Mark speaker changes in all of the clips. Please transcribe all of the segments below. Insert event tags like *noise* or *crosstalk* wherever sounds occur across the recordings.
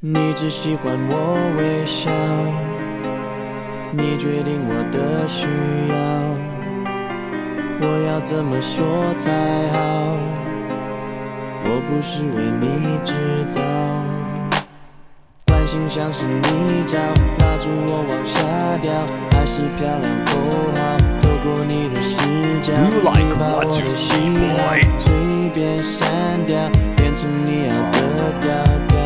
Speaker 1: 你只喜欢我微笑，你决定我的需要，我要怎么说才好？我不是为你制造，关心像是泥沼，拉住我往下掉，还是漂亮头好？透过你的视角，
Speaker 2: You like
Speaker 1: 你把我的
Speaker 2: what you
Speaker 1: 喜
Speaker 2: see,
Speaker 1: 好
Speaker 2: boy.
Speaker 1: 随便删掉，变成你要的调调。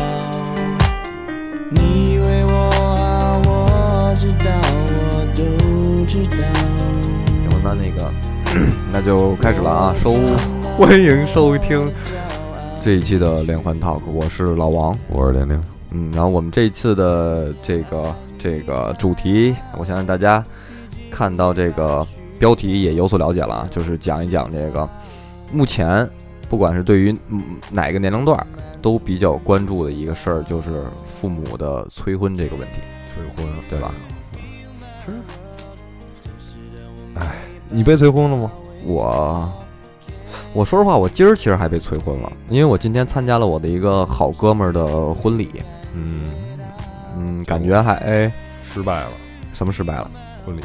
Speaker 1: 你以为我好，我知道，我都知道。
Speaker 2: 行，那那个， *clears throat* 那就开始了啊！收， *laughs* 欢迎收听这一期的连环 talk，我是老王。
Speaker 3: 我是玲玲，
Speaker 2: 嗯，然后我们这一次的这个这个主题，我相信大家看到这个标题也有所了解了，啊，就是讲一讲这个目前不管是对于嗯哪个年龄段儿都比较关注的一个事儿，就是父母的催婚这个问题。
Speaker 3: 催婚啊
Speaker 2: 对吧？
Speaker 3: 其实，哎，你被催婚了吗？
Speaker 2: 我我说实话，我今儿其实还被催婚了，因为我今天参加了我的一个好哥们儿的婚礼，
Speaker 3: 嗯，
Speaker 2: 嗯，感觉还哎
Speaker 3: 失败了，
Speaker 2: 什么失败了。
Speaker 3: 婚礼。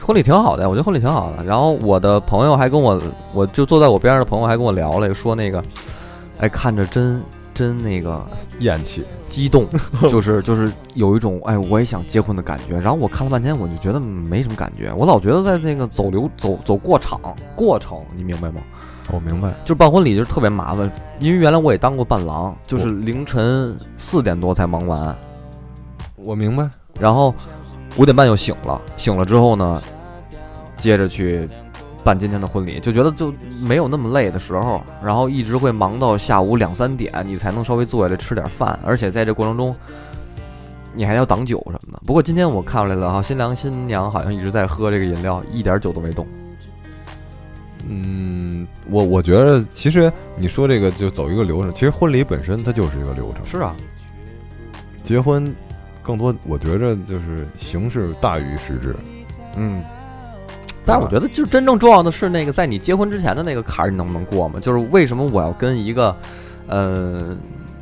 Speaker 2: 婚礼挺好的，我觉得婚礼挺好的。然后我的朋友还跟我，我就坐在我边上的朋友还跟我聊了，说那个，哎，看着真真那个
Speaker 3: 厌气，
Speaker 2: 激动， *laughs* 就是就是有一种哎我也想结婚的感觉。然后我看了半天，我就觉得没什么感觉，我老觉得在那个走流走走过场过程，你明白吗？
Speaker 3: 我哦明白，
Speaker 2: 就是办婚礼就是特别麻烦，因为原来我也当过伴郎，就是凌晨四点多才忙完，
Speaker 3: 我明白，
Speaker 2: 然后五点半就醒了，醒了之后呢，接着去办今天的婚礼，就觉得就没有那么累的时候，然后一直会忙到下午两三点，你才能稍微坐下来吃点饭，而且在这过程中，你还要挡酒什么的。不过今天我看出来了哈，新郎新娘好像一直在喝这个饮料，一点酒都没动。
Speaker 3: 嗯，我我觉得其实你说这个就走一个流程，其实婚礼本身它就是一个流程，
Speaker 2: 是啊，
Speaker 3: 结婚更多我觉着就是形式大于实质，
Speaker 2: 嗯。但是我觉得，就真正重要的是那个，在你结婚之前的那个坎儿，你能不能过嘛？就是为什么我要跟一个，呃，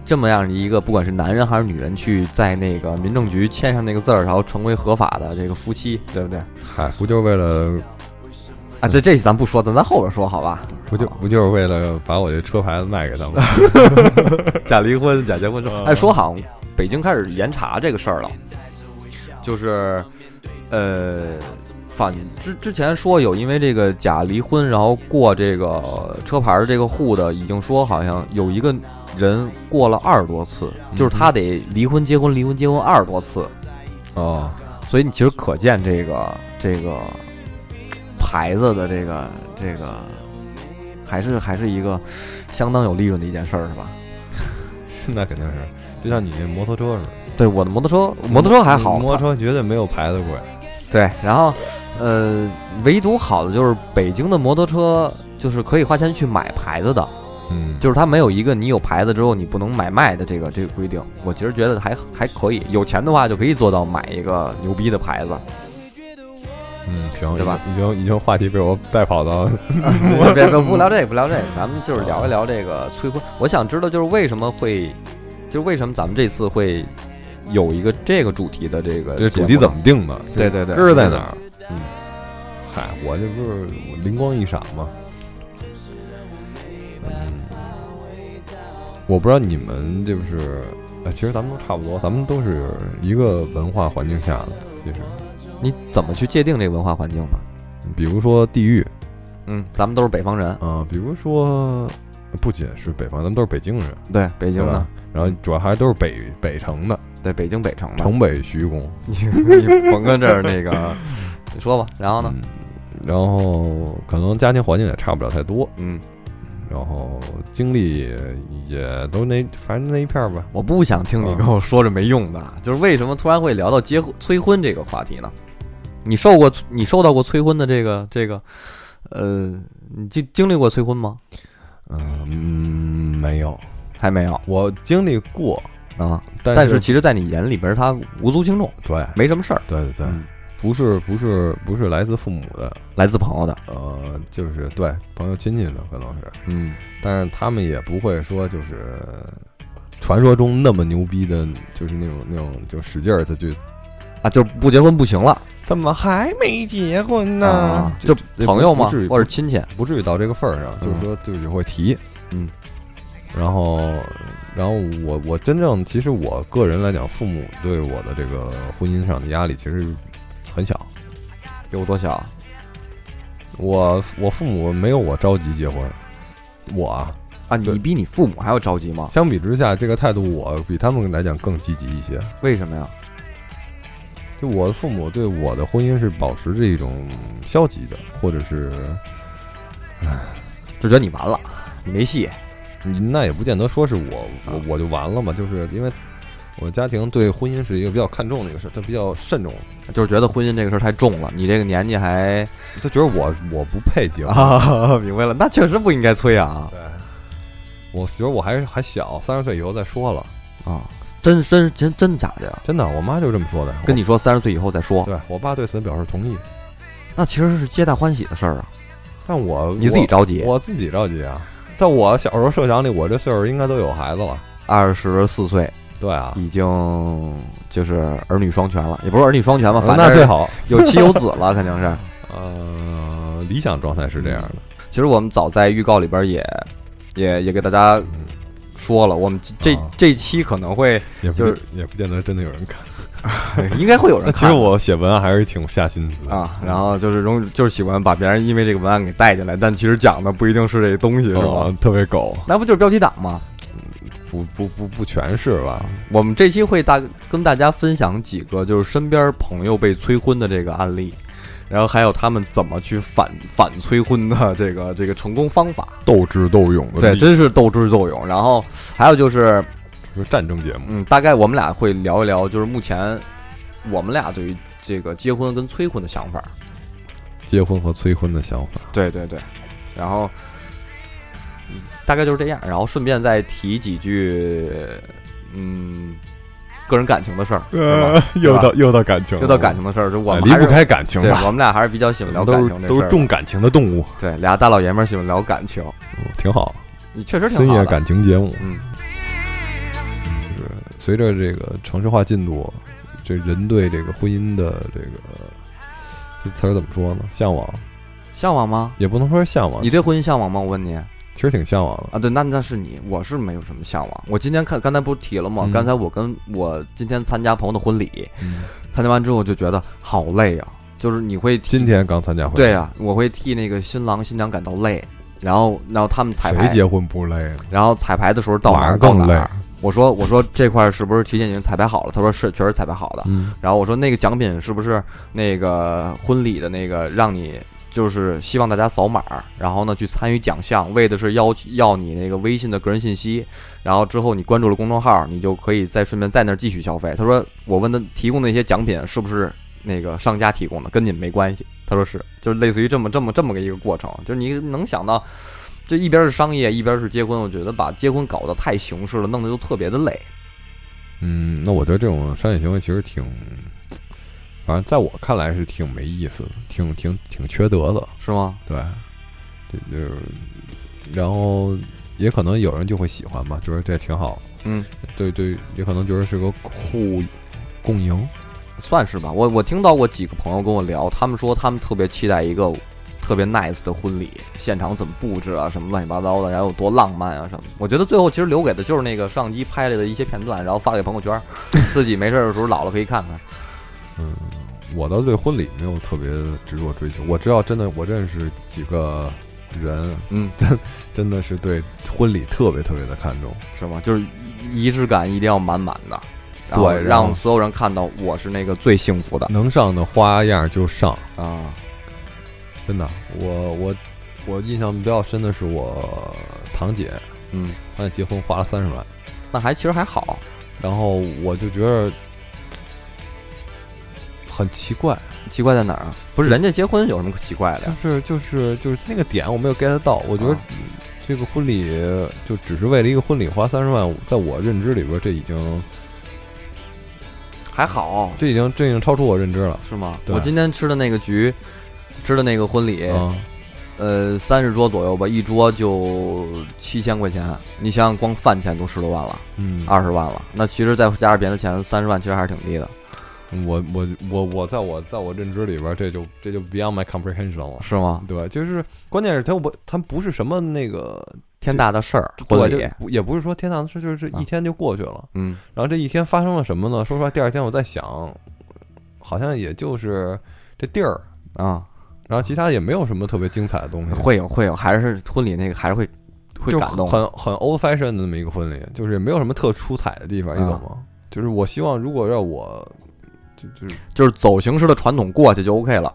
Speaker 2: 这么样的一个，不管是男人还是女人，去在那个民政局签上那个字儿，然后成为合法的这个夫妻，对不对？
Speaker 3: 嗨，不就是为了
Speaker 2: 啊，这这咱不说，咱咱后边说好吧？
Speaker 3: 不就不就是为了把我这车牌子卖给他们？
Speaker 2: 假离婚、假结婚证。哎，说好像北京开始严查这个事儿了，就是呃，反之之前说有因为这个假离婚，然后过这个车牌儿这个户的，已经说好像有一个人过了二十多次，就是他得离婚、结婚、离婚、结婚二十多次，
Speaker 3: *laughs* 哦，
Speaker 2: 所以你其实可见这个这个牌子的这个这个。还是还是一个相当有利润的一件事儿，是吧？
Speaker 3: 那肯定是，就像你那摩托车似的。嗯
Speaker 2: 对我的摩托车，摩托车还好，
Speaker 3: 摩托车绝对没有牌子贵。
Speaker 2: 对，然后，呃，唯独好的就是北京的摩托车，就是可以花钱去买牌子的，
Speaker 3: 嗯，
Speaker 2: 就是它没有一个你有牌子之后你不能买卖的这个这个规定。我其实觉得还还可以，有钱的话就可以做到买一个牛逼的牌
Speaker 3: *laughs*
Speaker 2: 子，
Speaker 3: 嗯，行，
Speaker 2: 对吧
Speaker 3: 已经？已经已经话题被我带跑到，
Speaker 2: 别别不聊这个，不聊这个，咱们就是聊一聊这个催婚。我想知道就是为什么会，就是为什么咱们这次会有一个这个主题的这个
Speaker 3: 这
Speaker 2: 呃节
Speaker 3: 主
Speaker 2: 目
Speaker 3: 题
Speaker 2: 呢
Speaker 3: 怎么定的？
Speaker 2: 对对对
Speaker 3: 根儿在哪儿？
Speaker 2: 嗯，
Speaker 3: 嗨，我这不是我灵光一闪吗？嗯，我不知道你们这不是，呃其实咱们都差不多，咱们都是一个文化环境下的。其实，
Speaker 2: 你怎么去界定这个文化环境呢？
Speaker 3: 比如说地域
Speaker 2: 嗯，咱们都是北方人，
Speaker 3: 啊、比如说不仅是北方，咱们都是北京人，
Speaker 2: 对北京
Speaker 3: 对
Speaker 2: 的
Speaker 3: 吧，？然后主要还都是北北城的，
Speaker 2: 对北京北城的。
Speaker 3: 城北徐公。
Speaker 2: 你甭跟这儿那个，你说吧。然后呢？
Speaker 3: 嗯，然后可能家庭环境也差不了太多，
Speaker 2: 嗯，
Speaker 3: 然后经历也都那反正那一片儿吧。
Speaker 2: 我不想听
Speaker 3: 啊
Speaker 2: 你跟我说这没用的，就是为什么突然会聊到结婚催婚这个话题呢？你受过你受到过催婚的这个这个，呃，你经经历过催婚吗？
Speaker 3: 呃嗯，没有，
Speaker 2: 还没有
Speaker 3: 我经历过，
Speaker 2: 啊。
Speaker 3: 但
Speaker 2: 但
Speaker 3: 是
Speaker 2: 其实，在你眼里边，他无足轻重，
Speaker 3: 对
Speaker 2: 没什么事儿。
Speaker 3: 对对对，
Speaker 2: 嗯
Speaker 3: 不是不是不是来自父母的，
Speaker 2: 来自朋友的，
Speaker 3: 呃，就是对朋友亲戚的可能是，
Speaker 2: 嗯，
Speaker 3: 但是他们也不会说就是。传说中那么牛逼的，就是那种那种就使劲儿，他就
Speaker 2: 啊，就不结婚不行了
Speaker 3: 怎么还没结婚
Speaker 2: 啊，就
Speaker 3: 这
Speaker 2: 朋友嘛
Speaker 3: 不至于，
Speaker 2: 或者亲戚，
Speaker 3: 不至于到这个份儿上，就是说就是会提，
Speaker 2: 嗯，
Speaker 3: 然后然后我我真正其实我个人来讲，父母对我的这个婚姻上的压力其实很小，
Speaker 2: 有多小？
Speaker 3: 我我父母没有我着急结婚，我啊
Speaker 2: 啊，你
Speaker 3: 对
Speaker 2: 比你父母还要着急吗？
Speaker 3: 相比之下这个态度我比他们来讲更积极一些，
Speaker 2: 为什么呀？
Speaker 3: 就我的父母对我的婚姻是保持着一种消极的，或者是
Speaker 2: 就觉得你完了，你没戏。
Speaker 3: 那也不见得说是我我
Speaker 2: 啊
Speaker 3: 我就完了嘛，就是因为我家庭对婚姻是一个比较看重的一个事儿，他比较慎重，
Speaker 2: 就是觉得婚姻这个事儿太重了，你这个年纪 *laughs* 还
Speaker 3: 他觉得我我不配结婚，
Speaker 2: 啊，明白了，那确实不应该催啊
Speaker 3: 对，我觉得我还还小，三十岁以后再说了，
Speaker 2: 啊！真真真真的假的呀？
Speaker 3: 真的，我妈就这么说的，
Speaker 2: 跟你说三十岁以后再
Speaker 3: 我
Speaker 2: 说，
Speaker 3: 对我爸对此表示同意，
Speaker 2: 那其实是皆大欢喜的事儿啊。
Speaker 3: 但我
Speaker 2: 你自己着急
Speaker 3: 我，，我自己着急啊，在我小时候设想里，我这岁数应该都有孩子了，
Speaker 2: 二十四岁
Speaker 3: 对啊，
Speaker 2: 已经就是儿女双全了，也不是儿女双全吧，反正
Speaker 3: 嗯那最好，
Speaker 2: 有妻有子 *laughs* 了，肯定是。
Speaker 3: 呃，理想状态是这样的，
Speaker 2: 其实我们早在预告里边也也也给大家
Speaker 3: 嗯
Speaker 2: 说了，我们这
Speaker 3: 啊
Speaker 2: 这期可能会
Speaker 3: 也不
Speaker 2: 就是
Speaker 3: 也不见得真的有人看。
Speaker 2: 应该会有人
Speaker 3: 那
Speaker 2: 看。
Speaker 3: 其实我写文案还是挺下心思的
Speaker 2: 啊，然后就是容就是喜欢把别人因为这个文案给带进来，但其实讲的不一定是这东西，是
Speaker 3: 是
Speaker 2: 吧？
Speaker 3: 吧？特别狗，
Speaker 2: 那不就是标题党吗？
Speaker 3: 不不不不全是吧？
Speaker 2: 我们这期会大跟大家分享几个就是身边朋友被催婚的这个案例，然后还有他们怎么去反反催婚的 *laughs* 这个这个成功方法。
Speaker 3: 斗智斗勇的
Speaker 2: 对，
Speaker 3: 力
Speaker 2: 真是斗智斗勇。然后还有就是，
Speaker 3: 是战争节目，
Speaker 2: 嗯，大概我们俩会聊一聊，就是目前我们俩对于这个结婚跟催婚的想法。
Speaker 3: 结婚和催婚的想法。
Speaker 2: 对对对，然后嗯大概就是这样，然后顺便再提几句，嗯，个人感情的事儿，是吧？
Speaker 3: 又
Speaker 2: 对
Speaker 3: 到又到感情，
Speaker 2: 又到感，情的事儿，就我
Speaker 3: 呃哎
Speaker 2: 们
Speaker 3: 离
Speaker 2: 还
Speaker 3: 不
Speaker 2: 是
Speaker 3: 开感情
Speaker 2: 对，
Speaker 3: 吧？
Speaker 2: 我们俩还是比较喜欢聊感
Speaker 3: 都
Speaker 2: 情
Speaker 3: 是
Speaker 2: 这事
Speaker 3: 都
Speaker 2: 儿
Speaker 3: 是
Speaker 2: 的。
Speaker 3: 重感情的动物，嗯
Speaker 2: 对，俩大老爷们儿喜欢聊感情，
Speaker 3: 挺好，
Speaker 2: 你确实挺
Speaker 3: 深
Speaker 2: 好
Speaker 3: 夜
Speaker 2: 的。
Speaker 3: 感情节目。
Speaker 2: 嗯，
Speaker 3: 就是随着这个城市化进度，这人对这个婚姻的这个这词儿怎么说呢？向往
Speaker 2: 向往吗？
Speaker 3: 也不能说是向往
Speaker 2: 你，对婚姻向往吗？我问你啊，
Speaker 3: 其实挺向往的。
Speaker 2: 对，那那是你，我是没有什么向往。我今天看，刚才不是提了吗？
Speaker 3: 嗯
Speaker 2: 刚才我跟我今天参加朋友的婚礼，
Speaker 3: 嗯
Speaker 2: 参加完之后就觉得好累呀、就是你会提
Speaker 3: 今天刚参加婚礼，
Speaker 2: 对呀、啊我会替那个新郎新娘感到累，然后然后他们彩
Speaker 3: 谁
Speaker 2: 排，
Speaker 3: 结婚不累呢？
Speaker 2: 然后彩排的时候到哪
Speaker 3: 晚
Speaker 2: 儿
Speaker 3: 上
Speaker 2: 到
Speaker 3: 更
Speaker 2: 哪
Speaker 3: 累
Speaker 2: 儿。。我说我说这块儿是不是提前已经彩排好了？他说是，确实彩排好了。
Speaker 3: 嗯，
Speaker 2: 然后我说那个奖品是不是那个呃婚礼的那个让你就是希望大家扫码儿，然后呢去参与奖项，为的是要要你那个微信的个人信息，然后之后你关注了公众号，你就可以再顺便在那儿继续消费。他说我问他提供的那些奖品是不是那个商家提供的，跟你们没关系。他说是，就是类似于这么这么这么个一个过程，就是你能想到。这一边是商业，一边是结婚，我觉得把结婚搞得太形式了，弄得就特别的累。
Speaker 3: 嗯，那我觉得这种商业行为其实挺，反正在我看来是挺没意思的，挺挺挺缺德的。
Speaker 2: 是吗？
Speaker 3: 对，这就是，然后也可能有人就会喜欢嘛，觉得这挺好。
Speaker 2: 嗯，
Speaker 3: 对对，也可能觉得是个互共赢。
Speaker 2: 算是吧。我我听到过几个朋友跟我聊，他们说他们特别期待一个特别 nice 的婚礼，现场怎么布置啊，什么乱七八糟的，然后有多浪漫啊什么。我觉得最后其实留给的就是那个相机拍来的一些片段，然后发给朋友圈，
Speaker 3: *laughs*
Speaker 2: 自己没事儿的时候老了可以看看。
Speaker 3: 我倒对婚礼没有特别执着追求，我知道真的，我认识几个人，
Speaker 2: 嗯，
Speaker 3: 真的是对婚礼特别特别的看重。
Speaker 2: 是吗？就是仪式感一定要满满的，然后
Speaker 3: 对然后
Speaker 2: 让所有人看到我是那个最幸福的
Speaker 3: 能上的花样就上，
Speaker 2: 啊。
Speaker 3: 真的。我我我印象比较深的是我堂姐，
Speaker 2: 嗯，
Speaker 3: 她结婚花了三十万，
Speaker 2: 那还其实还好，
Speaker 3: 然后我就觉得很奇怪，
Speaker 2: 奇怪在哪儿啊？不是人家结婚有什么可奇怪的
Speaker 3: 就
Speaker 2: 呀？
Speaker 3: 是就是就是那个点我没有 get 到，我觉得
Speaker 2: 啊
Speaker 3: 这个婚礼就只是为了一个婚礼花三十万，在我认知里边这已经
Speaker 2: 还好，
Speaker 3: 这已经这已经超出我认知了。
Speaker 2: 是吗？
Speaker 3: 对
Speaker 2: 我今天吃的那个局，吃的那个婚礼，
Speaker 3: 啊，
Speaker 2: 呃，三十桌左右吧，一桌就七千块钱。你想想，光饭钱都十多万了，
Speaker 3: 嗯，
Speaker 2: 二十万了，那其实再加上别的钱，三十万其实还是挺低的。
Speaker 3: 我我我我在我在我认知里边儿，这就这就 beyond my comprehension 了。
Speaker 2: 是吗？
Speaker 3: 对，就是关键是它不，它不是什么那个
Speaker 2: 天大的事儿，
Speaker 3: 对，
Speaker 2: 婚
Speaker 3: 就
Speaker 2: 礼，
Speaker 3: 不也不是说天堂的事，就是
Speaker 2: 啊
Speaker 3: 一天就过去了。
Speaker 2: 嗯，
Speaker 3: 然后这一天发生了什么呢？说实话，第二天我在想，好像也就是这地儿，
Speaker 2: 啊，
Speaker 3: 然后其他也没有什么特别精彩的东西，
Speaker 2: 会有会有，还是婚礼那个还是会会
Speaker 3: 就
Speaker 2: 感动的，
Speaker 3: 很很 old fashion 的那么一个婚礼，就是也没有什么特出彩的地方，你懂
Speaker 2: 啊
Speaker 3: 吗？就是我希望，如果让我就就是
Speaker 2: 就是走形式的传统过去就 OK 了，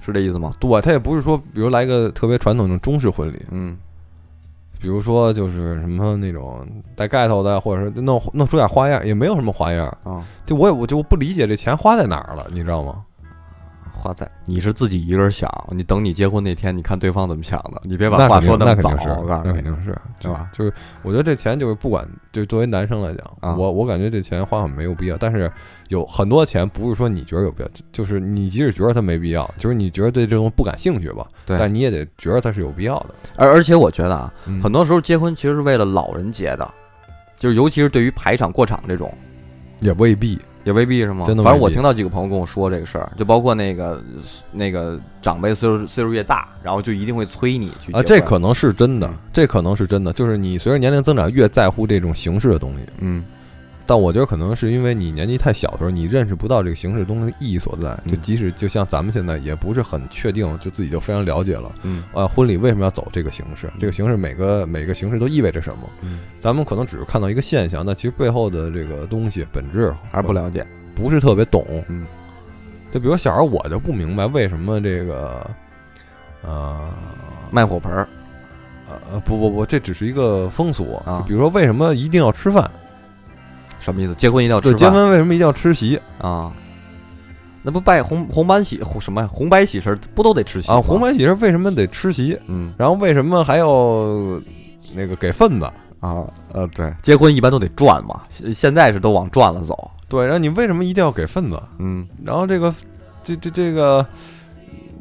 Speaker 2: 是这意思吗？
Speaker 3: 对，他也不是说，比如来个特别传统的中式婚礼，
Speaker 2: 嗯，
Speaker 3: 比如说就是什么那种带盖头的，或者是弄弄出点花样，也没有什么花样。
Speaker 2: 啊，
Speaker 3: 就我也我就不理解这钱花在哪儿了，你知道吗？
Speaker 2: 花在你是自己一个人想，你等你结婚那天，你看对方怎么想的，你别把
Speaker 3: 那
Speaker 2: 话
Speaker 3: 肯
Speaker 2: 说
Speaker 3: 定
Speaker 2: 么
Speaker 3: 那
Speaker 2: 早，
Speaker 3: 肯定是，
Speaker 2: 我告诉
Speaker 3: 那
Speaker 2: 你
Speaker 3: 肯，定是，
Speaker 2: 对吧？
Speaker 3: 就是我觉得这钱就是不管，就作为男生来讲，
Speaker 2: 啊
Speaker 3: 我我感觉这钱花很没有必要。但是有很多钱不是说你觉得有必要，就就是你即使觉得它没必要，就是你觉得对这种不感兴趣吧，
Speaker 2: 对
Speaker 3: 但你也得觉得它是有必要的。
Speaker 2: 而而且我觉得啊，
Speaker 3: 嗯
Speaker 2: 很多时候结婚其实是为了老人结的，就是尤其是对于排场过场这种，
Speaker 3: 也未必，
Speaker 2: 也未必是吗？
Speaker 3: 真的
Speaker 2: 反正
Speaker 3: 未
Speaker 2: 我
Speaker 3: 必
Speaker 2: 听到几个朋友跟我说这个事儿，就包括那个那个长辈岁数岁数越大，然后就一定会催你去结
Speaker 3: 啊，
Speaker 2: 婚
Speaker 3: 这可能是真的
Speaker 2: 嗯，
Speaker 3: 这可能是真的，就是你随着年龄增长越在乎这种形式的东西，
Speaker 2: 嗯
Speaker 3: 但我觉得可能是因为你年纪太小的时候，你认识不到这个形式东西的意义所在，就
Speaker 2: 嗯
Speaker 3: 即使就像咱们现在也不是很确定，就自己就非常了解了。
Speaker 2: 嗯
Speaker 3: 啊，婚礼为什么要走这个形式？这个形式每个每个形式都意味着什么？
Speaker 2: 嗯，
Speaker 3: 咱们可能只是看到一个现象，那其实背后的这个东西本质
Speaker 2: 还是不了解，
Speaker 3: 不是特别懂。
Speaker 2: 嗯，
Speaker 3: 就比如小时候我就不明白为什么这个，呃
Speaker 2: 卖火盆儿
Speaker 3: 呃不不不，这只是一个风俗。
Speaker 2: 啊
Speaker 3: 就比如说为什么一定要吃饭？
Speaker 2: 什么意思？结婚一定要吃
Speaker 3: 对，
Speaker 2: 饭
Speaker 3: 结婚为什么一定要吃席
Speaker 2: 啊？那不拜红红白喜红什么呀红白喜事儿不都得吃席
Speaker 3: 啊？
Speaker 2: 吗
Speaker 3: 红白喜事为什么得吃席？
Speaker 2: 嗯
Speaker 3: 然后为什么还要那个给份子？
Speaker 2: 啊呃对，结婚一般都得赚嘛，现现在是都往赚了走，
Speaker 3: 对，然后你为什么一定要给份子？
Speaker 2: 嗯
Speaker 3: 然后这个这这这个，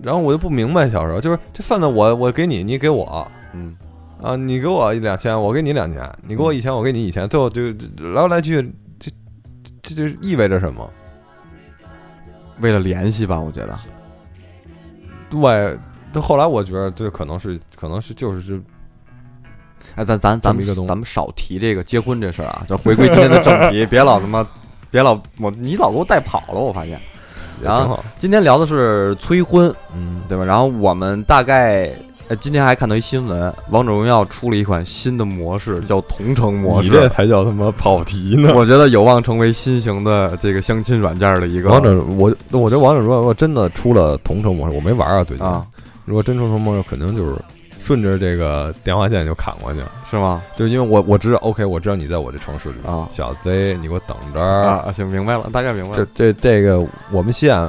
Speaker 3: 然后我就不明白，小时候就是这份子我我给你，你给我
Speaker 2: 嗯
Speaker 3: 啊，你给我一两千，我给你两千，你给我一千，我给你一千，最后就就来来去，这这这意味着什么？
Speaker 2: 为了联系吧，我觉得
Speaker 3: 对，到后来我觉得这可能是可能是就是是
Speaker 2: 哎咱咱咱
Speaker 3: 这么一个
Speaker 2: 们
Speaker 3: 东西
Speaker 2: 咱们少提这个结婚这事儿啊，就回归今天的正题，别老他妈别老我 *laughs* 你老给我带跑了，我发现
Speaker 3: 也挺好，
Speaker 2: 今天聊的是催婚，
Speaker 3: 嗯，
Speaker 2: 对吧？然后我们大概呃今天还看到一新闻，王者荣耀出了一款新的模式，叫同城模
Speaker 3: 你这
Speaker 2: 式。
Speaker 3: 才叫他妈跑题呢。
Speaker 2: *laughs* 我觉得有望成为新型的这个相亲软件的一个
Speaker 3: 王者，我我觉得王者荣耀真的出了同城模式，我没玩啊，最近。
Speaker 2: 啊，
Speaker 3: 如果真出同城模式，肯定就是顺着这个电话线就砍过去。
Speaker 2: 是吗？
Speaker 3: 就因为我我知道，OK，我知道你在我这城市里
Speaker 2: 啊
Speaker 3: 小 Z，你给我等着。
Speaker 2: 啊，行，明白了，大概明白
Speaker 3: 这
Speaker 2: 了。
Speaker 3: 这这个我们县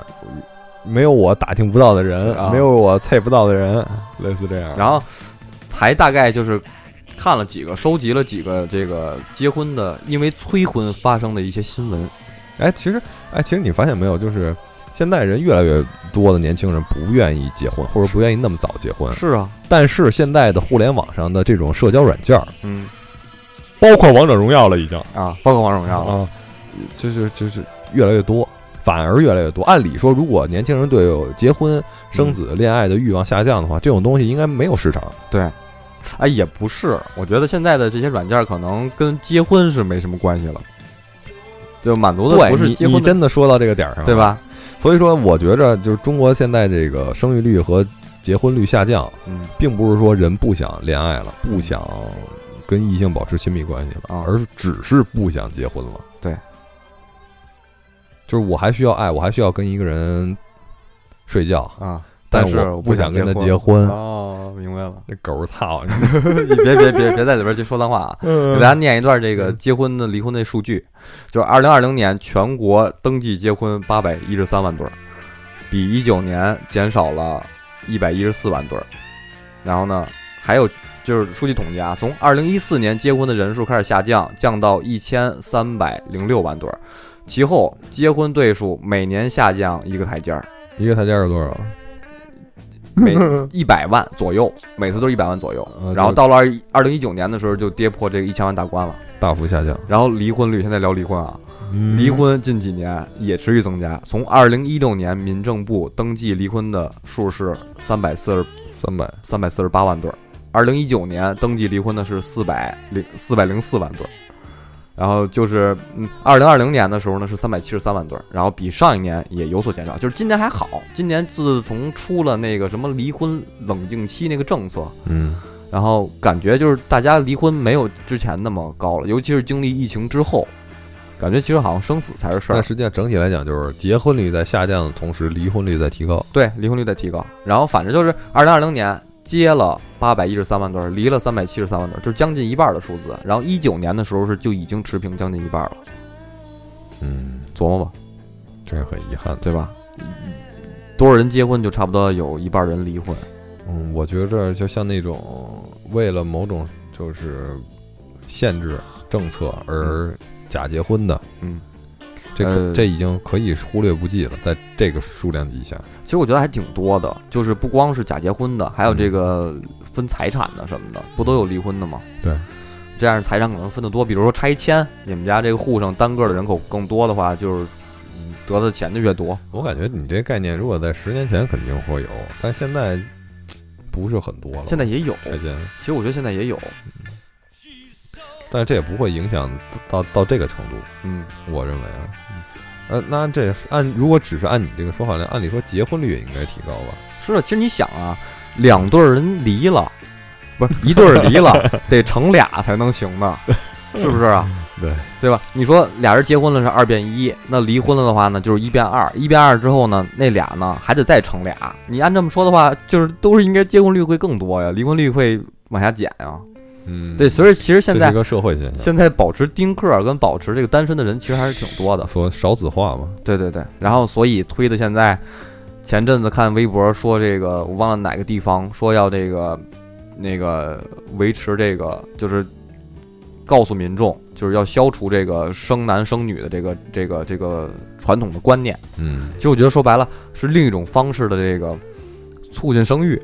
Speaker 3: 没有我打听不到的人，
Speaker 2: 啊
Speaker 3: 没有我猜不到的人，类似这样。
Speaker 2: 然后还大概就是看了几个，收集了几个这个结婚的因为催婚发生的一些新闻。
Speaker 3: 哎，其实哎，其实你发现没有，就是现在人越来越多的年轻人不愿意结婚，或者不愿意那么早结婚。
Speaker 2: 是啊，
Speaker 3: 但是现在的互联网上的这种社交软件儿，
Speaker 2: 嗯
Speaker 3: 包括王者荣耀了，已经
Speaker 2: 啊，包括王者荣耀了，
Speaker 3: 啊，就是就是越来越多，反而越来越多。按理说，如果年轻人对有结婚、生子、恋爱的欲望下降的话，这种东西应该没有市场。
Speaker 2: 哎，也不是，我觉得现在的这些软件可能跟结婚是没什么关系了，就满足的
Speaker 3: 对，
Speaker 2: 不是
Speaker 3: 你
Speaker 2: 结
Speaker 3: 你
Speaker 2: 婚的，
Speaker 3: 真的说到这个点儿上，
Speaker 2: 对？吧？
Speaker 3: 所以说，我觉着就是中国现在这个生育率和结婚率下降，
Speaker 2: 嗯，
Speaker 3: 并不是说人不想恋爱了，不想跟异性保持亲密关系了，
Speaker 2: 啊
Speaker 3: 而只是不想结婚了。
Speaker 2: 对，
Speaker 3: 就是我还需要爱，我还需要跟一个人睡觉，
Speaker 2: 啊，
Speaker 3: 但
Speaker 2: 是
Speaker 3: 我不想
Speaker 2: 想
Speaker 3: 跟他
Speaker 2: 结
Speaker 3: 结婚。 *laughs*
Speaker 2: 哦，明白了， *laughs*
Speaker 3: 这狗操！
Speaker 2: 你别别别别在里边去说脏话啊！给大
Speaker 3: 嗯
Speaker 2: 家念一段这个结婚的离婚的数据，就是二零二零年全国登记结婚八百一十三万对儿，比一九年减少了一百一十四万对儿。然后呢，还有就是数据统计啊，从二零一四年结婚的人数开始下降，降到一千三百零六万对儿，其后结婚对数每年下降一个台阶儿。
Speaker 3: 一个台阶是多少？
Speaker 2: 每一百万左右，每次都是一百万左右
Speaker 3: 呃。
Speaker 2: 然后
Speaker 3: 就
Speaker 2: 到了二二零一九年的时候，就跌破这个一千万大关了。
Speaker 3: 大幅下降，
Speaker 2: 然后离婚率，现在聊离婚啊，
Speaker 3: 嗯
Speaker 2: 离婚近几年也持续增加。从二零一六年，民政部登记离婚的数是三百四十
Speaker 3: 三百，
Speaker 2: 三百四十八万对儿，二零一九年登记离婚的是四百零四百零四万对儿，然后就是嗯，二零二零年的时候呢是三百七十三万对儿，然后比上一年也有所减少，就是今年还好，今年自从出了那个什么离婚冷静期那个政策，
Speaker 3: 嗯，
Speaker 2: 然后感觉就是大家离婚没有之前那么高了，尤其是经历疫情之后，感觉其实好像生死才是事
Speaker 3: 但
Speaker 2: 儿，
Speaker 3: 实际上整体来讲，就是结婚率在下降的同时，离婚率在提高。
Speaker 2: 对，离婚率在提高。然后反正就是二零二零年接了八百一十三万对儿，离了三百七十三万对儿，就是将近一半儿的数字。然后一九年的时候是就已经持平将近一半儿了，
Speaker 3: 嗯，
Speaker 2: 琢磨吧，
Speaker 3: 这是很遗憾的。
Speaker 2: 对吧？多少人结婚就差不多有一半儿人离婚，
Speaker 3: 嗯，我觉着就像那种为了某种就是限制政策而假结婚的，
Speaker 2: 嗯。
Speaker 3: 这可、
Speaker 2: 呃
Speaker 3: 这已经可以忽略不计了，在这个数量级下，
Speaker 2: 其实我觉得还挺多的，就是不光是假结婚的，还有这个分财产的什么的，不都有离婚的吗？
Speaker 3: 嗯对，
Speaker 2: 这样财产可能分得多。比如说拆迁，你们家这个户上单个的人口更多的话，就是嗯得的钱就越多。
Speaker 3: 我感觉你这概念如果在十年前肯定会有，但现在嘖不是很多了。
Speaker 2: 现在也有，
Speaker 3: 拆迁，
Speaker 2: 其实我觉得现在也有，
Speaker 3: 但是这也不会影响到到这个程度。
Speaker 2: 嗯，
Speaker 3: 我认为啊，呃，那这是按如果只是按你这个说法来，按理说结婚率也应该提高吧？
Speaker 2: 是的。其实你想啊，两对儿人离了，不是一对儿离
Speaker 3: *laughs*
Speaker 2: 了，得成俩才能行呢，是不是啊？
Speaker 3: 对，
Speaker 2: 对吧？你说俩人结婚了是二变一，那离婚了的话呢，就是一变二，一变二之后呢，那俩呢还得再乘俩。你按这么说的话，就是都是应该结婚率会更多呀，离婚率会往下减呀。
Speaker 3: 嗯
Speaker 2: 对，所以其实
Speaker 3: 这
Speaker 2: 现
Speaker 3: 是一
Speaker 2: 在
Speaker 3: 个社会现象，
Speaker 2: 现在保持丁克儿跟保持这个单身的人其实还是挺多的。
Speaker 3: 所少子化嘛。
Speaker 2: 对对对，然后所以推的现在，前阵子看微博说这个，我忘了哪个地方说要这个那个维持这个，就是告诉民众，就是要消除这个生男生女的这个这个这个传统的观念。
Speaker 3: 嗯，
Speaker 2: 其实我觉得说白了是另一种方式的这个促进生育，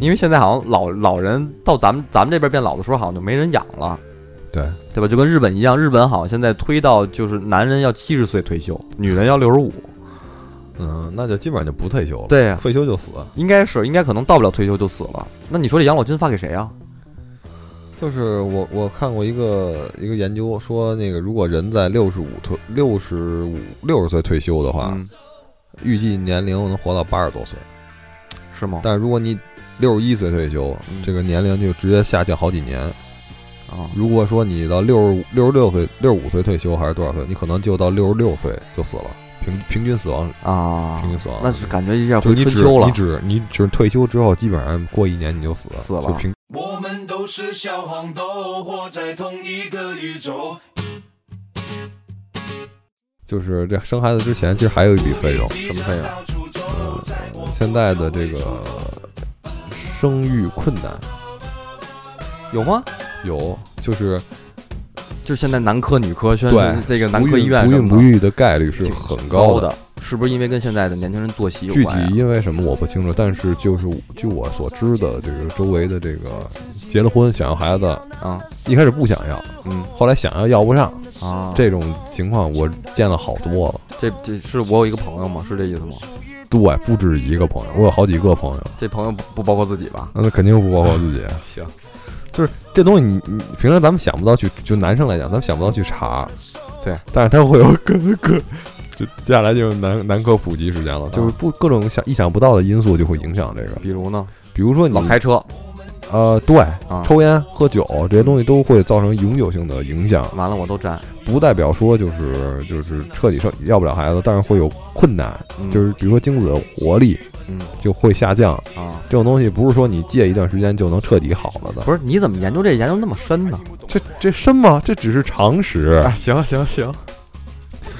Speaker 2: 因为现在好像老老人到咱们咱们这边变老的时候，好像就没人养了。
Speaker 3: 对，
Speaker 2: 对吧？就跟日本一样，日本好像现在推到就是男人要七十岁退休，女人要六十五。
Speaker 3: 嗯，那就基本上就不退休了，
Speaker 2: 对呀、
Speaker 3: 退休就死，
Speaker 2: 应该是应该可能到不了退休就死了。那你说这养老金发给谁啊？
Speaker 3: 就是我我看过一个一个研究说，那个如果人在六十五退六十五六十岁退休的话，
Speaker 2: 嗯，
Speaker 3: 预计年龄能活到八十多岁。
Speaker 2: 是吗？
Speaker 3: 但如果你六十一岁退休，
Speaker 2: 嗯
Speaker 3: 这个年龄就直接下降好几年。
Speaker 2: 啊、
Speaker 3: 如果说你到六十五六十六岁六十五岁退休还是多少岁，你可能就到六十六岁就死了，平平均死亡
Speaker 2: 啊
Speaker 3: 平，均死亡。
Speaker 2: 那是感觉一下
Speaker 3: 就
Speaker 2: 回
Speaker 3: 你
Speaker 2: 春
Speaker 3: 只
Speaker 2: 秋了
Speaker 3: 你。只你只退休之后，基本上过一年你就死了，
Speaker 2: 死了
Speaker 3: 就平
Speaker 1: 我们都是小黄豆，活在同一个宇宙。
Speaker 3: 就是这生孩子之前，其实还有一笔费用。嗯
Speaker 1: 什
Speaker 2: 么费嗯用
Speaker 1: 用
Speaker 3: 现在的这个生育困难
Speaker 2: 有吗？
Speaker 3: 有，就是
Speaker 2: 就是现在男科女科，现在
Speaker 3: 对
Speaker 2: 这个男
Speaker 3: 不
Speaker 2: 科医
Speaker 3: 孕
Speaker 2: 院
Speaker 3: 不
Speaker 2: 什
Speaker 3: 孕
Speaker 2: 么
Speaker 3: 不
Speaker 2: 的
Speaker 3: 育的概率是
Speaker 2: 挺
Speaker 3: 很
Speaker 2: 高
Speaker 3: 的。
Speaker 2: 的，是不是因为跟现在的年轻人作息有
Speaker 3: 具体
Speaker 2: 关呀？
Speaker 3: 因为什么我不清楚，但是就是据我所知的，这个周围的这个结了婚想要孩子，
Speaker 2: 啊，
Speaker 3: 一开始不想要，
Speaker 2: 嗯
Speaker 3: 后来想要要不上，
Speaker 2: 啊，
Speaker 3: 这种情况我见了好多了。
Speaker 2: 这这是我有一个朋友吗？是这意思吗？
Speaker 3: 对，不止一个朋友，我有好几个朋友，
Speaker 2: 这朋友不不包括自己吧？
Speaker 3: 那肯定不包括自己。
Speaker 2: 哎行，
Speaker 3: 就是这东西你，你平常咱们想不到去，就男生来讲，咱们想不到去查，
Speaker 2: 对，
Speaker 3: 但是他会有各各，就接下来就是男男科普及时间了，就是
Speaker 2: 啊
Speaker 3: 不各种想意想不到的因素就会影响这个，
Speaker 2: 比如呢，
Speaker 3: 比如说你
Speaker 2: 老开车
Speaker 3: 呃，对，
Speaker 2: 啊，
Speaker 3: 抽烟、喝酒这些东西都会造成永久性的影响，
Speaker 2: 完了我都沾，
Speaker 3: 不代表说就是就是彻底生要不了孩子，但是会有困难，
Speaker 2: 嗯
Speaker 3: 就是比如说精子的活力
Speaker 2: 嗯
Speaker 3: 就会下降，
Speaker 2: 啊。
Speaker 3: 这种东西不是说你戒一段时间就能彻底好了的。
Speaker 2: 不是，你怎么研究这研究那么深
Speaker 3: *laughs*
Speaker 2: 呢？
Speaker 3: 这这深吗？这只是常识。，
Speaker 2: 行行行，
Speaker 3: *laughs*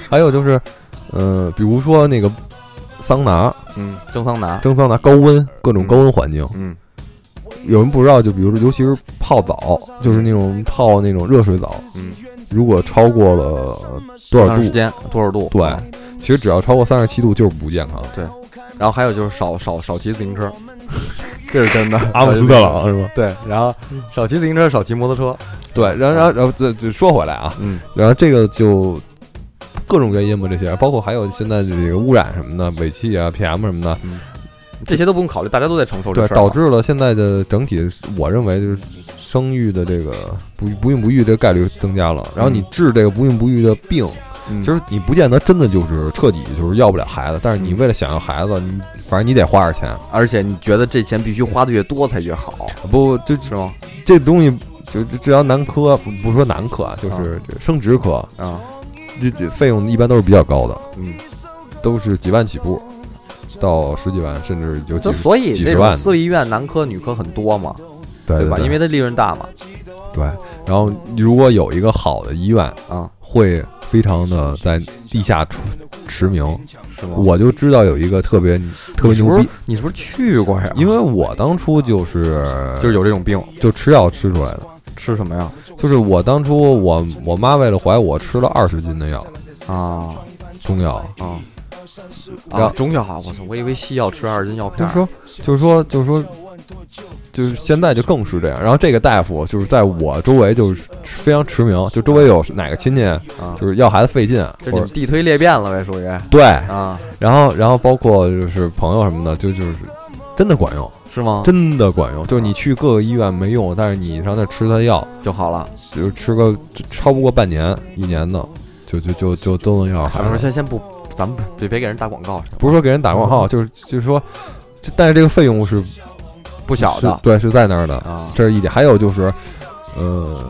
Speaker 3: 还有就是，呃，比如说那个桑拿、
Speaker 2: 嗯，蒸桑拿，
Speaker 3: 蒸桑拿、高温各种高温环境，
Speaker 2: 嗯
Speaker 3: 有人不知道，就比如说，尤其是泡澡，就是那种泡那种热水澡，
Speaker 2: 嗯，
Speaker 3: 如果超过了
Speaker 2: 多
Speaker 3: 多少
Speaker 2: 长
Speaker 3: 度
Speaker 2: 时，间多少度？啊
Speaker 3: 对，其实只要超过三十七度就是不健康。
Speaker 2: 然然后还有就是少少少骑自行
Speaker 3: *laughs*
Speaker 2: 车，这是真的。
Speaker 3: 阿姆斯特朗是吧？
Speaker 2: 对，然后少骑自行车，少骑摩托车。
Speaker 3: 对，然后然后然后这这说回来啊，
Speaker 2: 嗯，
Speaker 3: 然后这个就各种原因嘛，这些包括还有现在这个污染什么的，尾气啊、PM 什么的，
Speaker 2: 这些都不用考虑，大家都在承受这
Speaker 3: 对，
Speaker 2: 事儿。啊
Speaker 3: 导致了现在的整体，我认为就是生育的这个不不孕不育这个概率增加了。然后你治这个不孕不育的病，
Speaker 2: 嗯，
Speaker 3: 其实你不见得真的就是彻底就是要不了孩子，但是你为了想要孩子，你反正你得花点钱。
Speaker 2: 而且你觉得这钱必须花的越多才越好，
Speaker 3: 不，这
Speaker 2: 是吗？
Speaker 3: 这东西就就治疗男科，不不是说男科啊，就是这生殖科，
Speaker 2: 啊，
Speaker 3: 这这费用一般都是比较高的，
Speaker 2: 嗯，
Speaker 3: 都是几万起步，到十几万，甚至有几
Speaker 2: 就
Speaker 3: 十
Speaker 2: 所以
Speaker 3: 几
Speaker 2: 这
Speaker 3: 十
Speaker 2: 种
Speaker 3: 万的
Speaker 2: 私立医院男科女科很多嘛，
Speaker 3: 对
Speaker 2: 吧？因为它利润大嘛，
Speaker 3: 对。然后如果有一个好的医院。
Speaker 2: 啊，
Speaker 3: 会非常的在地下出驰名。
Speaker 2: 是吗？
Speaker 3: 我就知道有一个特别特别
Speaker 2: 你是
Speaker 3: 牛
Speaker 2: 不
Speaker 3: 逼
Speaker 2: 是，你是不是去过呀？
Speaker 3: 因为我当初就是
Speaker 2: 就是有这种病，
Speaker 3: 就吃药吃出来的。
Speaker 2: 吃什么呀？
Speaker 3: 就是我当初我我妈为了怀我吃了二十斤的药，
Speaker 2: 啊
Speaker 3: 中药。
Speaker 2: 啊
Speaker 3: 然
Speaker 2: 啊
Speaker 3: 后！
Speaker 2: 中药啊！我操，我以为西药吃二十斤药
Speaker 3: 就
Speaker 2: 片
Speaker 3: 是
Speaker 2: 儿，
Speaker 3: 说，就是说，就是说，就是现在就更是这样。然后这个大夫就是在我周围就是非常驰名，就周围有哪个亲戚
Speaker 2: 啊，
Speaker 3: 就是要孩子费劲，
Speaker 2: 这你
Speaker 3: 或者
Speaker 2: 们地推裂变了呗，属于
Speaker 3: 对，
Speaker 2: 啊，
Speaker 3: 然后然后包括就是朋友什么的，就就是真的管用。
Speaker 2: 是吗？
Speaker 3: 真的管用。就是你去各个医院没用，但是你上那吃它药，
Speaker 2: 就好了。
Speaker 3: 就是吃个超不过半年、一年的，就就就就都能要
Speaker 2: 啊，不
Speaker 3: 孩
Speaker 2: 是，
Speaker 3: 子。
Speaker 2: 先先不，咱们别别给人打广告，
Speaker 3: 不是说给人打广告，就是就是说，这但是这个费用是
Speaker 2: 不小
Speaker 3: 是
Speaker 2: 的
Speaker 3: 对，是在那儿的，
Speaker 2: 啊。
Speaker 3: 这是一点。还有就是，呃，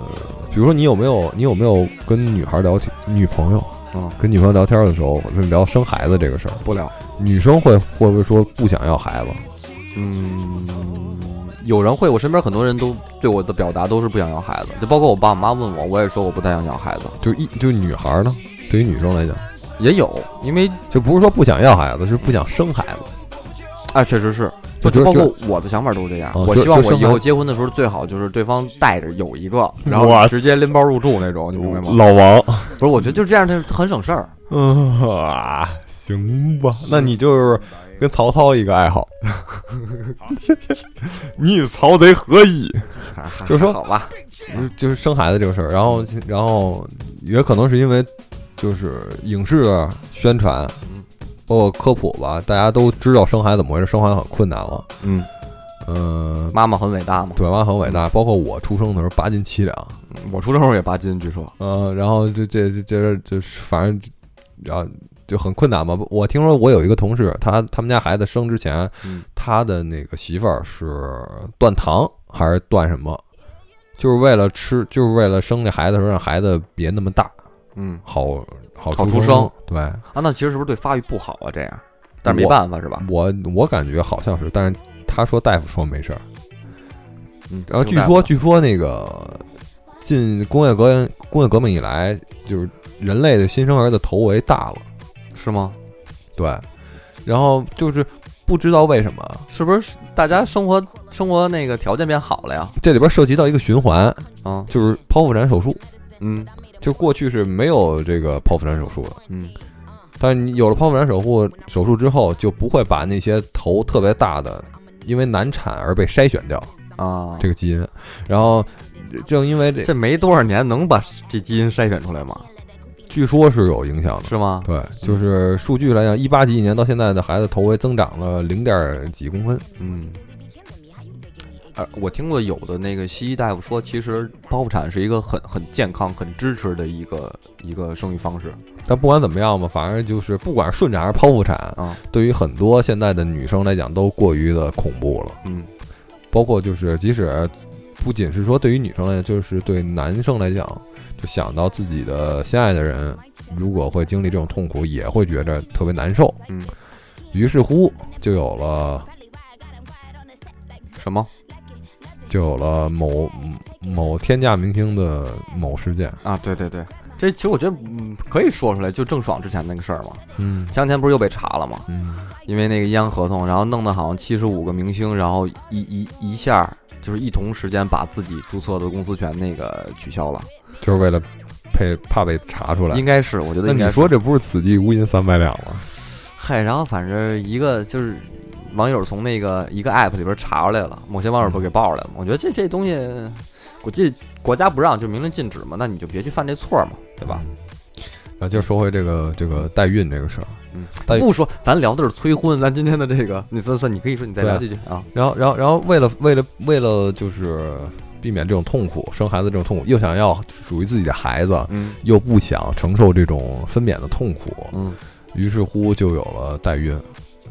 Speaker 3: 比如说你有没有你有没有跟女孩聊天，女朋友
Speaker 2: 嗯，
Speaker 3: 跟女朋友聊天的时候聊生孩子这个事儿，
Speaker 2: 不了。
Speaker 3: 女生会会不会说不想要孩子？
Speaker 2: 嗯，有人会，我身边很多人都对我的表达都是不想要孩子，就包括我爸我妈问我，我也说我不太想要孩子，
Speaker 3: 就一就女孩呢，对于女生来讲，
Speaker 2: 也有，因为
Speaker 3: 就不是说不想要孩子，是不想生孩子。
Speaker 2: 哎，确实是，
Speaker 3: 就
Speaker 2: 就
Speaker 3: 觉得
Speaker 2: 包括我的想法都是这样。
Speaker 3: 哦
Speaker 2: 我
Speaker 3: 就
Speaker 2: 希望
Speaker 3: 就
Speaker 2: 我
Speaker 3: 生
Speaker 2: 以
Speaker 3: 孩
Speaker 2: 后
Speaker 3: 子
Speaker 2: 结婚的时候，最好就是对方带着有一个，然
Speaker 3: 哇
Speaker 2: 后直接拎包入住那种，你明白吗？
Speaker 3: 老王，
Speaker 2: 不是，我觉得就这样，他很省事儿。
Speaker 3: 嗯 *laughs* 啊，行吧，那你就是跟曹操一个爱好，你与曹贼何以？
Speaker 2: 还还
Speaker 3: 就是说
Speaker 2: 还好吧，
Speaker 3: 就是就是生孩子这个事儿，然后然后也可能是因为就是影视宣传
Speaker 2: 嗯，
Speaker 3: 包括科普吧，大家都知道生孩子怎么回事，生孩子很困难了，
Speaker 2: 嗯，
Speaker 3: 嗯、
Speaker 2: 妈妈很伟大嘛。
Speaker 3: 对妈很伟大，包括我出生的时候八斤七两，
Speaker 2: 嗯我出生时候也八斤，据说
Speaker 3: 嗯、然后这这这这这反正，然后就很困难嘛。我听说我有一个同事，他他们家孩子生之前，
Speaker 2: 嗯
Speaker 3: 他的那个媳妇儿是断糖还是断什么，就是为了吃，就是为了生这孩子的时候让孩子别那么大，
Speaker 2: 嗯
Speaker 3: 好好
Speaker 2: 好
Speaker 3: 出
Speaker 2: 出生。
Speaker 3: 对
Speaker 2: 啊，那其实是不是对发育不好啊？这样，但是没
Speaker 3: 我
Speaker 2: 办法是吧？
Speaker 3: 我我感觉好像是，但是他说大夫说没事儿。
Speaker 2: 嗯，
Speaker 3: 然后
Speaker 2: 听
Speaker 3: 据
Speaker 2: 大夫
Speaker 3: 说
Speaker 2: 的
Speaker 3: 据说那个进工业革工业革命以来，就是人类的新生儿的头围大了。
Speaker 2: 是吗？
Speaker 3: 对，然后就是不知道为什么
Speaker 2: 是不是大家生活生活那个条件变好了呀？
Speaker 3: 这里边涉及到一个循环，
Speaker 2: 啊，
Speaker 3: 就是剖腹产手术。
Speaker 2: 嗯
Speaker 3: 就过去是没有这个剖腹产手术的，
Speaker 2: 嗯
Speaker 3: 但是你有了剖腹产手术手术之后，就不会把那些头特别大的，因为难产而被筛选掉
Speaker 2: 啊，
Speaker 3: 这个基因。然后正因为这，
Speaker 2: 这没多少年能把这基因筛选出来吗？
Speaker 3: 据说是有影响的。
Speaker 2: 是吗？
Speaker 3: 对，就是数据来讲，一八几几年到现在的孩子头围增长了零点几公分，
Speaker 2: 嗯，呃，我听过有的那个西医大夫说，其实剖腹产是一个很很健康、很支持的一个一个生育方式
Speaker 3: 但不管怎么样吧，反正就是不管是顺产还是剖腹产，
Speaker 2: 啊。
Speaker 3: 对于很多现在的女生来讲都过于的恐怖了，
Speaker 2: 嗯
Speaker 3: 包括就是即使不仅是说对于女生来讲，就是对男生来讲，就想到自己的心爱的人如果会经历这种痛苦，也会觉着特别难受，
Speaker 2: 嗯，
Speaker 3: 于是乎就有了
Speaker 2: 什么
Speaker 3: 就有了某某天价明星的某事件，
Speaker 2: 啊？对对对，这其实我觉得、嗯、可以说出来，就郑爽之前那个事儿嘛。
Speaker 3: 嗯
Speaker 2: 前两天不是又被查了吗？
Speaker 3: 嗯，
Speaker 2: 因为那个阴阳合同，然后弄得好像七十五个明星，然后一一一下儿就是一同时间把自己注册的公司全那个取消了，
Speaker 3: 就是为了配怕被查出来
Speaker 2: 应。该是，我觉得
Speaker 3: 那
Speaker 2: 应该
Speaker 3: 你
Speaker 2: 是
Speaker 3: 说这不是此地无银三百两吗？
Speaker 2: 嗨，然后反正一个就是网友从那个一个 app 里边查出来了，某些网友不给爆出来了。我觉得这这东西，国际国家不让就明令禁止嘛，那你就别去犯这错嘛，对吧？
Speaker 3: 然后就说回这个这个代孕这个事儿，
Speaker 2: 嗯，
Speaker 3: 但
Speaker 2: 不说，咱聊的是催婚，咱今天的这个，你算算，你可以说你再聊几句啊。
Speaker 3: 然后然后然后为了为了为了就是避免这种痛苦，生孩子这种痛苦，又想要属于自己的孩子，
Speaker 2: 嗯
Speaker 3: 又不想承受这种分娩的痛苦，
Speaker 2: 嗯
Speaker 3: 于是乎就有了代孕。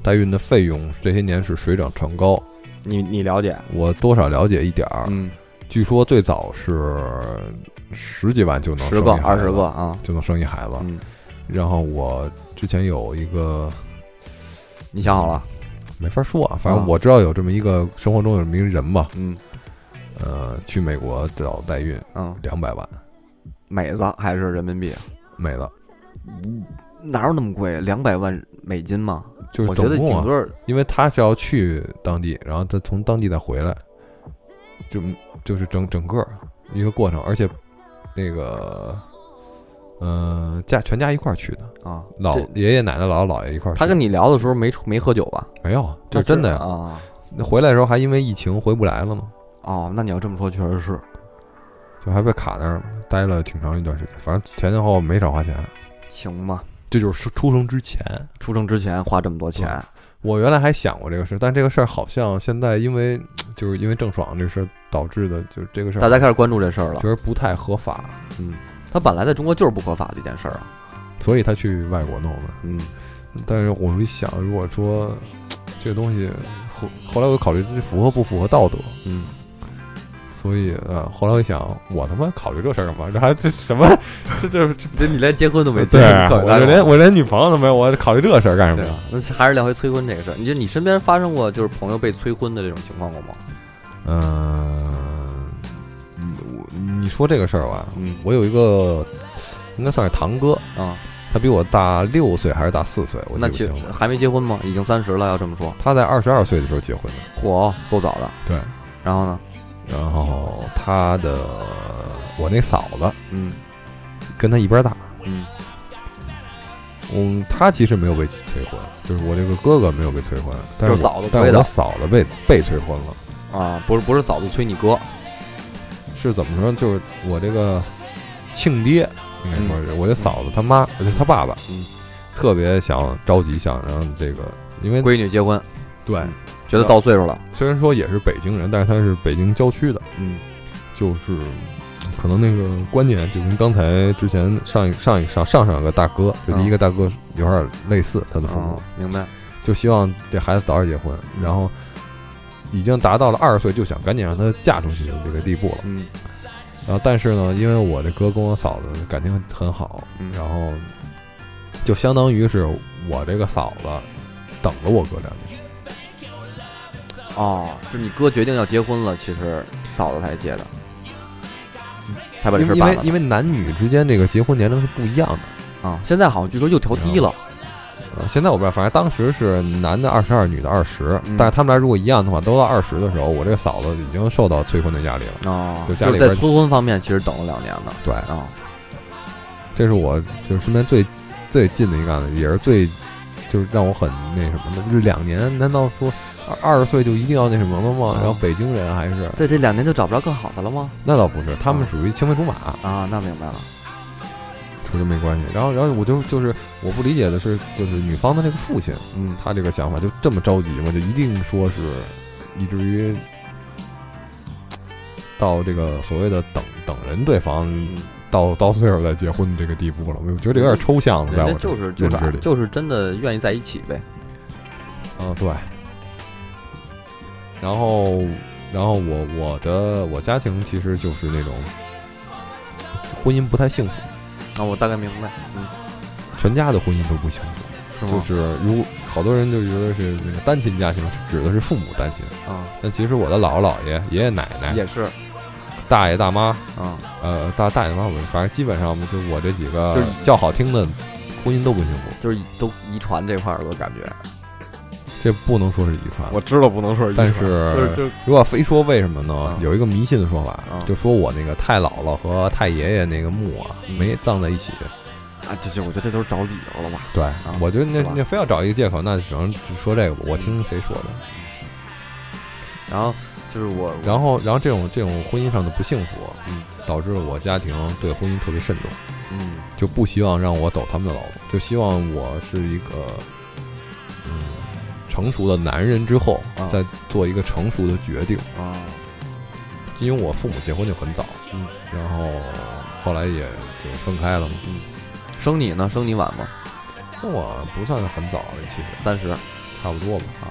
Speaker 3: 代孕的费用这些年是水涨船高，
Speaker 2: 你你了解？
Speaker 3: 我多少了解一点儿。
Speaker 2: 嗯，
Speaker 3: 据说最早是十几万就能
Speaker 2: 十
Speaker 3: 生
Speaker 2: 个
Speaker 3: 一孩
Speaker 2: 二十
Speaker 3: 子
Speaker 2: 个啊，
Speaker 3: 就能生一孩子。
Speaker 2: 嗯，
Speaker 3: 然后我之前有一个
Speaker 2: 你想好了？
Speaker 3: 没法说啊，反正
Speaker 2: 啊
Speaker 3: 我知道有这么一个生活中有这么一个人嘛，
Speaker 2: 嗯
Speaker 3: 呃，去美国找代孕
Speaker 2: 嗯，
Speaker 3: 两百万
Speaker 2: 美子还是人民币？
Speaker 3: 没了，
Speaker 2: 哪有那么贵？两百万美金吗？
Speaker 3: 就
Speaker 2: 我
Speaker 3: 是
Speaker 2: 觉得
Speaker 3: 总
Speaker 2: 顶
Speaker 3: 共啊，
Speaker 2: 多
Speaker 3: 因为他是要去当地，然后再从当地再回来，就就是整整个一个过程，而且那个。嗯、家全家一块儿去的，
Speaker 2: 啊，
Speaker 3: 老
Speaker 2: 这
Speaker 3: 爷爷奶奶、姥姥姥爷一块儿去。
Speaker 2: 他跟你聊的时候没出没喝酒吧？
Speaker 3: 没有，这是真的呀。
Speaker 2: 啊！
Speaker 3: 那回来的时候还因为疫情回不来了嘛，
Speaker 2: 哦，那你要这么说，确实是。
Speaker 3: 就还被卡那儿了，待了挺长一段时间。反正前前后后没少花钱，
Speaker 2: 行吧，
Speaker 3: 这就是出生之前。
Speaker 2: 出生之前花这么多钱，
Speaker 3: 我原来还想过这个事儿，但这个事儿好像现在因为就是因为郑爽这事儿导致的，就是这个事儿
Speaker 2: 大家开始关注这事儿了
Speaker 3: 觉。得不太合法，
Speaker 2: 嗯，他本来在中国就是不合法的一件事儿啊。
Speaker 3: 所以他去外国弄的。
Speaker 2: 嗯，
Speaker 3: 但是我一想，如果说这个东西，后后来我考虑这符合不符合道德，
Speaker 2: 嗯，
Speaker 3: 所以呃，后来我一想，我他妈考虑这事儿干嘛？这还这什么？ *laughs* 这这这
Speaker 2: 这你连结婚都没结，
Speaker 3: 对啊，
Speaker 2: 可
Speaker 3: 我就连我连女朋友都没有，我考虑这事儿干什
Speaker 2: 对啊
Speaker 3: 么呀？，
Speaker 2: 那还是聊回催婚这个事儿。你觉得你身边发生过就是朋友被催婚的这种情况过吗？
Speaker 3: 嗯，我你说这个事儿吧，
Speaker 2: 嗯
Speaker 3: 我有一个应该算是堂哥，
Speaker 2: 啊，
Speaker 3: 他比我大六岁还是大四岁，我
Speaker 2: 那
Speaker 3: 记
Speaker 2: 其
Speaker 3: 不清了。
Speaker 2: 还没结婚吗？已经三十了，要这么说，
Speaker 3: 他在二十二岁的时候结婚的，
Speaker 2: 嚯，够早的。
Speaker 3: 对。
Speaker 2: 然后呢？
Speaker 3: 然后他的我那嫂子
Speaker 2: 嗯
Speaker 3: 跟他一边大，
Speaker 2: 嗯
Speaker 3: 嗯，他其实没有被催婚，就是我这个哥哥没有被催婚，但是
Speaker 2: 就是嫂子
Speaker 3: 我但是
Speaker 2: 催的
Speaker 3: 我嫂子被被催婚了。
Speaker 2: 啊，不是不是嫂子催你哥，
Speaker 3: 是怎么说？就是我这个亲爹，应该说是我这嫂子他妈，就是他爸爸，
Speaker 2: 嗯
Speaker 3: 特别想着急想让这个，因为
Speaker 2: 闺女结婚，
Speaker 3: 对，
Speaker 2: 觉得到岁数了。
Speaker 3: 虽然说也是北京人，但是他是北京郊区的，
Speaker 2: 嗯
Speaker 3: 就是可能那个观念就跟刚才之前上一上一上上上个大哥，就第一个大哥有点类似，他的父母
Speaker 2: 啊，明白。
Speaker 3: 就希望这孩子早点结婚，然后已经达到了二十岁就想赶紧让他嫁出去的这个地步了。
Speaker 2: 嗯
Speaker 3: 然后但是呢，因为我这哥跟我嫂子感情很好，
Speaker 2: 嗯
Speaker 3: 然后就相当于是我这个嫂子等了我哥两年，
Speaker 2: 哦，就是你哥决定要结婚了，其实嫂子才结的，才把这
Speaker 3: 因
Speaker 2: 事儿
Speaker 3: 为因
Speaker 2: 办
Speaker 3: 为
Speaker 2: 了
Speaker 3: 因为男女之间这个结婚年龄是不一样的。
Speaker 2: 啊。现在好像据说又调低了，
Speaker 3: 呃，现在我不知道，反正当时是男的二十二，女的二十、
Speaker 2: 嗯
Speaker 3: 但是他们俩如果一样的话，都到二十的时候，我这个嫂子已经受到催婚的压力了。
Speaker 2: 哦，
Speaker 3: 就家
Speaker 2: 就
Speaker 3: 里
Speaker 2: 是
Speaker 3: 边
Speaker 2: 在催婚方面，其实等了两年呢。
Speaker 3: 对，
Speaker 2: 啊，
Speaker 3: 这是我就是身边最最近的一个案子，也是最就是让我很那什么的，就是两年，难道说二二十岁就一定要那什么了吗？然后北京人还是
Speaker 2: 在这两年就找不着更好的了吗？
Speaker 3: 那倒不是，他们属于青梅竹马，
Speaker 2: 啊，那明白了。
Speaker 3: 处这没关系。然后，然后我就就是我不理解的是，就是女方的这个父亲，
Speaker 2: 嗯
Speaker 3: 他这个想法就这么着急吗？就一定说是，以至于到这个所谓的等等人对方
Speaker 2: 嗯，
Speaker 3: 到到岁数再结婚的这个地步了，我觉得有点抽象了，在
Speaker 2: 人
Speaker 3: 我
Speaker 2: 家
Speaker 3: 这
Speaker 2: 就是就
Speaker 3: 认知
Speaker 2: 是
Speaker 3: 里。
Speaker 2: 就是真的愿意在一起呗。
Speaker 3: 嗯，对。然后，然后我我的我家庭其实就是那种婚姻不太幸福，
Speaker 2: 啊，我大概明白。嗯，
Speaker 3: 全家的婚姻都不幸福。
Speaker 2: 是
Speaker 3: 就
Speaker 2: 吗？
Speaker 3: 是如果好多人就觉得是那个单亲家庭，指的是父母单亲，
Speaker 2: 啊，
Speaker 3: 但其实我的姥姥姥爷、爷爷奶奶、
Speaker 2: 也是
Speaker 3: 大爷大妈，
Speaker 2: 啊，
Speaker 3: 呃，大大爷妈，我反正基本上就我这几个
Speaker 2: 就是
Speaker 3: 较好听的婚姻都不幸福，
Speaker 2: 就是都遗传这块儿的感觉。
Speaker 3: 这不能说是遗传。
Speaker 2: 知道不能说遗
Speaker 3: 但
Speaker 2: 传
Speaker 3: 是
Speaker 2: 就是
Speaker 3: 如果非说为什么呢
Speaker 2: 啊？
Speaker 3: 有一个迷信的说法
Speaker 2: 啊，
Speaker 3: 就说我那个太姥姥和太爷爷那个墓啊
Speaker 2: 嗯
Speaker 3: 没葬在一起，
Speaker 2: 啊，这这我觉得这都是找理由了吧？
Speaker 3: 对，我觉得那
Speaker 2: 嗯是吧
Speaker 3: 那非要找一个借口，那只能只说这个吧。我听谁说的？
Speaker 2: 然后就是我，
Speaker 3: 然后，然后这种这种婚姻上的不幸福，
Speaker 2: 嗯
Speaker 3: 导致了我家庭对婚姻特别慎重，
Speaker 2: 嗯
Speaker 3: 就不希望让我走他们的老路，就希望我是一个嗯成熟的男人之后
Speaker 2: 啊，
Speaker 3: 再做一个成熟的决定。
Speaker 2: 啊
Speaker 3: 因为我父母结婚就很早，
Speaker 2: 嗯，
Speaker 3: 然后后来也就分开了嘛。
Speaker 2: 生你呢？生你晚吗？
Speaker 3: 跟我不算很早了，其实
Speaker 2: 三十啊。
Speaker 3: 差不多吧。
Speaker 2: 啊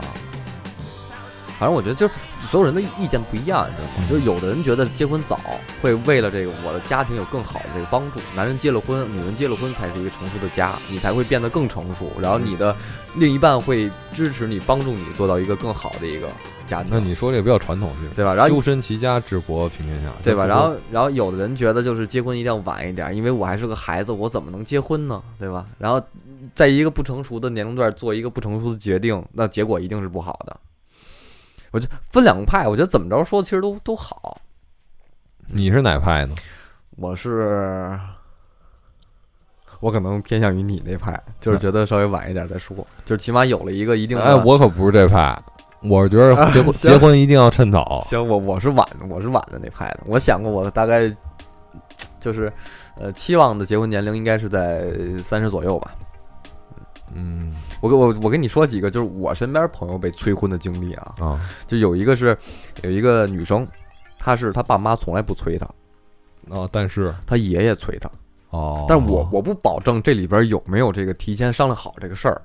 Speaker 2: 反正我觉得就是所有人的意见不一样，你知道吗？
Speaker 3: 嗯
Speaker 2: 就是有的人觉得结婚早会为了这个我的家庭有更好的这个帮助，男人结了婚，女人结了婚才是一个成熟的家，你才会变得更成熟，然后你的另一半会支持你、帮助你做到一个更好的一个家庭。
Speaker 3: 那你说这个比较传统，
Speaker 2: 对吧然后你
Speaker 3: 修身齐家治国平天下，
Speaker 2: 对吧？
Speaker 3: 这不是
Speaker 2: 然后，然后有的人觉得就是结婚一定要晚一点，因为我还是个孩子，我怎么能结婚呢？对吧？然后，在一个不成熟的年龄段做一个不成熟的决定，那结果一定是不好的。我就分两个派，我觉得怎么着说其实都都好。
Speaker 3: 你是哪派呢？
Speaker 2: 我是，我可能偏向于你那派，就是觉得稍微晚一点再说，就是起码有了一个一定的。
Speaker 3: 哎，我可不是这派，我是觉得结婚、
Speaker 2: 行
Speaker 3: 结婚一定要趁早。
Speaker 2: 行，我我是晚的，我是晚的那派的。我想过，我大概就是呃，期望的结婚年龄应该是在三十左右吧。
Speaker 3: 嗯
Speaker 2: 我跟我我跟你说几个，就是我身边朋友被催婚的经历啊，
Speaker 3: 啊，
Speaker 2: 就有一个是有一个女生，她是她爸妈从来不催她，
Speaker 3: 哦，但是
Speaker 2: 她爷爷催她，
Speaker 3: 哦，
Speaker 2: 但我我不保证这里边有没有这个提前商量好这个事儿。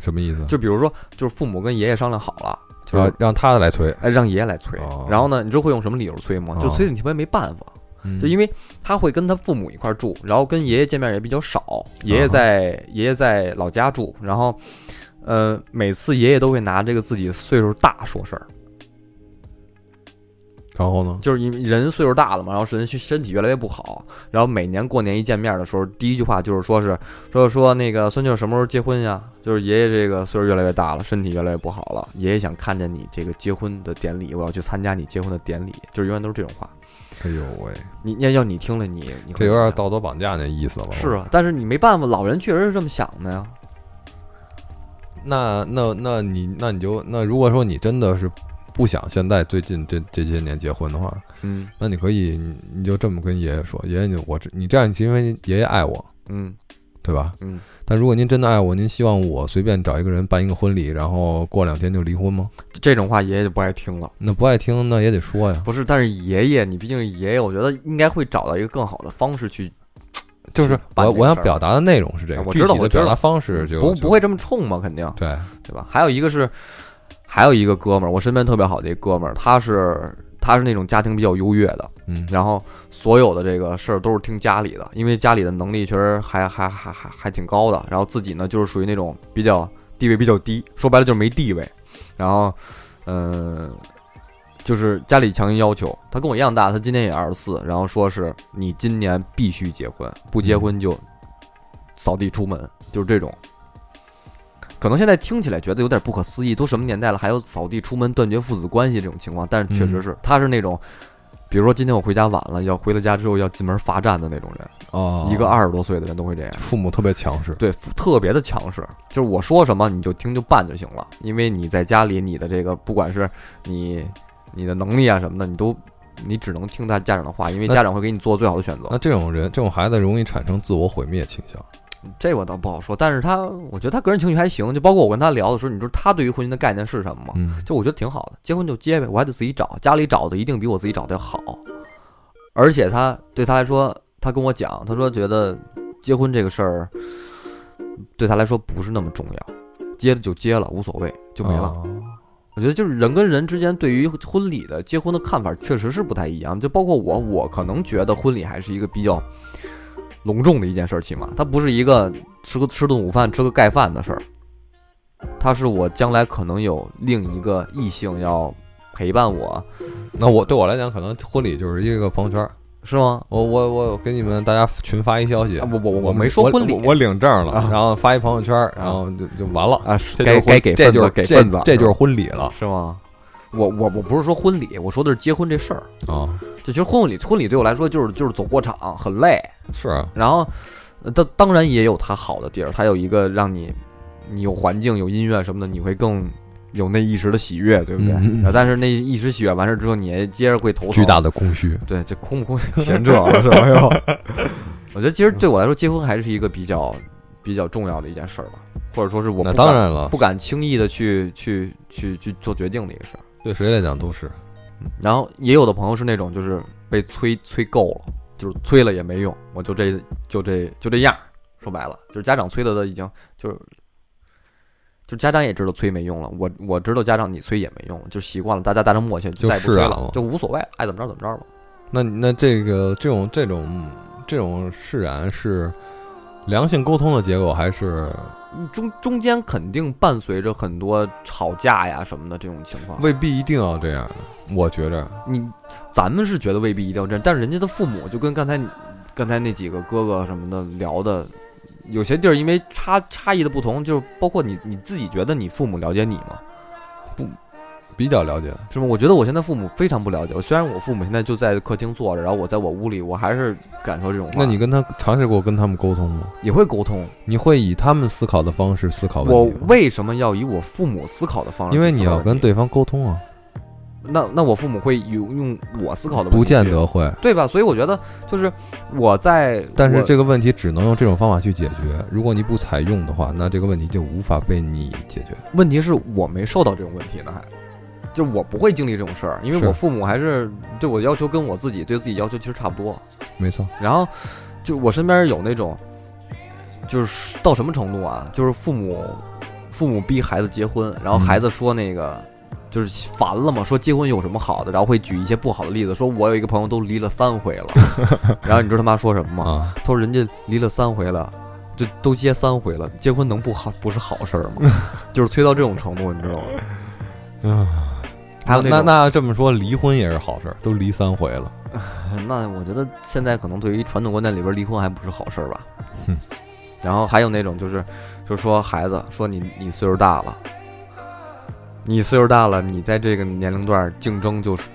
Speaker 3: 什么意思？
Speaker 2: 就比如说，就是父母跟爷爷商量好了，就
Speaker 3: 啊
Speaker 2: 是，
Speaker 3: 让他来催，
Speaker 2: 哎让爷爷来催
Speaker 3: 哦，
Speaker 2: 然后呢，你知道会用什么理由催吗？就
Speaker 3: 哦
Speaker 2: 催你他妈没办法。就因
Speaker 3: 为
Speaker 2: 为他会跟他父母一块儿住，然后跟爷爷见面也比较少，爷
Speaker 3: 嗯
Speaker 2: 爷在、爷爷在老家住，然后，呃，每次爷爷都会拿这个自己岁数大说事儿，
Speaker 3: 然后呢，
Speaker 2: 就是因为人岁数大了嘛，然后人身体越来越不好，然后每年过年一见面的时候，第一句话就是说是说说那个孙女儿什么时候结婚呀？就是爷爷这个岁数越来越大了，身体越来越不好了，爷爷想看见你这个结婚的典礼，我要去参加你结婚的典礼，就是永远都是这种话。
Speaker 3: 哎呦喂，
Speaker 2: 你你要你听了你你
Speaker 3: 这
Speaker 2: 会怎么
Speaker 3: 有点
Speaker 2: 样
Speaker 3: 道德绑架那意思了。
Speaker 2: 是啊，但是你没办法，老人确实是这么想的呀。
Speaker 3: 那那那你那你就那如果说你真的是不想现在最近这这些年结婚的话，
Speaker 2: 嗯
Speaker 3: 那你可以你你就这么跟爷爷说，爷爷你我这你这样是因为爷爷爱我，
Speaker 2: 嗯
Speaker 3: 对吧？
Speaker 2: 嗯，
Speaker 3: 但如果您真的爱我，您希望我随便找一个人办一个婚礼，然后过两天就离婚吗？
Speaker 2: 这种话爷爷就不爱听了。
Speaker 3: 那不爱听，那也得说呀。
Speaker 2: 不是，但是爷爷，你毕竟是爷爷，我觉得应该会找到一个更好的方式去，
Speaker 3: 就是
Speaker 2: 办
Speaker 3: 我
Speaker 2: 这个
Speaker 3: 我想
Speaker 2: 事儿
Speaker 3: 表达的内容是这个，
Speaker 2: 啊我
Speaker 3: 具
Speaker 2: 知道
Speaker 3: 体
Speaker 2: 我
Speaker 3: 的
Speaker 2: 知
Speaker 3: 表达
Speaker 2: 道
Speaker 3: 方式就
Speaker 2: 不
Speaker 3: 就
Speaker 2: 不会这么冲嘛，肯定
Speaker 3: 对，
Speaker 2: 对吧？还有一个是，还有一个哥们儿，我身边特别好的一个哥们儿，他是他是那种家庭比较优越的，
Speaker 3: 嗯，
Speaker 2: 然后所有的这个事儿都是听家里的，因为家里的能力确实还还还还还挺高的。然后自己呢，就是属于那种比较地位比较低，说白了就是没地位。然后，嗯，就是家里强行要求，他跟我一样大，他今年也二十四，然后说是你今年必须结婚，不结婚就扫地出门，就是这种。可能现在听起来觉得有点不可思议，都什么年代了，还有扫地出门断绝父子关系这种情况？但是确
Speaker 3: 嗯
Speaker 2: 实是，他是那种，比如说今天我回家晚了，要回了家之后要进门罚站的那种人，
Speaker 3: 哦，
Speaker 2: 一个二十多岁的人都会这样，
Speaker 3: 父母特别强势，
Speaker 2: 对，特别的强势，就是我说什么你就听就办就行了，因为你在家里你的这个不管是你你的能力啊什么的，你都你只能听他家长的话，因为
Speaker 3: 那
Speaker 2: 家长会给你做最好的选择
Speaker 3: 那。这种人，这种孩子容易产生自我毁灭倾
Speaker 2: 哦
Speaker 3: 向。
Speaker 2: 这我倒不好说，但是他我觉得他个人情绪还行，就包括我跟他聊的时候，你知道他对于婚姻的概念是什么吗？
Speaker 3: 嗯，
Speaker 2: 就我觉得挺好的，结婚就结呗，我还得自己找，家里找的一定比我自己找的要好。而且他对他来说，他跟我讲，他说觉得结婚这个事儿对他来说不是那么重要，结了就结了，无所谓，就没了。
Speaker 3: 哦。
Speaker 2: 我觉得就是人跟人之间对于婚礼的结婚的看法确实是不太一样，就包括我，我可能觉得婚礼还是一个比较隆重的一件事儿，起码它不是一个吃个吃顿午饭、吃个盖饭的事儿，它是我将来可能有另一个异性要陪伴我，
Speaker 3: 那我对我来讲，可能婚礼就是一个朋友圈儿。
Speaker 2: 是吗？
Speaker 3: 我我我给你们大家群发一消息，
Speaker 2: 啊我我我
Speaker 3: 我
Speaker 2: 没说婚礼
Speaker 3: 我我领证了，
Speaker 2: 啊
Speaker 3: 然后发一朋友圈儿，然后就就完了。
Speaker 2: 啊，
Speaker 3: 这就
Speaker 2: 该
Speaker 3: 是婚
Speaker 2: 该给
Speaker 3: 这
Speaker 2: 份
Speaker 3: 就
Speaker 2: 子
Speaker 3: 是
Speaker 2: 给
Speaker 3: 这
Speaker 2: 份子，
Speaker 3: 这就是婚礼了
Speaker 2: 是吗？我我我不是说婚礼，我说的是结婚这事儿。
Speaker 3: 啊！
Speaker 2: 就其实婚礼，婚礼对我来说就是就是走过场，很累，
Speaker 3: 是啊，
Speaker 2: 然后，呃当当然也有它好的地儿，它有一个让你你有环境、有音乐什么的，你会更有那一时的喜悦，对不对？
Speaker 3: 嗯嗯嗯
Speaker 2: 啊但是那一时喜悦完事之后，你也接着会头疼。
Speaker 3: 巨大的空虚，
Speaker 2: 对，这空不空闲这了是吧？又，我觉得其实对我来说，结婚还是一个比较比较重要的一件事儿吧，或者说是我
Speaker 3: 那
Speaker 2: 不
Speaker 3: 当
Speaker 2: 敢
Speaker 3: 然了，
Speaker 2: 不敢轻易的去去去去做决定的一个事儿。
Speaker 3: 对谁来讲都是。
Speaker 2: 嗯然后也有的朋友是那种就是被催催够了，就是催了也没用，我就这就这就这样儿。说白了，就是家长催的都已经就是，就家长也知道催没用了，我我知道家长你催也没用了，就习惯了，大家达成默契，
Speaker 3: 就
Speaker 2: 再也不
Speaker 3: 释
Speaker 2: 催
Speaker 3: 然
Speaker 2: 了
Speaker 3: 了，
Speaker 2: 就无所谓了，爱怎么着怎么着吧。
Speaker 3: 那那这个这种这种这种释然是良性沟通的结果，还是
Speaker 2: 中中间肯定伴随着很多吵架呀什么的这种情况。
Speaker 3: 未必一定要这样的？我觉着，
Speaker 2: 你咱们是觉得未必一定要这样，但是人家的父母就跟刚才你刚才那几个哥哥什么的聊的，有些地儿因为差差异的不同，就是包括你你自己觉得你父母了解你吗？
Speaker 3: 比较了解，
Speaker 2: 是吗？我觉得我现在父母非常不了解我，虽然我父母现在就在客厅坐着，然后我在我屋里，我还是感受这种话。
Speaker 3: 那你跟他尝试过跟他们沟通吗？
Speaker 2: 也会沟通，
Speaker 3: 你会以他们思考的方式思考
Speaker 2: 我
Speaker 3: 问题吗？啊
Speaker 2: 为什么要以我父母思考的方式
Speaker 3: 因
Speaker 2: 去思考问题？
Speaker 3: 为你要跟对方沟通啊，
Speaker 2: 那那我父母会用用我思考的问题
Speaker 3: 不见
Speaker 2: 去
Speaker 3: 得会。
Speaker 2: 对吧？所以我觉得就是我在，
Speaker 3: 但是
Speaker 2: 我
Speaker 3: 这个问题只能用这种方法去解决。如果你不采用的话，那这个问题就无法被你解决。
Speaker 2: 问题是我没受到这种问题呢，还就是我不会经历这种事儿，因为
Speaker 3: 是
Speaker 2: 我父母还是对我的要求跟我自己对自己要求其实差不多。
Speaker 3: 没错，
Speaker 2: 然后就我身边有那种，就是到什么程度啊？就是父母父母逼孩子结婚，然后
Speaker 3: 嗯
Speaker 2: 孩子说那个。就是烦了嘛，说结婚有什么好的，然后会举一些不好的例子，说我有一个朋友都离了三回了， *laughs* 然后你知道他妈说什么吗？
Speaker 3: 啊，
Speaker 2: 他说人家离了三回了，就都结三回了，结婚能不好不是好事儿
Speaker 3: *laughs*
Speaker 2: 吗？就是催到这种程度，你知道吗？还有
Speaker 3: 嗯那
Speaker 2: 那
Speaker 3: 那这么说，离婚也是好事儿，都离三回了。
Speaker 2: 那那我觉得现在可能对于传统观念里边离婚还不是好事儿吧
Speaker 3: 哼。
Speaker 2: 然后还有那种就是，就是说孩子说你你岁数大了，你岁数大了，你在这个年龄段儿竞争就是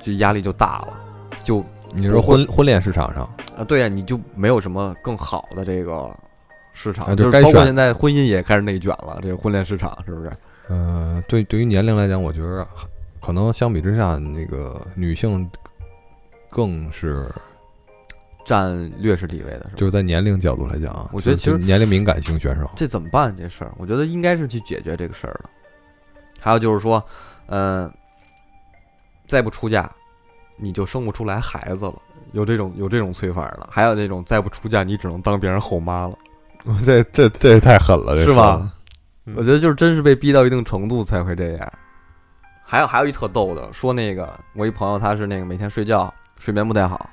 Speaker 2: 就压力就大了，就
Speaker 3: 你说
Speaker 2: 不会
Speaker 3: 婚婚恋市场上，
Speaker 2: 啊，对呀、你就没有什么更好的这个市场，
Speaker 3: 啊就
Speaker 2: 就是
Speaker 3: 该
Speaker 2: 包括
Speaker 3: 选
Speaker 2: 现在婚姻也开始内卷了，这个婚恋市场是不是？
Speaker 3: 嗯，对，对于年龄来讲，我觉得可能相比之下，那个女性更是
Speaker 2: 占劣势地位的是吧？
Speaker 3: 就是在年龄角度来讲啊，
Speaker 2: 我觉得
Speaker 3: 就是
Speaker 2: 其实
Speaker 3: 年龄敏感型选手，
Speaker 2: 这怎么办？这事儿，我觉得应该是去解决这个事儿的。还有就是说，嗯、再不出嫁，你就生不出来孩子了。有这种有这种催法的，还有那种再不出嫁，你只能当别人后妈了， *laughs*
Speaker 3: 这这这也太狠了
Speaker 2: 是吧？？
Speaker 3: 嗯
Speaker 2: 我觉得就是真是被逼到一定程度才会这样。还有还有一特逗的，说那个我一朋友他是那个每天睡觉睡眠不太好，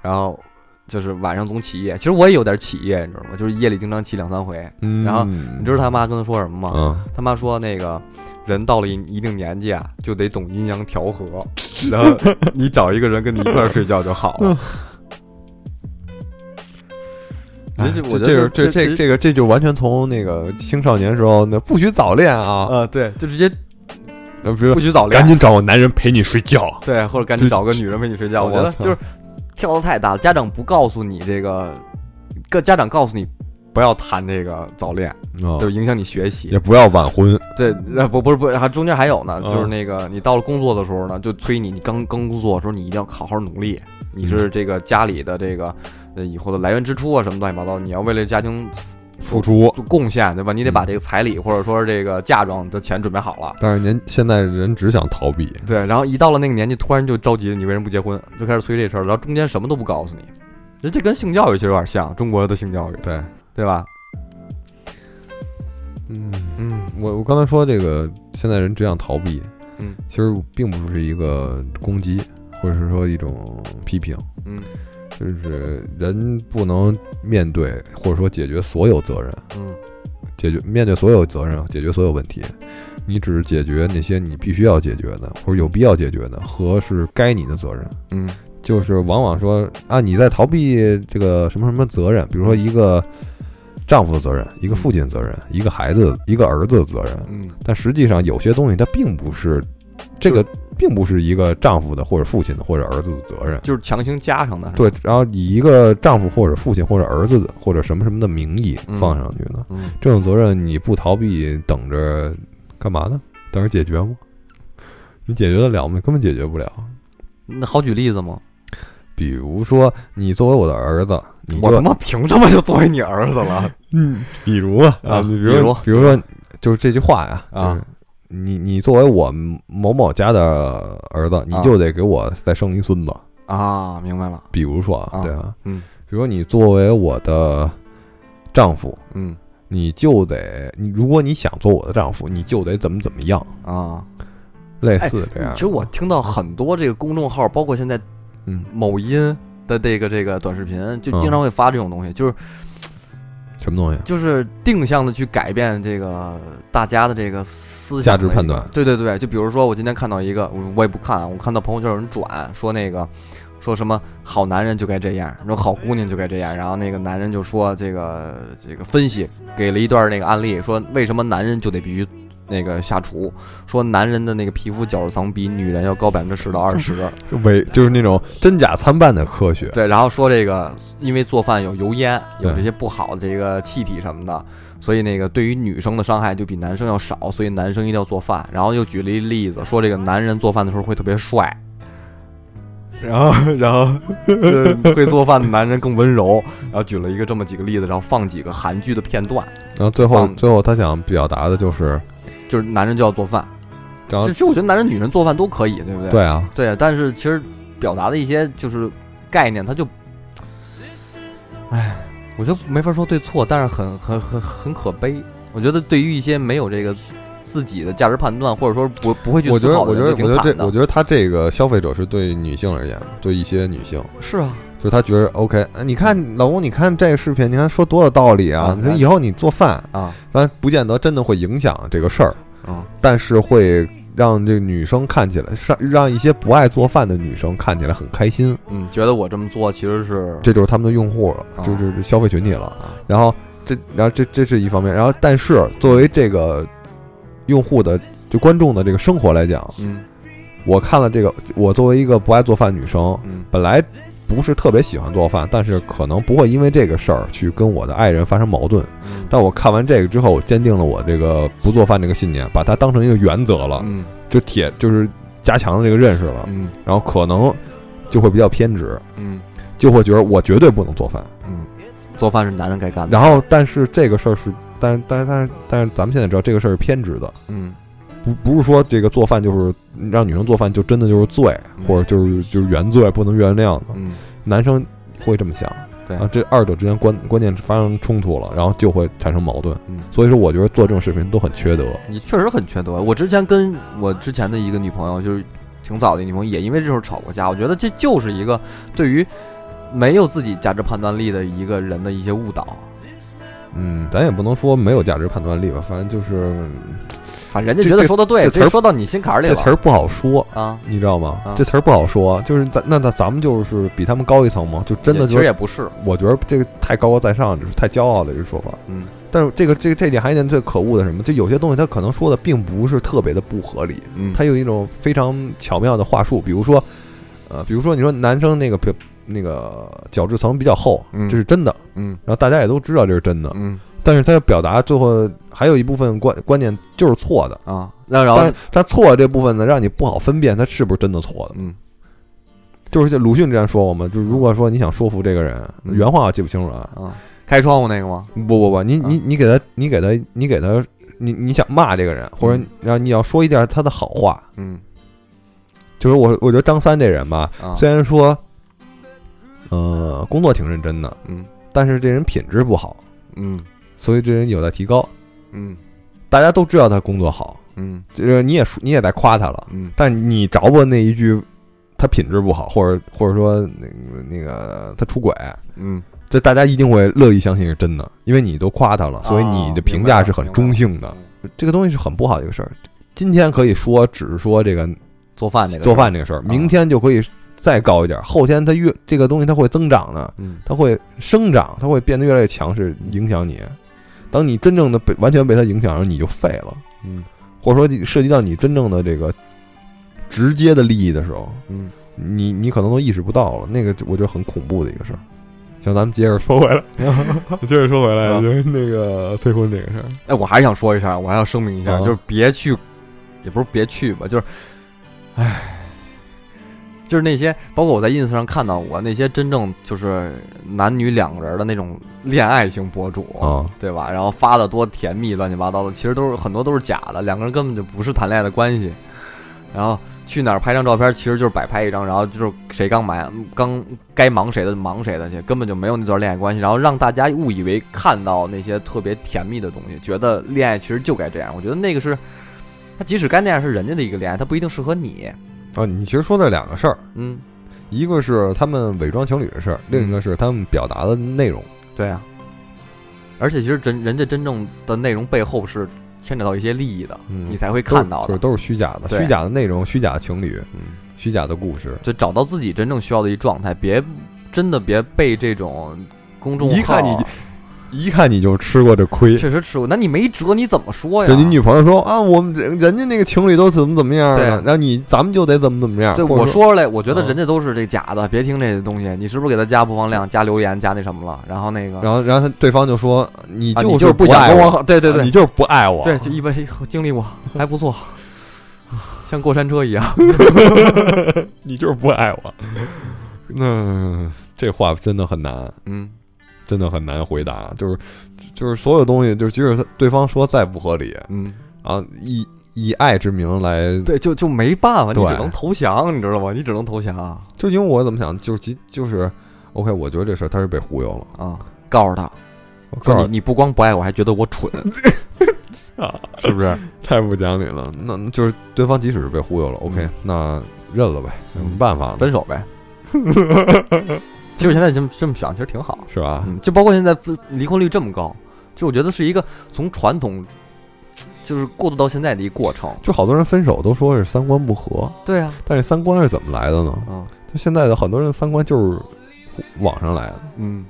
Speaker 2: 然后就是晚上总起夜。其实我也有点起夜，你知道吗？就是夜里经常起两三回。
Speaker 3: 嗯，
Speaker 2: 然后你知道他啊妈跟他说什么吗？
Speaker 3: 嗯，
Speaker 2: 他妈说那个人到了一一定年纪啊，就得懂阴阳调和，然
Speaker 4: *laughs*
Speaker 2: 后你找一个人跟你一块儿睡觉就好了。
Speaker 3: 哎
Speaker 2: 人家我
Speaker 3: 这
Speaker 2: 觉
Speaker 3: 这
Speaker 2: 得
Speaker 3: 是这这这个这就完全从那个青少年时候那不许早恋啊，
Speaker 2: 啊，对，就直接
Speaker 3: 呃比如
Speaker 2: 不
Speaker 3: 说
Speaker 2: 许早恋
Speaker 4: 赶，紧找个男人陪你睡觉。
Speaker 2: 对，或者赶紧找个女人陪你睡觉。
Speaker 3: 我
Speaker 2: 我觉得
Speaker 3: 操
Speaker 2: 就是
Speaker 4: 嗯
Speaker 2: 跳的太大了，家长不告诉你这个，各家长告诉你不要谈这个早恋，
Speaker 3: 哦
Speaker 2: 就是影响你学习。
Speaker 3: 也不要晚婚，
Speaker 2: 对，呃不不是不是，还中间还有呢，
Speaker 3: 嗯
Speaker 2: 就是那个你到了工作的时候呢，就催你，你刚刚工作的时候，你一定要好好努力，你
Speaker 3: 嗯
Speaker 2: 是这个家里的这个呃以后的来源支出啊，什么乱七八糟，你要为了家庭
Speaker 3: 付出。
Speaker 2: 做贡献，对吧？你得把
Speaker 3: 嗯
Speaker 2: 这个彩礼或者说是这个嫁妆的钱准备好了。
Speaker 3: 但是您现在人只想逃避，
Speaker 2: 对，然后一到了那个年纪，突然就着急了，你为什么不结婚？就开始催这事儿，然后中间什么都不告诉你，这这跟性教育其实有点像，中国的性教育，
Speaker 3: 对，
Speaker 2: 对吧？
Speaker 3: 嗯。
Speaker 2: 嗯，
Speaker 3: 我我刚才说这个，现在人只想逃避，
Speaker 2: 嗯，
Speaker 3: 其实并不是一个攻击，或者是说一种批评，
Speaker 2: 嗯
Speaker 3: 就是人不能面对或者说解决所有责任，
Speaker 2: 嗯
Speaker 3: 解决面对所有责任，解决所有问题，你只是解决那些你必须要解决的或者有必要解决的和是该你的责任。
Speaker 2: 嗯
Speaker 3: 就是往往说啊，你在逃避这个什么什么责任，比如说一个丈夫的责任，一个父亲的责任，一个孩子、一个儿子的责任，
Speaker 2: 嗯，
Speaker 3: 但实际上有些东西它并不是这个并不是一个丈夫的或者父亲的或者儿子的责任。
Speaker 2: 就是强行加上的，是吧，
Speaker 3: 对，然后以一个丈夫或者父亲或者儿子的或者什么什么的名义
Speaker 2: 嗯
Speaker 3: 放上去呢？
Speaker 2: 嗯，
Speaker 3: 这种责任你不逃避，等着干嘛呢？等着解决吗？你解决得了吗？根本解决不了。
Speaker 2: 那好举例子吗？
Speaker 3: 比如说，你作为我的儿子，你
Speaker 2: 我
Speaker 3: 就
Speaker 2: 他妈凭什么就作为你儿子了？
Speaker 3: 嗯，比如啊，
Speaker 2: 啊
Speaker 3: 你比
Speaker 2: 比
Speaker 3: 如
Speaker 2: 如
Speaker 3: 比如说，就是这句话呀，
Speaker 2: 啊
Speaker 3: 就是你你作为我某某家的儿子，你
Speaker 2: 啊
Speaker 3: 就得给我再生一孙子。
Speaker 2: *laughs* 啊，明白了，
Speaker 3: 比如说啊，
Speaker 2: 啊
Speaker 3: 对啊，
Speaker 2: 嗯，
Speaker 3: 比如说你作为我的丈夫，
Speaker 2: 嗯
Speaker 3: 你就得你如果你想做我的丈夫，你就得怎么怎么样，
Speaker 2: 啊，
Speaker 3: 类似这样。
Speaker 2: 哎其实我听到很多这个公众号，包括现在
Speaker 3: 嗯，
Speaker 2: 某音的这个这个短视频，就
Speaker 3: 嗯
Speaker 2: 经常会发这种东西，就是
Speaker 3: 什么东西？啊
Speaker 2: 就是定向的去改变这个大家的这个思想
Speaker 3: 价
Speaker 2: 的
Speaker 3: 值
Speaker 2: 一个
Speaker 3: 判断
Speaker 2: 对对对，就比如说我今天看到一个，我我也不看啊，我看到朋友圈有人转说那个。说什么好男人就该这样，说好姑娘就该这样，然后那个男人就说这个这个分析给了一段那个案例，说为什么男人就得必须那个下厨，说男人的那个皮肤角质层比女人要高百分之十到二十，
Speaker 3: 是伪就是那种真假参半的科学。
Speaker 2: 对，然后说这个，因为做饭有油烟，有
Speaker 3: 对
Speaker 2: 这些不好的这个气体什么的，所以那个对于女生的伤害就比男生要少，所以男生一定要做饭。然后又举了一例子，说这个男人做饭的时候会特别帅， *laughs* 然后然后就是会做饭的男人更温柔，然后举了一个这么几个例子，然后放几个韩剧的片段，
Speaker 3: 然后最后
Speaker 2: 放
Speaker 3: 最后他想表达的就是，
Speaker 2: 就是男人就要做饭。
Speaker 3: 然
Speaker 2: 其
Speaker 3: 后
Speaker 2: 实其实我觉得男人女人做饭都可以，对不对？
Speaker 3: 对啊，
Speaker 2: 对，但是其实表达的一些就是概念，它就，唉，我就没法说对错，但是很很很很可悲。我觉得对于一些没有这个自己的价值判断，或者说不不会去
Speaker 3: 我觉
Speaker 2: 思
Speaker 3: 得
Speaker 2: 考的
Speaker 3: 我
Speaker 2: 人，
Speaker 3: 觉得我
Speaker 2: 就
Speaker 3: 觉
Speaker 2: 挺
Speaker 3: 得
Speaker 2: 惨
Speaker 3: 这我
Speaker 2: 的。
Speaker 3: 觉得他这个消费者是对女性而言，对一些女性。
Speaker 2: 是啊，
Speaker 3: 就是他觉得 OK，啊你看老公，你看这个视频，你看说多有道理啊！
Speaker 2: 啊
Speaker 3: 你说以后你做饭，
Speaker 2: 啊，
Speaker 3: 咱不见得真的会影响这个事儿，
Speaker 2: 嗯，
Speaker 3: 但是会让这个女生看起来，让让一些不爱做饭的女生看起来很开心，
Speaker 2: 嗯，觉得我这么做其实是
Speaker 3: 这就是他们的用户了，
Speaker 2: 啊
Speaker 3: 就是消费群体了
Speaker 2: 啊。
Speaker 3: 然后这，然后这这是一方面，然后但是作为这个用户的就观众的这个生活来讲，
Speaker 2: 嗯
Speaker 3: 我看了这个，我作为一个不爱做饭女生，
Speaker 2: 嗯
Speaker 3: 本来不是特别喜欢做饭，但是可能不会因为这个事儿去跟我的爱人发生矛盾。
Speaker 2: 嗯，
Speaker 3: 但我看完这个之后，我坚定了我这个不做饭这个信念，把它当成一个原则了，
Speaker 2: 嗯
Speaker 3: 就铁就是加强了这个认识了，
Speaker 2: 嗯
Speaker 3: 然后可能就会比较偏执，
Speaker 2: 嗯
Speaker 3: 就会觉得我绝对不能做饭。
Speaker 2: 嗯，做饭是男人该干的。
Speaker 3: 然后，但是这个事儿是，但但但但是咱们现在知道这个事儿是偏执的，
Speaker 2: 嗯
Speaker 3: 不不是说这个做饭就是让女生做饭就真的就是罪，
Speaker 2: 嗯
Speaker 3: 或者就是就是原罪不能原谅的。
Speaker 2: 嗯
Speaker 3: 男生会这么想，
Speaker 2: 对
Speaker 3: 然后这二者之间关关键发生冲突了，然后就会产生矛盾。
Speaker 2: 嗯。
Speaker 3: 所以说，我觉得做这种视频都很缺德。
Speaker 2: 你确实很缺德。我之前跟我之前的一个女朋友，就是挺早的一个女朋友，也因为这事儿吵过架。我觉得这就是一个对于没有自己价值判断力的一个人的一些误导。
Speaker 3: 嗯，咱也不能说没有价值判断力吧，反正就是
Speaker 2: 反正人
Speaker 3: 这
Speaker 2: 家觉得说的对，
Speaker 3: 这这词儿
Speaker 2: 说到你心坎儿里
Speaker 3: 这
Speaker 2: 了。
Speaker 3: 词儿不好说，
Speaker 2: 啊，
Speaker 3: 你知道吗？
Speaker 2: 啊
Speaker 3: 这词儿不好说，就是咱那那咱们就是比他们高一层嘛，就真的
Speaker 2: 也其
Speaker 3: 就
Speaker 2: 实
Speaker 3: 是
Speaker 2: 也不是，
Speaker 3: 我觉得这个太高高在上，就是太骄傲了这个说法。
Speaker 2: 嗯，
Speaker 3: 但是这个这个这点还有一点最可恶的是什么？就有些东西他可能说的并不是特别的不合理，
Speaker 2: 嗯，
Speaker 3: 他有一种非常巧妙的话术，比如说，呃，比如说你说男生那个表那个角质层比较厚，
Speaker 2: 嗯
Speaker 3: 这是真的，
Speaker 2: 嗯
Speaker 3: 然后大家也都知道这是真的，
Speaker 2: 嗯
Speaker 3: 但是他的表达最后还有一部分观观念就是错的，
Speaker 2: 啊，那然后
Speaker 3: 但是他错的这部分呢，让你不好分辨他是不是真的错的。
Speaker 2: 嗯
Speaker 3: 就是像鲁迅这样说过嘛，就是如果说你想说服这个人，
Speaker 2: 嗯
Speaker 3: 原话我记不清楚了，
Speaker 2: 啊，开窗户那个吗？
Speaker 3: 不不不，你
Speaker 2: 啊
Speaker 3: 你你给他你给他你给他你你想骂这个人，或者
Speaker 2: 嗯
Speaker 3: 然后你要说一点他的好话， *laughs*
Speaker 2: 嗯
Speaker 3: 就是我我觉得张三这人吧，
Speaker 2: 啊，
Speaker 3: 虽然说，呃，工作挺认真的，
Speaker 2: 嗯
Speaker 3: 但是这人品质不好，
Speaker 2: 嗯
Speaker 3: 所以这人有待提高。
Speaker 2: 嗯
Speaker 3: 大家都知道他工作好，
Speaker 2: 嗯
Speaker 3: 这个你也说你也在夸他了，
Speaker 2: 嗯
Speaker 3: 但你着不那一句他品质不好，或者或者说那个那个他出轨，
Speaker 2: 嗯，
Speaker 3: 这大家一定会乐意相信是真的，因为你都夸他了，
Speaker 2: 哦
Speaker 3: 所以你的
Speaker 2: 啊
Speaker 3: 评价是很中性的。这个东西是很不好的一个事儿。今天可以说只是说这个
Speaker 2: 做饭那个
Speaker 3: 做，饭这个事儿，
Speaker 2: 啊
Speaker 3: 明天就可以再高一点，后天它越这个东西它会增长的。
Speaker 2: 嗯
Speaker 3: 它会生长，它会变得越来越强势，影响你。当你真正的被完全被它影响了，你就废了，呃
Speaker 2: 嗯
Speaker 3: 或者说你涉及到你真正的这个直接的利益的时候，
Speaker 2: 嗯，
Speaker 3: 你你可能都意识不到了，那个我觉得很恐怖的一个事儿。像咱们接着
Speaker 2: *laughs*
Speaker 3: 说回来，接着说回来，
Speaker 2: 嗯
Speaker 3: 就是那个催婚这个事儿，
Speaker 2: 哎，我还是想说一下，我还要声明一下，
Speaker 3: 啊
Speaker 2: 就是别去，也不是别去吧，就是，唉，就是那些，包括我在 ins 上看到过那些真正就是男女两个人的那种恋爱型博主，
Speaker 3: 啊
Speaker 2: 对吧？然后发的多甜蜜，乱七八糟的，其实都是很多都是假的，两个人根本就不是谈恋爱的关系。然后去哪儿拍张照片，其实就是摆拍一张，然后就是谁刚买刚该忙谁的忙谁的去，根本就没有那段恋爱关系，然后让大家误以为看到那些特别甜蜜的东西，觉得恋爱其实就该这样。我觉得那个是，他即使该那样是人家的一个恋爱，他不一定适合你。
Speaker 3: 啊！你其实说的两个事儿，
Speaker 2: 嗯，
Speaker 3: 一个是他们伪装情侣的事儿，另一个是他们表达的内容。
Speaker 2: 对啊。而且其实真人家真正的内容背后是牵扯到一些利益的，
Speaker 3: 嗯
Speaker 2: 你才会看到
Speaker 3: 都
Speaker 2: 的
Speaker 3: 是。都是虚假的，
Speaker 2: 对
Speaker 3: 虚假的内容、虚假的情侣、
Speaker 2: 嗯。
Speaker 3: 虚假的故事。
Speaker 2: 就找到自己真正需要的一状态，别真的别被这种公众号啊
Speaker 3: 一看你就一看你就吃过这亏。
Speaker 2: 确实吃过，那你没辙，你怎么说呀？
Speaker 3: 就你女朋友说啊，我们人人家那个情侣都怎么怎么样啊，
Speaker 2: 对
Speaker 3: 然后你咱们就得怎么怎么样。
Speaker 2: 对
Speaker 3: 或者
Speaker 2: 我说出来，我觉得
Speaker 3: 嗯
Speaker 2: 人家都是这假的，别听这些东西。你是不是给他加播放量、加留言、加那什么了？然后那个，
Speaker 3: 然后然后他对方就说你
Speaker 2: 啊你
Speaker 3: 是
Speaker 2: 不想
Speaker 3: 爱
Speaker 2: 跟
Speaker 3: 我，
Speaker 2: 好，对对
Speaker 3: 啊
Speaker 2: 对
Speaker 3: 你就是不爱
Speaker 2: *laughs*
Speaker 3: 我。
Speaker 2: 对，就一般经历 *laughs* 过，还不错，像过山车一样。
Speaker 4: 你就是不爱我。
Speaker 3: *laughs* 那这话真的很难，
Speaker 2: 嗯，
Speaker 3: 真的很难回答。就是就是所有东西，就是即使他对方说再不合理，
Speaker 2: 嗯，
Speaker 3: 啊，以以爱之名来，
Speaker 2: 对，就就没办法，你
Speaker 3: 对
Speaker 2: 只能投降，你知道吗？你只能投降啊！
Speaker 3: 就因为我怎么想，就是即就是 OK，我觉得这事儿他是被忽悠了。
Speaker 2: 告诉他，
Speaker 3: 我
Speaker 2: 说
Speaker 3: 告诉
Speaker 2: 你你不光不爱我，还觉得我蠢。
Speaker 4: 啊，
Speaker 2: *laughs*
Speaker 3: 是不是？
Speaker 4: 太不讲理了。
Speaker 3: 那那就是对方即使是被忽悠了，OK，、
Speaker 2: 嗯
Speaker 3: 那认了呗，有什么办法呢？
Speaker 2: 分手呗。其实现在这么这么想，其实挺好。
Speaker 3: 是吧？
Speaker 2: 嗯，就包括现在分离婚率这么高，就我觉得是一个从传统就是过渡到现在的一个过程。
Speaker 3: 就好多人分手都说是三观不合，
Speaker 2: 对啊，
Speaker 3: 但是三观是怎么来的呢？
Speaker 2: 嗯
Speaker 3: 就现在的很多人三观就是网上来的，
Speaker 2: 嗯，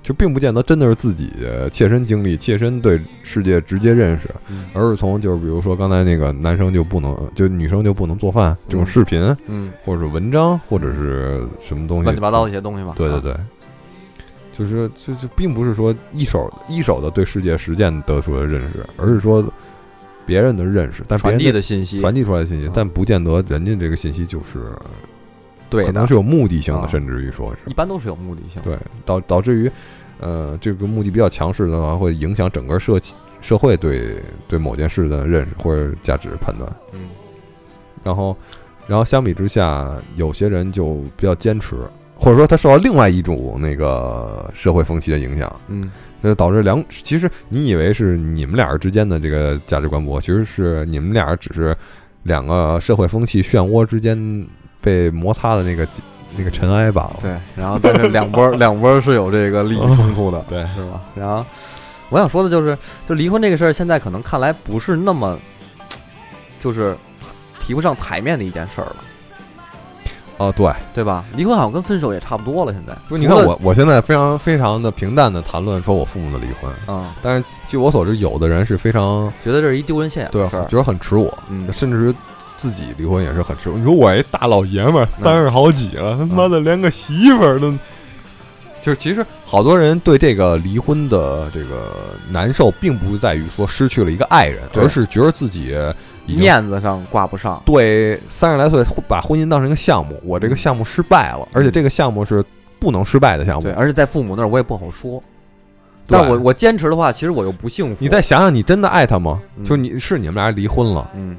Speaker 3: 就并不见得真的是自己切身经历、切身对世界直接认识，
Speaker 2: 嗯
Speaker 3: 而是从就是比如说刚才那个男生就不能，就女生就不能做饭这种
Speaker 2: 嗯
Speaker 3: 视频，
Speaker 2: 嗯，
Speaker 3: 或者是文章，或者是什么东西
Speaker 2: 乱七八糟的一些东西吧。
Speaker 3: 对对
Speaker 2: 啊，
Speaker 3: 对，就是就就并不是说一手一手的对世界实践得出的认识，而是说别人的认识，但别
Speaker 2: 传
Speaker 3: 人
Speaker 2: 递的信息，
Speaker 3: 传递出来的信息
Speaker 2: 嗯，
Speaker 3: 但不见得人家这个信息就是
Speaker 2: 对
Speaker 3: 可
Speaker 2: 的
Speaker 3: 能，是有目的性的，
Speaker 2: 啊
Speaker 3: 甚至于说
Speaker 2: 一
Speaker 3: 是
Speaker 2: 般都是有目的性。
Speaker 3: 对导导致于呃这个目的比较强势的话，会影响整个社区社会对对某件事的认识或者价值判断。
Speaker 2: 嗯，
Speaker 3: 然后，然后相比之下，有些人就比较坚持，或者说他受到另外一种那个社会风气的影响，
Speaker 2: 嗯
Speaker 3: 那导致两其实你以为是你们俩人之间的这个价值观不合，其实是你们俩人只是两个社会风气漩涡之间被摩擦的那个那个尘埃罢了。
Speaker 2: 对，然后但是两
Speaker 3: *laughs*
Speaker 2: 波两波是有这个利益冲突的，
Speaker 3: 对
Speaker 2: 是吧？然后我想说的就是，就离婚这个事儿，现在可能看来不是那么，就是提不上台面的一件事儿了，
Speaker 3: 哦，对，
Speaker 2: 对吧？离婚好像跟分手也差不多了，现在
Speaker 3: 就你看
Speaker 2: 除了，
Speaker 3: 我我现在非常非常的平淡的谈论说我父母的离婚，
Speaker 2: 嗯，
Speaker 3: 但是据我所知，有的人是非常
Speaker 2: 觉得这是一丢人现眼
Speaker 3: 对
Speaker 2: 的事儿
Speaker 3: 觉，得很耻我，
Speaker 2: 嗯，
Speaker 3: 甚至是自己离婚也是很耻辱。
Speaker 4: 你说我一大老爷们儿，
Speaker 2: 嗯
Speaker 4: 三十好几了，他妈的连个媳妇儿都
Speaker 3: 就是其实好多人对这个离婚的这个难受，并不在于说失去了一个爱人，
Speaker 2: 对
Speaker 3: 而是觉得自己已经
Speaker 2: 面子上挂不上，
Speaker 3: 对三十来岁把婚姻当成一个项目，我这
Speaker 2: 嗯
Speaker 3: 个项目失败了，而且这个项目是不能失败的项目
Speaker 2: 对，。而且在父母那儿我也不好说，
Speaker 3: 对
Speaker 2: 但我我坚持的话，其实我又不幸福，
Speaker 3: 你再想想，你真的爱他吗？
Speaker 2: 嗯
Speaker 3: 就是你是你们俩离婚了，
Speaker 2: 嗯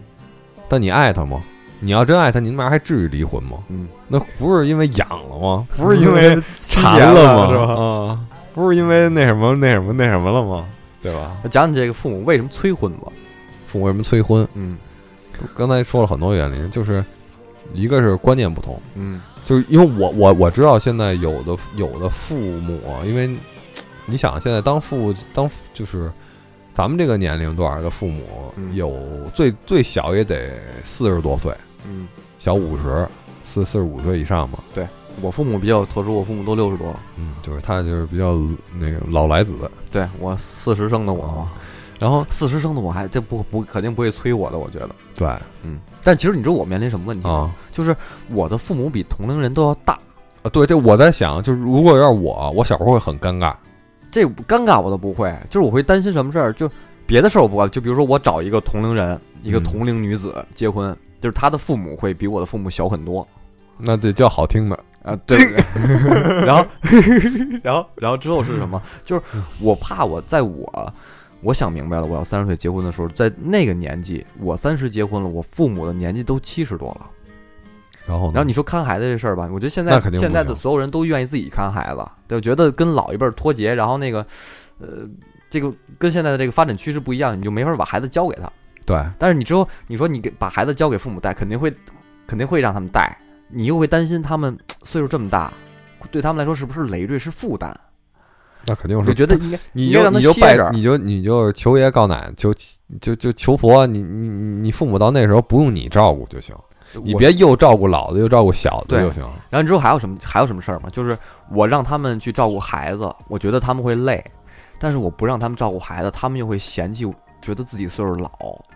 Speaker 3: 但你爱他吗？你要真爱他，你们俩还至于离婚吗？
Speaker 2: 嗯， *laughs*
Speaker 3: 那不是因为痒了吗？
Speaker 4: *laughs* 不是因为
Speaker 3: 馋
Speaker 4: 了
Speaker 3: 了
Speaker 4: 吗
Speaker 3: 是吧？
Speaker 4: 啊，不是因为那什么那什么那什么了吗？
Speaker 3: 对吧？
Speaker 2: 那讲讲这个父母为什么催婚吧，
Speaker 3: 父母为什么催婚？
Speaker 2: 嗯
Speaker 3: 刚才说了很多原因，就是一个是观念不同，
Speaker 2: 嗯
Speaker 3: 就是因为我我我知道现在有的有的父母，啊因为你想现在当父当就是咱们这个年龄段的父母，
Speaker 2: 嗯
Speaker 3: 有最最小也得四十多岁，
Speaker 2: 嗯，
Speaker 3: 小五十四四十五岁以上嘛，
Speaker 2: 我父母比较特殊，我父母都六十多了。
Speaker 3: 嗯，就是他就是比较那个老来子，
Speaker 4: 哦
Speaker 2: 对我四十生的我嘛，啊
Speaker 3: 然后
Speaker 2: 四十生的我还这不不肯定不会催我的，我觉得。嗯
Speaker 3: 对
Speaker 2: 但其实你知道我面临什么问题吗？
Speaker 3: 啊
Speaker 2: 就是我的父母比同龄人都要大，
Speaker 3: 啊，对，这我在想，就是如果要是我，我小时候会很尴尬。
Speaker 2: 这尴尬我都不会，就是我会担心什么事儿，就别的事儿我不管，就比如说我找一个同龄人，一个
Speaker 3: 嗯
Speaker 2: 同龄女子结婚，就是她的父母会比我的父母小很多
Speaker 3: 那得叫好听的， *laughs*
Speaker 2: 啊，对然后， *laughs* 然后，然后之后是什么？就是我怕我在我我想明白了，我要三十岁结婚的时候，在那个年纪，我三十结婚了，我父母的年纪都七十多了。
Speaker 3: 然后呢？
Speaker 2: 然后你说看孩子这事儿吧，我觉得现在
Speaker 3: 嗯那肯定不
Speaker 2: 现在的
Speaker 3: 行
Speaker 2: 所有人都愿意自己看孩子，对，我觉得跟老一辈儿脱节，然后那个，呃，这个跟现在的这个发展趋势不一样，你就没法把孩子交给他。
Speaker 3: 对，
Speaker 2: 但是你之后你说你给把孩子交给父母带，肯定会肯定会让他们带，你又会担心他们岁数这么大，对他们来说是不是累赘是负担？
Speaker 3: 那肯定
Speaker 2: 我
Speaker 3: 是
Speaker 2: 就觉得应该
Speaker 3: 你
Speaker 2: 应该
Speaker 3: 就
Speaker 2: 让他
Speaker 3: 你就
Speaker 2: 歇
Speaker 3: 拜
Speaker 2: 着
Speaker 3: 你就你就求爷告奶，求就就求佛，你你你父母到那时候不用你照顾就行，你
Speaker 2: 我
Speaker 3: 别又照顾老的又照顾小的
Speaker 2: 对
Speaker 3: 就行。
Speaker 2: 然后你知道还有什么还有什么事儿吗？就是我让他们去照顾孩子，我觉得他们会累，但是我不让他们照顾孩子，他们又会嫌弃，觉得自己岁数老，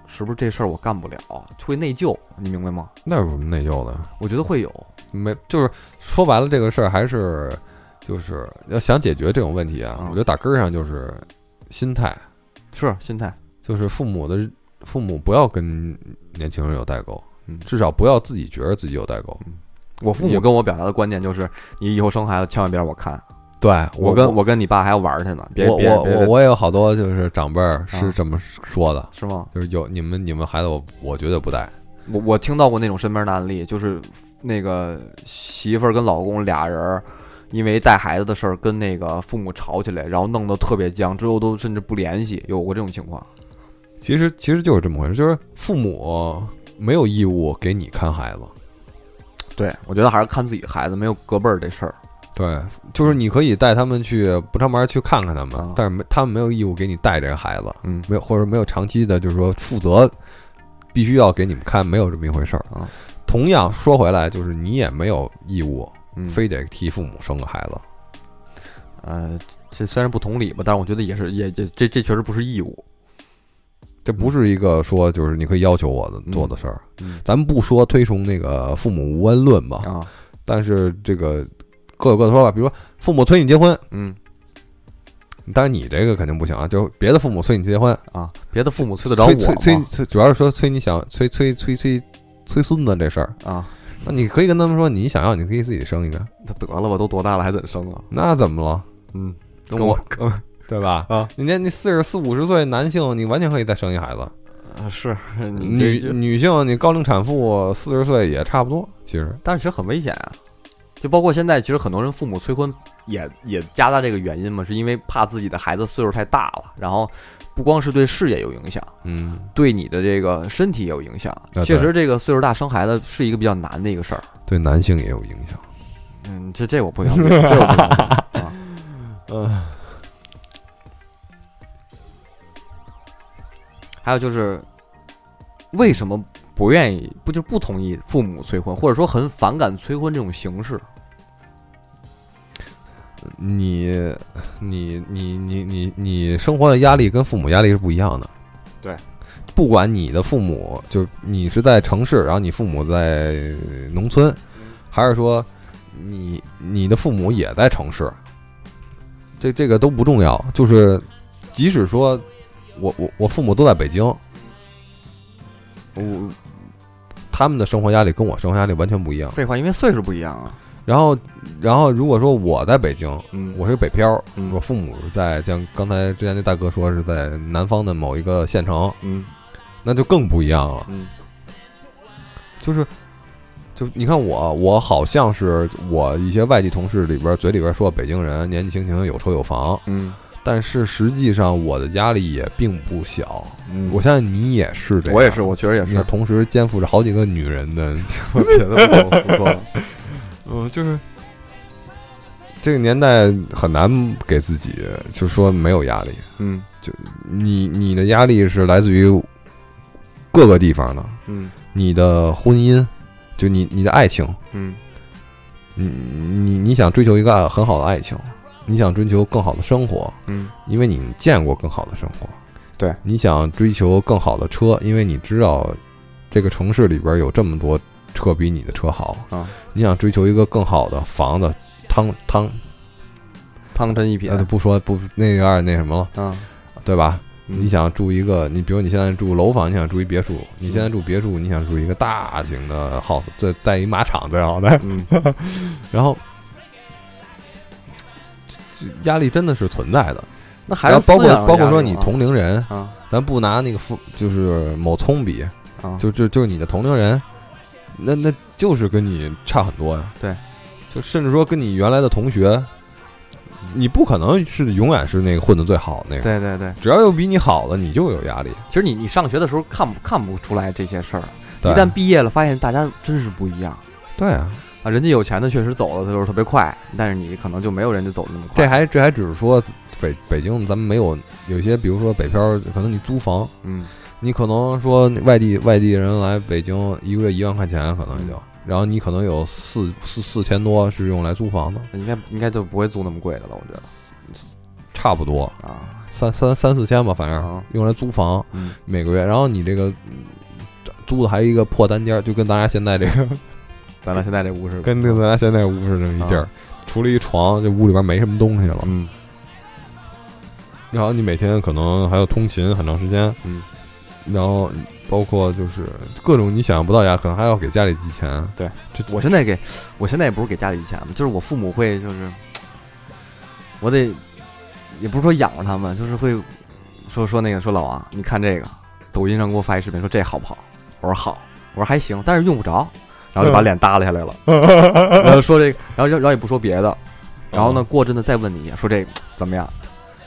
Speaker 2: 是不是这事儿我干不了，会内疚，你明白吗？
Speaker 3: 那有什么内疚的？
Speaker 2: 我觉得会有，
Speaker 3: 没，就是说白了这个事儿还是就是要想解决这种问题啊，
Speaker 2: 嗯
Speaker 3: 我觉得打根儿上就是心态，
Speaker 2: 是心态，
Speaker 3: 就是父母的父母不要跟年轻人有代沟，
Speaker 2: 嗯
Speaker 3: 至少不要自己觉得自己有代沟。
Speaker 2: 我父母跟我表达的观念就是，你以后生孩子千万别让我看，
Speaker 3: 对
Speaker 2: 我跟我跟你爸还要玩儿去呢，别
Speaker 3: 我
Speaker 2: 别
Speaker 3: 我
Speaker 2: 别
Speaker 3: 我我也有好多就是长辈儿是这么说的，
Speaker 2: 是吗？
Speaker 3: 就是有你们你们孩子我我绝对不带，
Speaker 2: 我我听到过那种身边的案例，就是那个媳妇儿跟老公俩人儿因为带孩子的事儿跟那个父母吵起来，然后弄得特别僵，之后都甚至不联系，有过这种情况。
Speaker 3: 其实其实就是这么回事，就是父母没有义务给你看孩子，
Speaker 2: 对，我觉得还是看自己孩子，没有隔辈儿这事儿。
Speaker 3: 对，就是你可以带他们去不上班去看看他
Speaker 2: 啊
Speaker 3: 们，但是没他们没有义务给你带这个孩子，
Speaker 2: 嗯
Speaker 3: 没有或者没有长期的，就是说负责必须要给你们看，没有这么一回事儿
Speaker 2: 啊。
Speaker 3: 同样说回来，就是你也没有义务
Speaker 2: 嗯，
Speaker 3: 非得替父母生个孩子，
Speaker 2: 呃，这虽然不同理吧，但是我觉得也是也也这这确实不是义务。
Speaker 3: 这不是一个说就是你可以要求我的
Speaker 2: 嗯
Speaker 3: 做的事儿。
Speaker 2: 嗯
Speaker 3: 咱们不说推崇那个父母无恩论吧，
Speaker 2: 啊，
Speaker 3: 但是这个各有各的说法。比如说父母催你结婚，
Speaker 2: 嗯
Speaker 3: 当然你这个肯定不行啊，就是别的父母催你结婚，
Speaker 2: 啊，别的父母催得着我
Speaker 3: 催催催
Speaker 2: 吗
Speaker 3: 催，主要是说催你想催催催催催孙子这事儿。
Speaker 2: 啊，
Speaker 3: 那你可以跟他们说，你想要你可以自己生一个，
Speaker 2: 那得了吧，都多大了还怎生啊？
Speaker 3: 那怎么了？
Speaker 2: 嗯，
Speaker 3: 跟
Speaker 2: 跟
Speaker 3: 我
Speaker 2: 我
Speaker 3: 对吧？
Speaker 2: 啊，
Speaker 3: 人家你四十四五十岁男性，你完全可以再生一孩子。
Speaker 2: 啊是你这
Speaker 3: 女女性，你高龄产妇四十岁也差不多，其实
Speaker 2: 但是其实很危险啊。就包括现在，其实很多人父母催婚也也加大这个原因嘛，是因为怕自己的孩子岁数太大了，然后不光是对事业有影响，
Speaker 3: 嗯。
Speaker 2: 对你的这个身体也有影响。
Speaker 3: 对
Speaker 2: 确实，这个岁数大生孩子是一个比较难的一个事儿。
Speaker 3: 对男性也有影响。
Speaker 2: 嗯，这这我不想，这我不想。啊，还有就是，为什么不愿意不就不同意父母催婚，或者说很反感催婚这种形式？
Speaker 3: 你你你你你你生活的压力跟父母压力是不一样的。
Speaker 2: 对，
Speaker 3: 不管你的父母，就是你是在城市，然后你父母在农村，还是说你你的父母也在城市，这这个都不重要。就是即使说我我我父母都在北京，我他们的生活压力跟我生活压力完全不一样。
Speaker 2: 废话，因为岁数不一样啊。
Speaker 3: 然后然后如果说我在北京，
Speaker 2: 嗯
Speaker 3: 我是北漂，
Speaker 2: 嗯
Speaker 3: 我父母在像刚才之前那大哥说是在南方的某一个县城，
Speaker 2: 嗯
Speaker 3: 那就更不一样了。
Speaker 2: 嗯
Speaker 3: 就是，就你看我，我好像是我一些外地同事里边嘴里边说北京人年纪轻轻有车有房，
Speaker 2: 嗯
Speaker 3: 但是实际上我的压力也并不小。
Speaker 2: 嗯啊
Speaker 3: 我相信你也是这样，
Speaker 2: 我也是，，我确实也
Speaker 3: 你
Speaker 2: 是。
Speaker 3: 同时肩负着好几个女人的，
Speaker 2: 我觉得我不说 *laughs* 了。
Speaker 3: 嗯，就是。这个年代很难给自己，就是说没有压力，
Speaker 2: 嗯
Speaker 3: 你你的压力是来自于各个地方的，
Speaker 2: 嗯
Speaker 3: 你的婚姻，就你你的爱情，
Speaker 2: 嗯
Speaker 3: 你你你想追求一个很好的爱情，你想追求更好的生活，
Speaker 2: 嗯
Speaker 3: 因为你见过更好的生活，
Speaker 2: 对，
Speaker 3: 你想追求更好的车，因为你知道这个城市里边有这么多车比你的车好
Speaker 2: 啊。
Speaker 3: 你想追求一个更好的房子，汤汤，
Speaker 2: 汤臣一品啊
Speaker 3: 那就不说不那有点那什么了，
Speaker 2: 嗯，
Speaker 3: 对吧？
Speaker 2: 嗯
Speaker 3: 你想住一个，你比如你现在住楼房，你想住一别墅，
Speaker 2: 嗯
Speaker 3: 你现在住别墅，你想住一个大型的 house，这带一马场最好的，
Speaker 2: 嗯，
Speaker 3: 然后这这压力真的是存在的。
Speaker 2: 那还
Speaker 3: 然
Speaker 2: 是
Speaker 3: 后包
Speaker 2: 思想上
Speaker 3: 括包括
Speaker 2: 压
Speaker 3: 说
Speaker 2: 力
Speaker 3: 你
Speaker 2: 嘛
Speaker 3: 同龄人，
Speaker 2: 啊
Speaker 3: 咱不拿那个父就是某聪比，
Speaker 2: 啊，
Speaker 3: 就就就是你的同龄人，那那就是跟你差很多呀。
Speaker 2: 对，
Speaker 3: 就甚至说跟你原来的同学，你不可能是永远是那个混的最好的那个，
Speaker 2: 对对对，
Speaker 3: 只要有比你好的，你就有压力。
Speaker 2: 其实你你上学的时候看不看不出来这些事儿，一
Speaker 3: 对
Speaker 2: 旦毕业了，发现大家真是不一样
Speaker 3: 对啊，
Speaker 2: 啊。人家有钱的确实走的就是特别快，但是你可能就没有人家走的那么
Speaker 3: 这
Speaker 2: 快。
Speaker 3: 还这还只是说北北京咱们没有有些，比如说北漂，可能你租房，
Speaker 2: 嗯，
Speaker 3: 你可能说外地外地人来北京一个月一万块钱，可能
Speaker 2: 嗯
Speaker 3: 也就，然后你可能有四四四千多是用来租房的，
Speaker 2: 应该应该就不会租那么贵的了，我觉得
Speaker 3: 差不多
Speaker 2: 啊，
Speaker 3: 三三三四千吧，反
Speaker 2: 啊
Speaker 3: 正用来租房
Speaker 2: 嗯
Speaker 3: 每个月，然后你这个嗯租的还有一个破单间儿，就跟咱俩现在这
Speaker 2: *laughs*
Speaker 3: 个
Speaker 2: 咱俩现在这屋是吧
Speaker 3: 跟跟咱俩现在屋是这么一地儿
Speaker 2: 啊，
Speaker 3: 除了一床，这屋里边没什么东西了。
Speaker 2: 嗯
Speaker 3: 然后你每天可能还要通勤很长时间，
Speaker 2: 嗯，
Speaker 3: 然后包括就是各种你想象不到呀，可能还要给家里寄钱。
Speaker 2: 对，
Speaker 3: 这
Speaker 2: 我现在给，我现在也不是给家里钱嘛，就是我父母会就是，我得，也不是说养着他们，就是会说说那个说老王，你看这个抖音上给我发一视频，说这好不好？我说好，我说还行，但是用不着，然后就把脸耷拉下来了，然后说这个，然后然后也不说别的，然后呢过阵子再问你一下，说这个怎么样？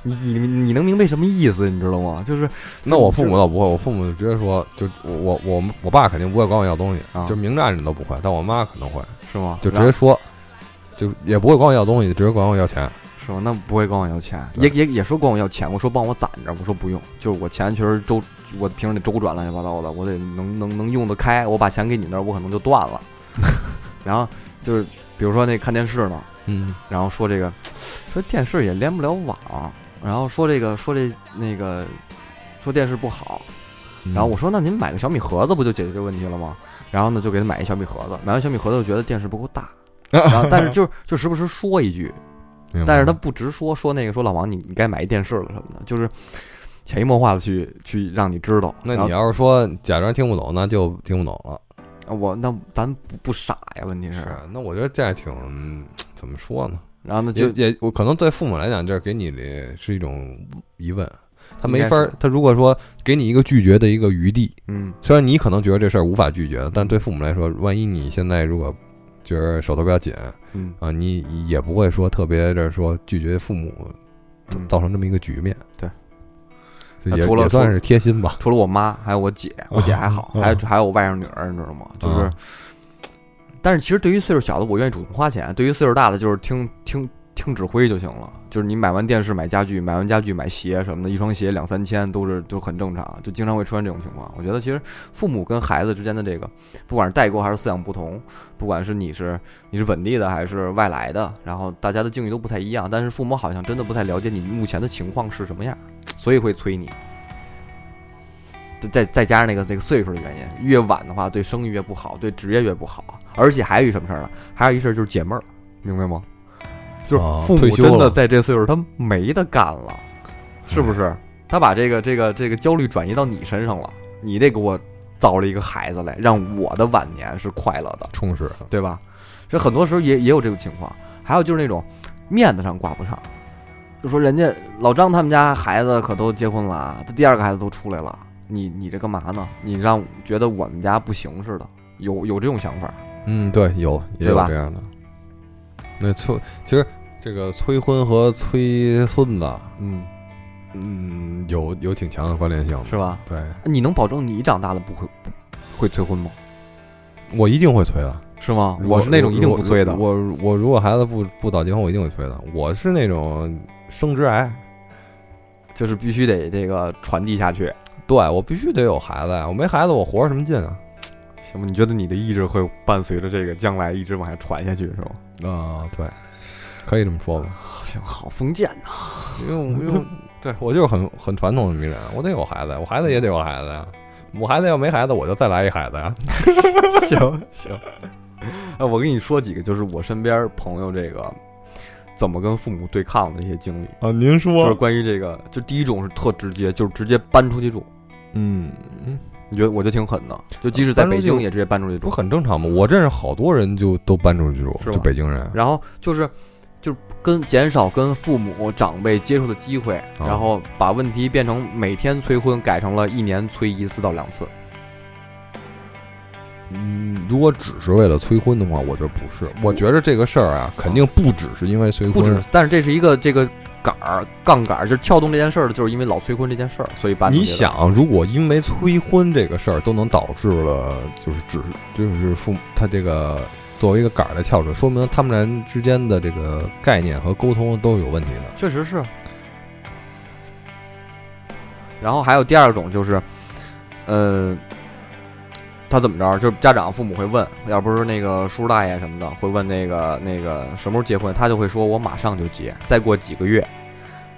Speaker 2: 你你你能明白什么意思？你知道吗？就是
Speaker 3: 那我父母倒不会，我父母就直接说，就我我我我爸肯定不会管我要东西，
Speaker 2: 啊
Speaker 3: 就明站着都不会，但我妈可能会，
Speaker 2: 是吗？
Speaker 3: 就直接说，就也不会管我要东西，直接管我要钱。
Speaker 2: 是吗？那不会管我要钱，也
Speaker 3: 对
Speaker 2: 也也说管我要钱，我说帮我攒着，我说不用，就是我钱确实周，我平时得周转乱七八糟的，我得能能能用得开，我把钱给你那儿，我可能就断了。然后就是比如说那看电视呢，
Speaker 3: 嗯，
Speaker 2: 然后说这个，说电视也连不了网，然后说这个说这那个说电视不好，然后我说那您买个小米盒子不就解决这问题了吗？然后呢就给他买一小米盒子，买完小米盒子就觉得电视不够大，然后但是就是就时不时说一句。
Speaker 3: 明白，
Speaker 2: 但是他不直说说那个说老王你你该买一电视了什么的，就是潜移默化的去去让你知道。
Speaker 3: 那
Speaker 2: 然
Speaker 3: 你
Speaker 2: 后啊
Speaker 3: 要是说假装听不懂，那就听不懂了。啊
Speaker 2: 我那咱不不傻呀，问题是，
Speaker 3: 那我觉得这还挺嗯怎么说呢？
Speaker 2: 然后呢
Speaker 3: 也
Speaker 2: 就
Speaker 3: 也我可能对父母来讲，这是给你的是一种疑问，他没
Speaker 2: 应该
Speaker 3: 法
Speaker 2: 是
Speaker 3: 儿，他如果说给你一个拒绝的一个余地，
Speaker 2: 嗯
Speaker 3: 虽然你可能觉得这事儿无法拒绝，但对父母来说，万一你现在如果觉得手头比较紧
Speaker 2: 嗯
Speaker 3: 啊，你也不会说特别的说拒绝父母，
Speaker 2: 嗯
Speaker 3: 造成这么一个局面。
Speaker 2: 对，
Speaker 3: 这
Speaker 2: 那
Speaker 3: 也
Speaker 2: 除了
Speaker 3: 也算是贴心吧。
Speaker 2: 除了我妈还有我姐，我姐还好，
Speaker 3: 啊
Speaker 2: 还有还有我外甥女儿，你知道吗？就是，
Speaker 3: 啊
Speaker 2: 但是其实对于岁数小的，我愿意主动花钱；对于岁数大的，就是听听听指挥就行了。就是你买完电视、买家具，买完家具买鞋什么的，一双鞋两三千都是都很正常，就经常会出现这种情况。我觉得其实父母跟孩子之间的这个，不管是代沟还是思想不同，不管是你是你是本地的还是外来的，然后大家的境遇都不太一样，但是父母好像真的不太了解你目前的情况是什么样，所以会催你。再再加上那个那个岁数的原因，越晚的话对生意越不好，对职业越不好，而且还有一什么事儿呢？还有一事儿就是解闷儿，明白吗？就是
Speaker 3: 哦
Speaker 2: 父
Speaker 3: 退
Speaker 2: 母
Speaker 3: 休
Speaker 2: 真的
Speaker 3: 了
Speaker 2: 在这岁数他没得干了，是不是？他把这个这个这个焦虑转移到你身上了，你得给我造了一个孩子来，让我的晚年是快乐的，
Speaker 3: 充实，啊
Speaker 2: 对吧？其实很多时候也也有这种情况，还有就是那种面子上挂不上，就说人家老张他们家孩子可都结婚了啊，这第二个孩子都出来了，你你这干嘛呢？你让觉得我们家不行似的，有有这种想法，
Speaker 3: 嗯，对，有也
Speaker 2: 对
Speaker 3: 有
Speaker 2: 吧
Speaker 3: 这样的。那催其实这个催婚和催孙子，
Speaker 2: 嗯，
Speaker 3: 嗯，有有挺强的关联性的。
Speaker 2: 是吧？
Speaker 3: 对，
Speaker 2: 你能保证你长大了不会不会催婚吗？
Speaker 3: 我一定会催的。
Speaker 2: 是吗？
Speaker 3: 如果
Speaker 2: 我是那种一定不催的，
Speaker 3: 我我我如果孩子不不早结婚，我一定会催的。我是那种生之癌，
Speaker 2: 就是必须得这个传递下去，
Speaker 3: 对我必须得有孩子呀，我没孩子我活着什么劲啊？
Speaker 2: 行吗？你觉得你的意志会伴随着这个将来一直往下传下去，是吗？
Speaker 3: 啊、对，可以这么说吧，
Speaker 2: 哦行，好封建呐！
Speaker 3: 因为我因为对我就是很很传统的迷人，啊我得有孩子，我孩子也得有孩子呀。我孩子要没孩子，我就再来一孩子呀。
Speaker 2: *laughs* 行行，哎，我跟你说几个，就是我身边朋友这个怎么跟父母对抗的这些经历，
Speaker 4: 啊，您
Speaker 2: 就是
Speaker 4: 说，
Speaker 2: 关于这个，就第一种是特直接，就是直接搬出去住，
Speaker 3: 嗯，
Speaker 2: 你觉得我觉得挺狠的，就即使在
Speaker 3: 搬出
Speaker 2: 北
Speaker 3: 去
Speaker 2: 京
Speaker 3: 住
Speaker 2: 也直接搬出去住。
Speaker 3: 不很正常吗？我认识好多人就都搬出去住
Speaker 2: 是，吗
Speaker 3: 就北京人。
Speaker 2: 然后就是就是跟减少跟父母长辈接触的机会，
Speaker 3: 啊
Speaker 2: 然后把问题变成每天催婚改成了一年催一次到两次。
Speaker 3: 嗯，如果只是为了催婚的话，我觉得不是。我觉得这个事儿啊，肯定不只是因为催
Speaker 2: 不
Speaker 3: 婚，
Speaker 2: 止，但是这是一个这个杆儿杠杆儿，就是跳动这件事儿，就是因为老催婚这件事儿，所以把
Speaker 3: 你，想，如果因为催婚这个事儿都能导致了，就是只就是父母他这个作为一个杆儿的翘楚，说明他们俩之间的这个概念和沟通都是有问题的。
Speaker 2: 确实是。然后还有第二种就是，呃，他怎么着，就是家长父母会问，要不是那个叔叔大爷什么的会问那个那个什么时候结婚，他就会说我马上就结，再过几个月，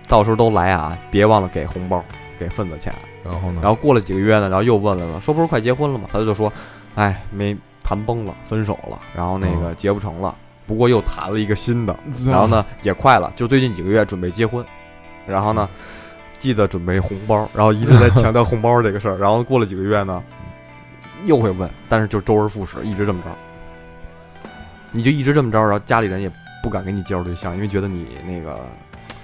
Speaker 2: 到时候都来啊，别忘了给红包，给份子钱。
Speaker 3: 然后呢，
Speaker 2: 然后过了几个月呢，然后又问了，说不是快结婚了吗？他就说，哎，没谈崩了，分手了，然后那个结不成了，嗯不过又谈了一个新的，然后呢也快了，就最近几个月准备结婚，然后呢记得准备红包，然后一直在强调红包这个事儿，然后过了几个月呢又会问，但是就周而复始，一直这么着，你就一直这么着，然后家里人也不敢给你介绍对象，因为觉得你那个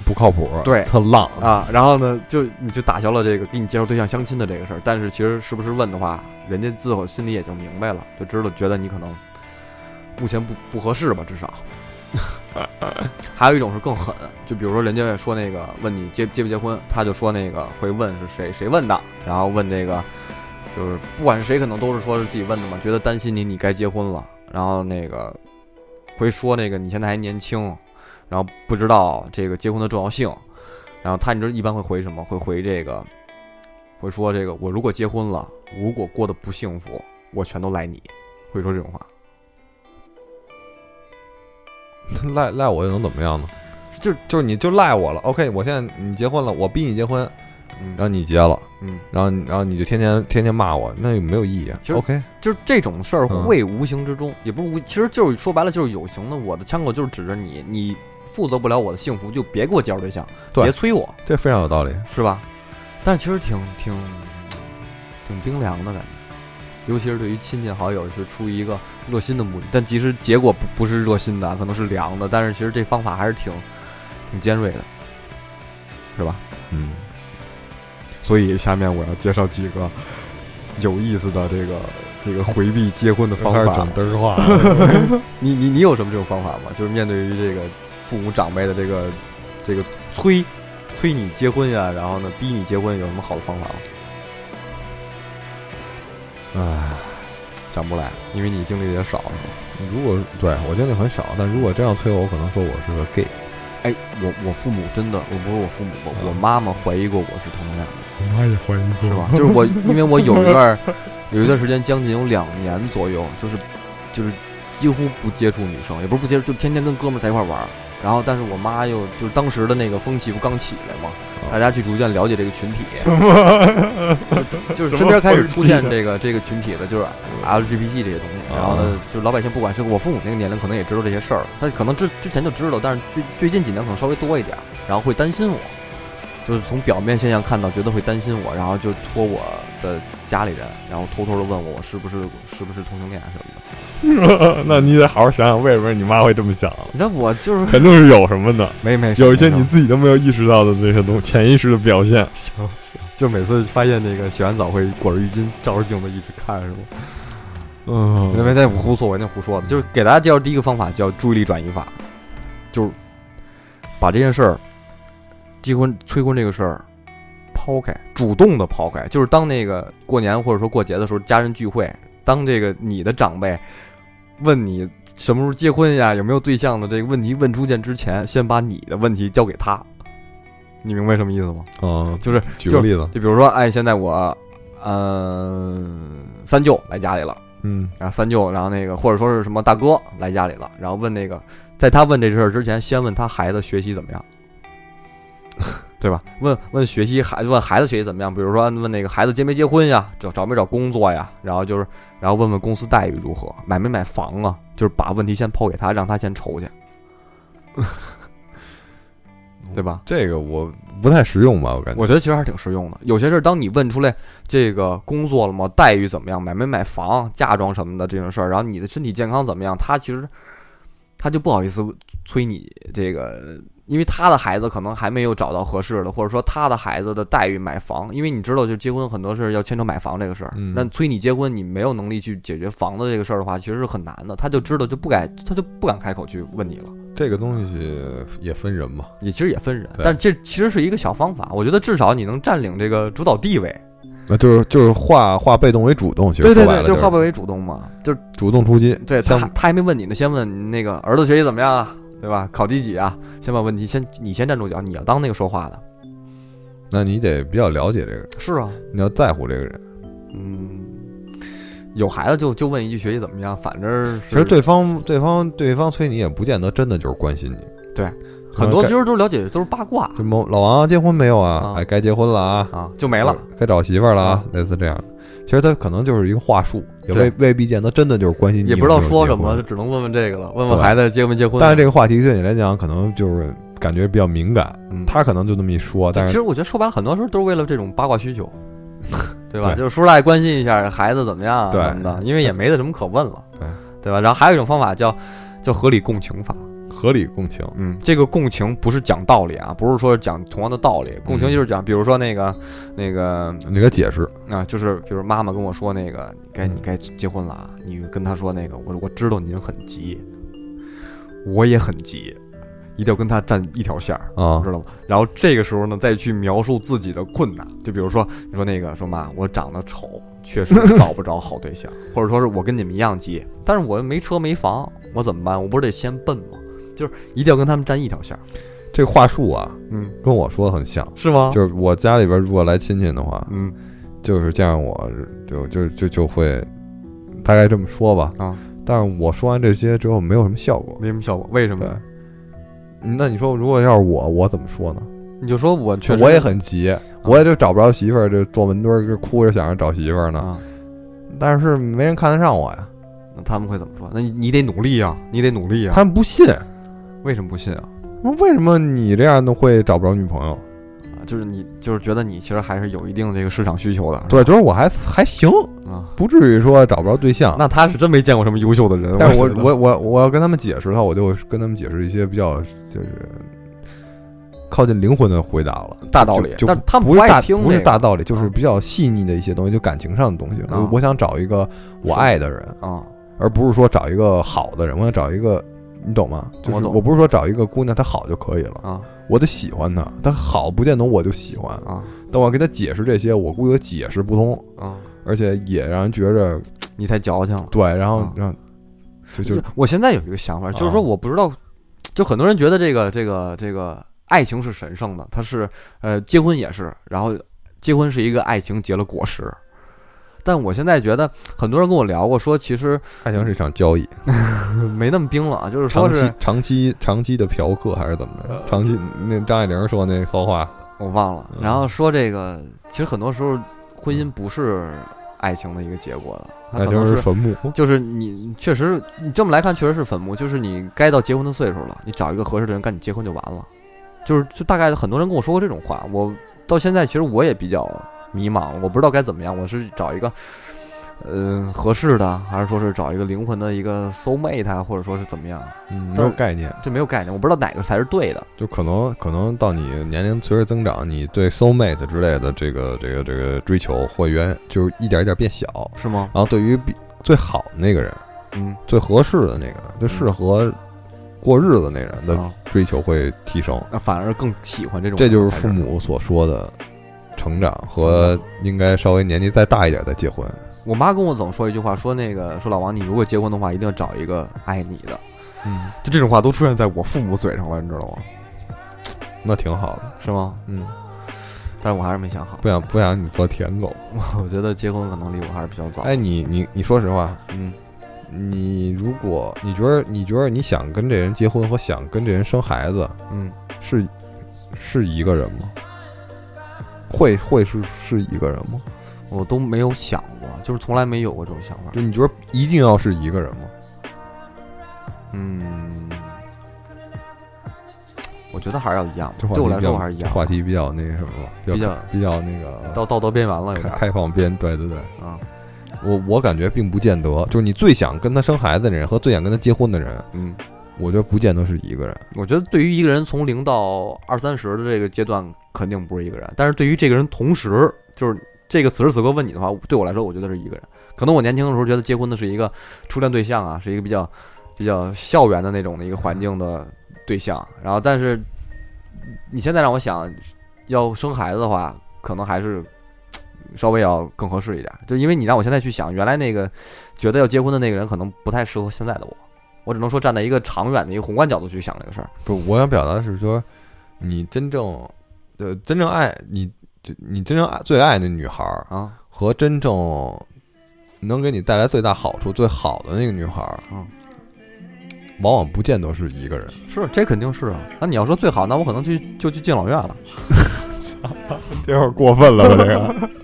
Speaker 3: 不靠谱，
Speaker 2: 对
Speaker 3: 特 *laughs* 浪。
Speaker 2: 啊，然后呢，就你就打消了这个给你介绍对象相亲的这个事儿。但是其实是不是问的话，人家自我心里也就明白了，就知道觉得你可能目前不不合适吧，至少。还有一种是更狠，就比如说人家说那个问你结结不结婚，他就说那个会问是谁谁问的，然后问这个就是不管是谁，可能都是说是自己问的嘛，觉得担心你你该结婚了，然后那个会说那个你现在还年轻，然后不知道这个结婚的重要性，然后他你知道一般会回什么？会回这个，会说这个我如果结婚了，如果过得不幸福，我全都赖你，会说这种话。
Speaker 3: 赖赖我又能怎么样呢？
Speaker 2: 就
Speaker 3: 就是你就赖我了。OK，我现在你结婚了，我逼你结婚，
Speaker 2: 嗯
Speaker 3: 然后你结了，
Speaker 2: 嗯，
Speaker 3: 然后然后你就天天天天骂我，那也没有意义啊
Speaker 2: 其。实
Speaker 3: OK，
Speaker 2: 就是这种事儿
Speaker 3: 嗯
Speaker 2: 会无形之中，也不是无，其实就是说白了就是有形的。我的枪口就是指着你，你负责不了我的幸福，就别给我介绍对象，
Speaker 3: 对
Speaker 2: 别催我，
Speaker 3: 这非常有道理。
Speaker 2: 是吧？但是其实挺挺挺冰凉的感觉。尤其是对于亲戚好友，是出于一个热心的目的，但其实结果不不是热心的，可能是凉的。但是其实这方法还是挺挺尖锐的，是吧？
Speaker 3: 嗯，
Speaker 2: 所以下面我要介绍几个有意思的这个这个回避结婚的方
Speaker 4: 开始
Speaker 2: 法
Speaker 4: 整。嘚儿话了，
Speaker 3: *laughs*
Speaker 2: 你你你有什么这种方法吗？就是面对于这个父母长辈的这个这个催催你结婚呀，然后呢逼你结婚，有什么好的方法吗？
Speaker 3: 唉。
Speaker 2: 想不来，因为你经历的也少。是吧
Speaker 3: 如果对我经历很少，但如果真要催我，我可能说我是个 gay。
Speaker 2: 哎，我我父母真的，我不是我父母，我
Speaker 3: 嗯
Speaker 2: 我妈妈怀疑过我是同性恋，
Speaker 4: 我妈也怀疑过，
Speaker 2: 是 *laughs* 吧？？就是我，因为我有一段儿有一段时间，将近有两年左右，就是就是几乎不接触女生，也不是不接触，就天天跟哥们儿在一块儿玩儿。然后，但是我妈又就是当时的那个风气不刚起来嘛，大家去逐渐了解这个群体，
Speaker 4: *laughs*
Speaker 2: 就是身边开始出现这个这个群体了，就是 LGBT 这些东西。然后呢，就是老百姓不管是我父母那个年龄，可能也知道这些事儿，他可能之之前就知道，但是最最近几年可能稍微多一点儿，然后会担心我，就是从表面现象看到，觉得会担心我，然后就托我的家里人，然后偷偷的问我我是不是是不是同性恋啊什么的。
Speaker 4: 那你得好好想想，为什么你妈会这么想？ *laughs*
Speaker 2: 你看我就是
Speaker 4: 肯定是有什么
Speaker 2: *laughs*
Speaker 4: 的，
Speaker 2: 没没
Speaker 4: 有一些你自己都没有意识到的这些东西，潜意识的
Speaker 2: *laughs*
Speaker 4: 表现。
Speaker 2: 就每次发现那个洗完澡会裹着浴巾照着镜子一直看是吗？那
Speaker 4: 嗯，
Speaker 2: 没那无所谓，那胡说的，就是给大家介绍第一个方法叫注意力转移法，就是把这件事儿，结婚催婚这个事儿抛开，主动的抛开，就是当那个过年或者说过节的时候，家人聚会，当这个你的长辈问你什么时候结婚呀，有没有对象的这个问题问出现之前，先把你的问题交给他，你明白什么意思吗？
Speaker 3: 嗯，
Speaker 2: 就是
Speaker 3: 举个例子，
Speaker 2: 就比如说，哎，现在我，嗯、三舅来家里了。
Speaker 3: 嗯，
Speaker 2: 然后三舅，然后那个或者说是什么大哥来家里了，然后问那个，在他问这事儿之前，先问他孩子学习怎么样，对吧？问问学习孩问孩子学习怎么样？比如说问那个孩子结没结婚呀，找找没找工作呀，然后就是然后问问公司待遇如何，买没买房啊，就是把问题先抛给他，让他先愁去，对吧？
Speaker 3: 这个我不太实用吧，我感觉。
Speaker 2: 我觉得其实还是挺实用的。有些事儿，当你问出来这个工作了吗？待遇怎么样？买没买房？嫁妆什么的这种事儿，然后你的身体健康怎么样？他其实他就不好意思催你这个，因为他的孩子可能还没有找到合适的，或者说他的孩子的待遇买房，因为你知道，就结婚很多事儿要牵扯买房这个事儿。
Speaker 3: 嗯
Speaker 2: 那催你结婚，你没有能力去解决房子这个事儿的话，其实是很难的。他就知道就不敢，他就不敢开口去问你了。
Speaker 3: 这个东西也分人嘛，
Speaker 2: 也其实也分人，
Speaker 3: 对
Speaker 2: 但是这其实是一个小方法。我觉得至少你能占领这个主导地位。
Speaker 3: 那就是就是化化被动为主动，其实
Speaker 2: 对对
Speaker 3: 说白
Speaker 2: 对，就
Speaker 3: 了就是
Speaker 2: 化被为主动嘛，就是
Speaker 3: 主动出击。
Speaker 2: 对他
Speaker 3: 像
Speaker 2: 他还没问你呢，先问你那个儿子学习怎么样啊，对吧？考第几啊？先把问题先你先站住脚，你要当那个说话的。
Speaker 3: 那你得比较了解这个人，
Speaker 2: 是啊，
Speaker 3: 你要在乎这个人。
Speaker 2: 嗯，有孩子就就问一句学习怎么样，反正
Speaker 3: 其实
Speaker 2: 是
Speaker 3: 对方对方对方催你也不见得真的就是关心你。
Speaker 2: 对，
Speaker 3: 就
Speaker 2: 很多
Speaker 3: 该
Speaker 2: 其实都了解都是八卦
Speaker 3: 什么老王结婚没有
Speaker 2: 啊
Speaker 3: 啊？哎，该结婚了啊，
Speaker 2: 啊，就没了。，
Speaker 3: 该找媳妇儿了啊
Speaker 2: 啊，
Speaker 3: 类似这样的。其实他可能就是一个话术，也
Speaker 2: 对
Speaker 3: 未未必见得真的就是关心你，
Speaker 2: 也不知道说什么，就。只能问问这个了，问问
Speaker 3: 对
Speaker 2: 孩子结没结婚。
Speaker 3: 但是这个话题对你来讲，可能就是感觉比较敏感，
Speaker 2: 嗯
Speaker 3: 他可能就那么一说，但
Speaker 2: 其
Speaker 3: 是
Speaker 2: 实我觉得说白了，很多时候都是为了这种八卦需
Speaker 3: *laughs*
Speaker 2: 求，对吧？
Speaker 3: 对
Speaker 2: 就是叔叔大爷关心一下孩子怎么样啊
Speaker 3: 对
Speaker 2: 什么的，因为也没得什么可问了，
Speaker 3: 对
Speaker 2: 对吧？然后还有一种方法叫叫合理共情法，
Speaker 3: 合理共情。
Speaker 2: 嗯，这个共情不是讲道理啊，不是说讲同样的道
Speaker 3: 嗯
Speaker 2: 理，共情就是讲，比如说那个那个
Speaker 3: 你给解释，
Speaker 2: 啊，就是比如妈妈跟我说那个，你该
Speaker 3: 嗯
Speaker 2: 你该结婚了啊，你跟她说那个，我我知道您很急，我也很急，一定要跟她站一条线儿。
Speaker 3: 啊
Speaker 2: 知道吗？然后这个时候呢，再去描述自己的困难，就比如说，你说那个说妈，我长得丑，确实找不着好对象，或者说是我跟你们一样急，但是我又没车没房，我怎么办？我不是得先奔吗？就是一定要跟他们站一条线儿，
Speaker 3: 这个话术啊，
Speaker 2: 嗯，
Speaker 3: 跟我说的很像。
Speaker 2: 是吗？
Speaker 3: 就是我家里边如果来亲戚的话，
Speaker 2: 嗯
Speaker 3: 就是这样，我就就就就会大概这么说吧。
Speaker 2: 啊，
Speaker 3: 但是我说完这些之后没有什么效果。
Speaker 2: 没什么效果，为什
Speaker 3: 对
Speaker 2: 么？，
Speaker 3: 那你说如果要是我，我怎么说呢？
Speaker 2: 你就说我确实啊
Speaker 3: 我也很急，我也就找不着媳妇儿，就坐门墩儿就哭着想着找媳妇儿呢。
Speaker 2: 啊，
Speaker 3: 但是没人看得上我呀，
Speaker 2: 那他们会怎么说？那你你得努力呀、你得努力呀、
Speaker 3: 他们不信。
Speaker 2: 为什么不信啊？
Speaker 3: 那为什么你这样的会找不着女朋友？
Speaker 2: 啊就是你就是觉得你其实还是有一定这个市场需求的，是吧
Speaker 3: 对，就是我还还行，
Speaker 2: 啊。
Speaker 3: 不至于说找不着对象。
Speaker 2: 那他是真没见过什么优秀的人，
Speaker 3: 但是我
Speaker 2: 觉得
Speaker 3: 我我我要跟他们解释的话，我就跟他们解释一些比较就是靠近灵魂的回答了，
Speaker 2: 大道理，
Speaker 3: 就
Speaker 2: 但是他们
Speaker 3: 不是
Speaker 2: 爱
Speaker 3: 大
Speaker 2: 听、
Speaker 3: 不是大道理，就是比较细腻的一些东西，就感情上的东西。
Speaker 2: 啊
Speaker 3: 我我想找一个我
Speaker 2: 是
Speaker 3: 爱的人，
Speaker 2: 啊，
Speaker 3: 而不是说找一个好的人，我想找一个。你懂吗？就
Speaker 2: 我
Speaker 3: 是
Speaker 2: 懂
Speaker 3: 我不是说找一个姑娘她好就可以了，
Speaker 2: 啊
Speaker 3: 我得喜欢她，她好不见得我就喜欢。
Speaker 2: 啊
Speaker 3: 但我给她解释这些，我估计我解释不通，
Speaker 2: 啊！
Speaker 3: 而且也让人觉着
Speaker 2: 你太矫情了。
Speaker 3: 对，然后
Speaker 2: 啊
Speaker 3: 让就就
Speaker 2: 就我现在有一个想法，就是说
Speaker 3: 啊
Speaker 2: 我不知道，就很多人觉得这个这个这个爱情是神圣的，它是呃结婚也是，然后结婚是一个爱情结了果实。但我现在觉得很多人跟我聊过，说其实
Speaker 3: 爱情是一场交易，
Speaker 2: 没那么冰冷，啊就是说
Speaker 3: 长
Speaker 2: 是
Speaker 3: 期长期长期的嫖客还是怎么着？长期那张爱玲说那骚话，
Speaker 2: 我忘了，
Speaker 3: 嗯
Speaker 2: 然后说这个其实很多时候婚姻不是爱情的一个结果的，它
Speaker 3: 那
Speaker 2: 可
Speaker 3: 就
Speaker 2: 能
Speaker 3: 是
Speaker 2: 是
Speaker 3: 坟墓。
Speaker 2: 就是你确实，你这么来看确实是坟墓，就是你该到结婚的岁数了，你找一个合适的人赶紧结婚就完了。就是就大概很多人跟我说过这种话，我到现在其实我也比较迷茫，我不知道该怎么样，我是找一个。嗯，合适的，还是说是找一个灵魂的一个 soul mate，啊或者说是怎么样，
Speaker 3: 嗯，没
Speaker 2: 但
Speaker 3: 有
Speaker 2: 是
Speaker 3: 概念，
Speaker 2: 这没有概念，我不知道哪个才是对的。
Speaker 3: 就可能可能到你年龄随着增长，你对 soul mate 之类的这个这个这个追求会原就是一点一点变小，
Speaker 2: 是吗？
Speaker 3: 然后对于比最好的那个人、
Speaker 2: 嗯，
Speaker 3: 最合适的那个、最适合过日子那人的
Speaker 2: 啊
Speaker 3: 追求会提升，
Speaker 2: 那反而更喜欢这种。
Speaker 3: 这就是父母所说的成长和应该稍微年纪再大一点再结婚。
Speaker 2: 我妈跟我总说一句话，说那个说老王，你如果结婚的话，一定要找一个爱你的。
Speaker 3: 嗯，
Speaker 2: 就这种话都出现在我父母嘴上了，你知道吗？
Speaker 3: 那挺好的。
Speaker 2: 是吗？
Speaker 3: 嗯，
Speaker 2: 但是我还是没想好
Speaker 3: 不，想不想你做舔狗。
Speaker 2: 我觉得结婚可能离我还是比较早。
Speaker 3: 哎，，你你你说实话，
Speaker 2: 嗯，
Speaker 3: 你如果你觉得你觉得你想跟这人结婚和想跟这人生孩子
Speaker 2: 嗯，
Speaker 3: 是是一个人吗？会会是是一个人吗？
Speaker 2: 我都没有想过，就是从来没有过这种想法
Speaker 3: 就。你觉得一定要是一个人吗？
Speaker 2: 嗯，我觉得还是要一样
Speaker 3: 这
Speaker 2: 吧，
Speaker 3: 话题
Speaker 2: 对我来
Speaker 3: 比较
Speaker 2: 说我还是一样吧。
Speaker 3: 这话题比较那个什么了，比
Speaker 2: 比
Speaker 3: 较
Speaker 2: 较
Speaker 3: 比较那个
Speaker 2: 到道德边缘了，有
Speaker 3: 开
Speaker 2: 点
Speaker 3: 开放边，对对对。
Speaker 2: 啊，
Speaker 3: 我我感觉并不见得，就是你最想跟他生孩子的人和最想跟他结婚的人，
Speaker 2: 嗯，
Speaker 3: 我觉得不见得是一个人。
Speaker 2: 我觉得对于一个人从零到二三十的这个阶段，肯定不是一个人。但是对于这个人，同时就是这个此时此刻问你的话，对我来说，我觉得是一个人。可能我年轻的时候觉得结婚的是一个初恋对象啊，是一个比较比较校园的那种的一个环境的对象。然后，但是你现在让我想要生孩子的话，可能还是稍微要更合适一点。就因为你让我现在去想，原来那个觉得要结婚的那个人，可能不太适合现在的我。我只能说站在一个长远的一个宏观角度去想这个事儿。
Speaker 3: 不，我想表达的是说，你真正呃真正爱你，就你真正爱最爱那女孩儿
Speaker 2: 啊，
Speaker 3: 和真正能给你带来最大好处、最好的那个女孩儿，
Speaker 2: 嗯，
Speaker 3: 往往不见得是一个人。
Speaker 2: 是，这肯定是啊。那你要说最好，那我可能去就去敬老院了。
Speaker 4: 有点过分了吧？这个
Speaker 3: *laughs*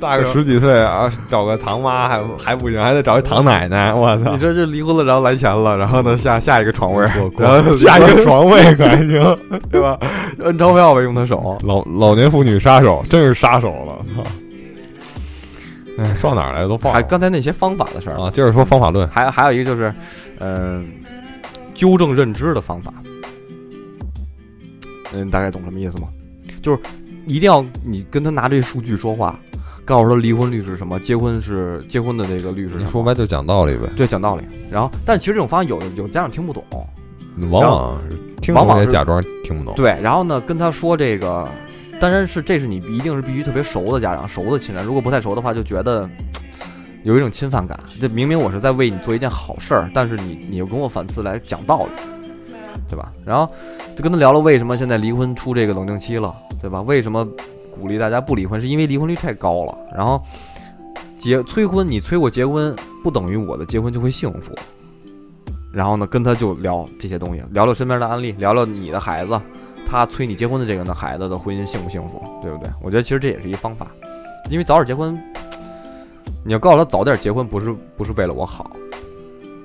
Speaker 3: 大个十几岁啊，找个堂妈还还不行，还得找一堂奶奶。我操
Speaker 2: 你！说这离婚了，然后来钱了，然后呢下下一个床位，然后
Speaker 4: 下一个床位可还行。
Speaker 2: 对吧？摁钞票呗，用他手。
Speaker 4: 老老年妇女杀手，真是杀手了！ *laughs* 操，
Speaker 3: 哎，上哪儿来了都忘
Speaker 2: 还
Speaker 3: 了
Speaker 2: 刚才那些方法的事儿，
Speaker 3: 啊！接着说方法论，
Speaker 2: 还还有一个就是，嗯、纠正认知的方法。嗯，大概懂什么意思吗？就是一定要你跟他拿这数据说话，告诉他离婚率是什么，结婚是结婚的这个率是什
Speaker 3: 你
Speaker 2: 么。
Speaker 3: 说白就讲道理呗。
Speaker 2: 对，讲道理。然后，但其实这种方法有的有的家长听不懂，
Speaker 3: 往往是听
Speaker 2: 往往
Speaker 3: 懂也
Speaker 2: 是
Speaker 3: 假装听不懂。
Speaker 2: 对，然后呢，跟他说这个，当然是这是你一定是必须特别熟的家长，熟的亲人，如果不太熟的话，就觉得嘖有一种侵犯感。这明明我是在为你做一件好事儿，但是你你又跟我反刺来讲道理，对吧？然后就跟他聊了为什么现在离婚出这个冷静期了，对吧？为什么鼓励大家不离婚，是因为离婚率太高了。然后结催婚，你催我结婚，不等于我的结婚就会幸福。然后呢，跟他就聊这些东西，聊聊身边的案例，聊聊你的孩子，他催你结婚的这个人的孩子的婚姻幸不幸福，对不对？我觉得其实这也是一方法，因为早点结婚，你要告诉他早点结婚不是不是为了我好，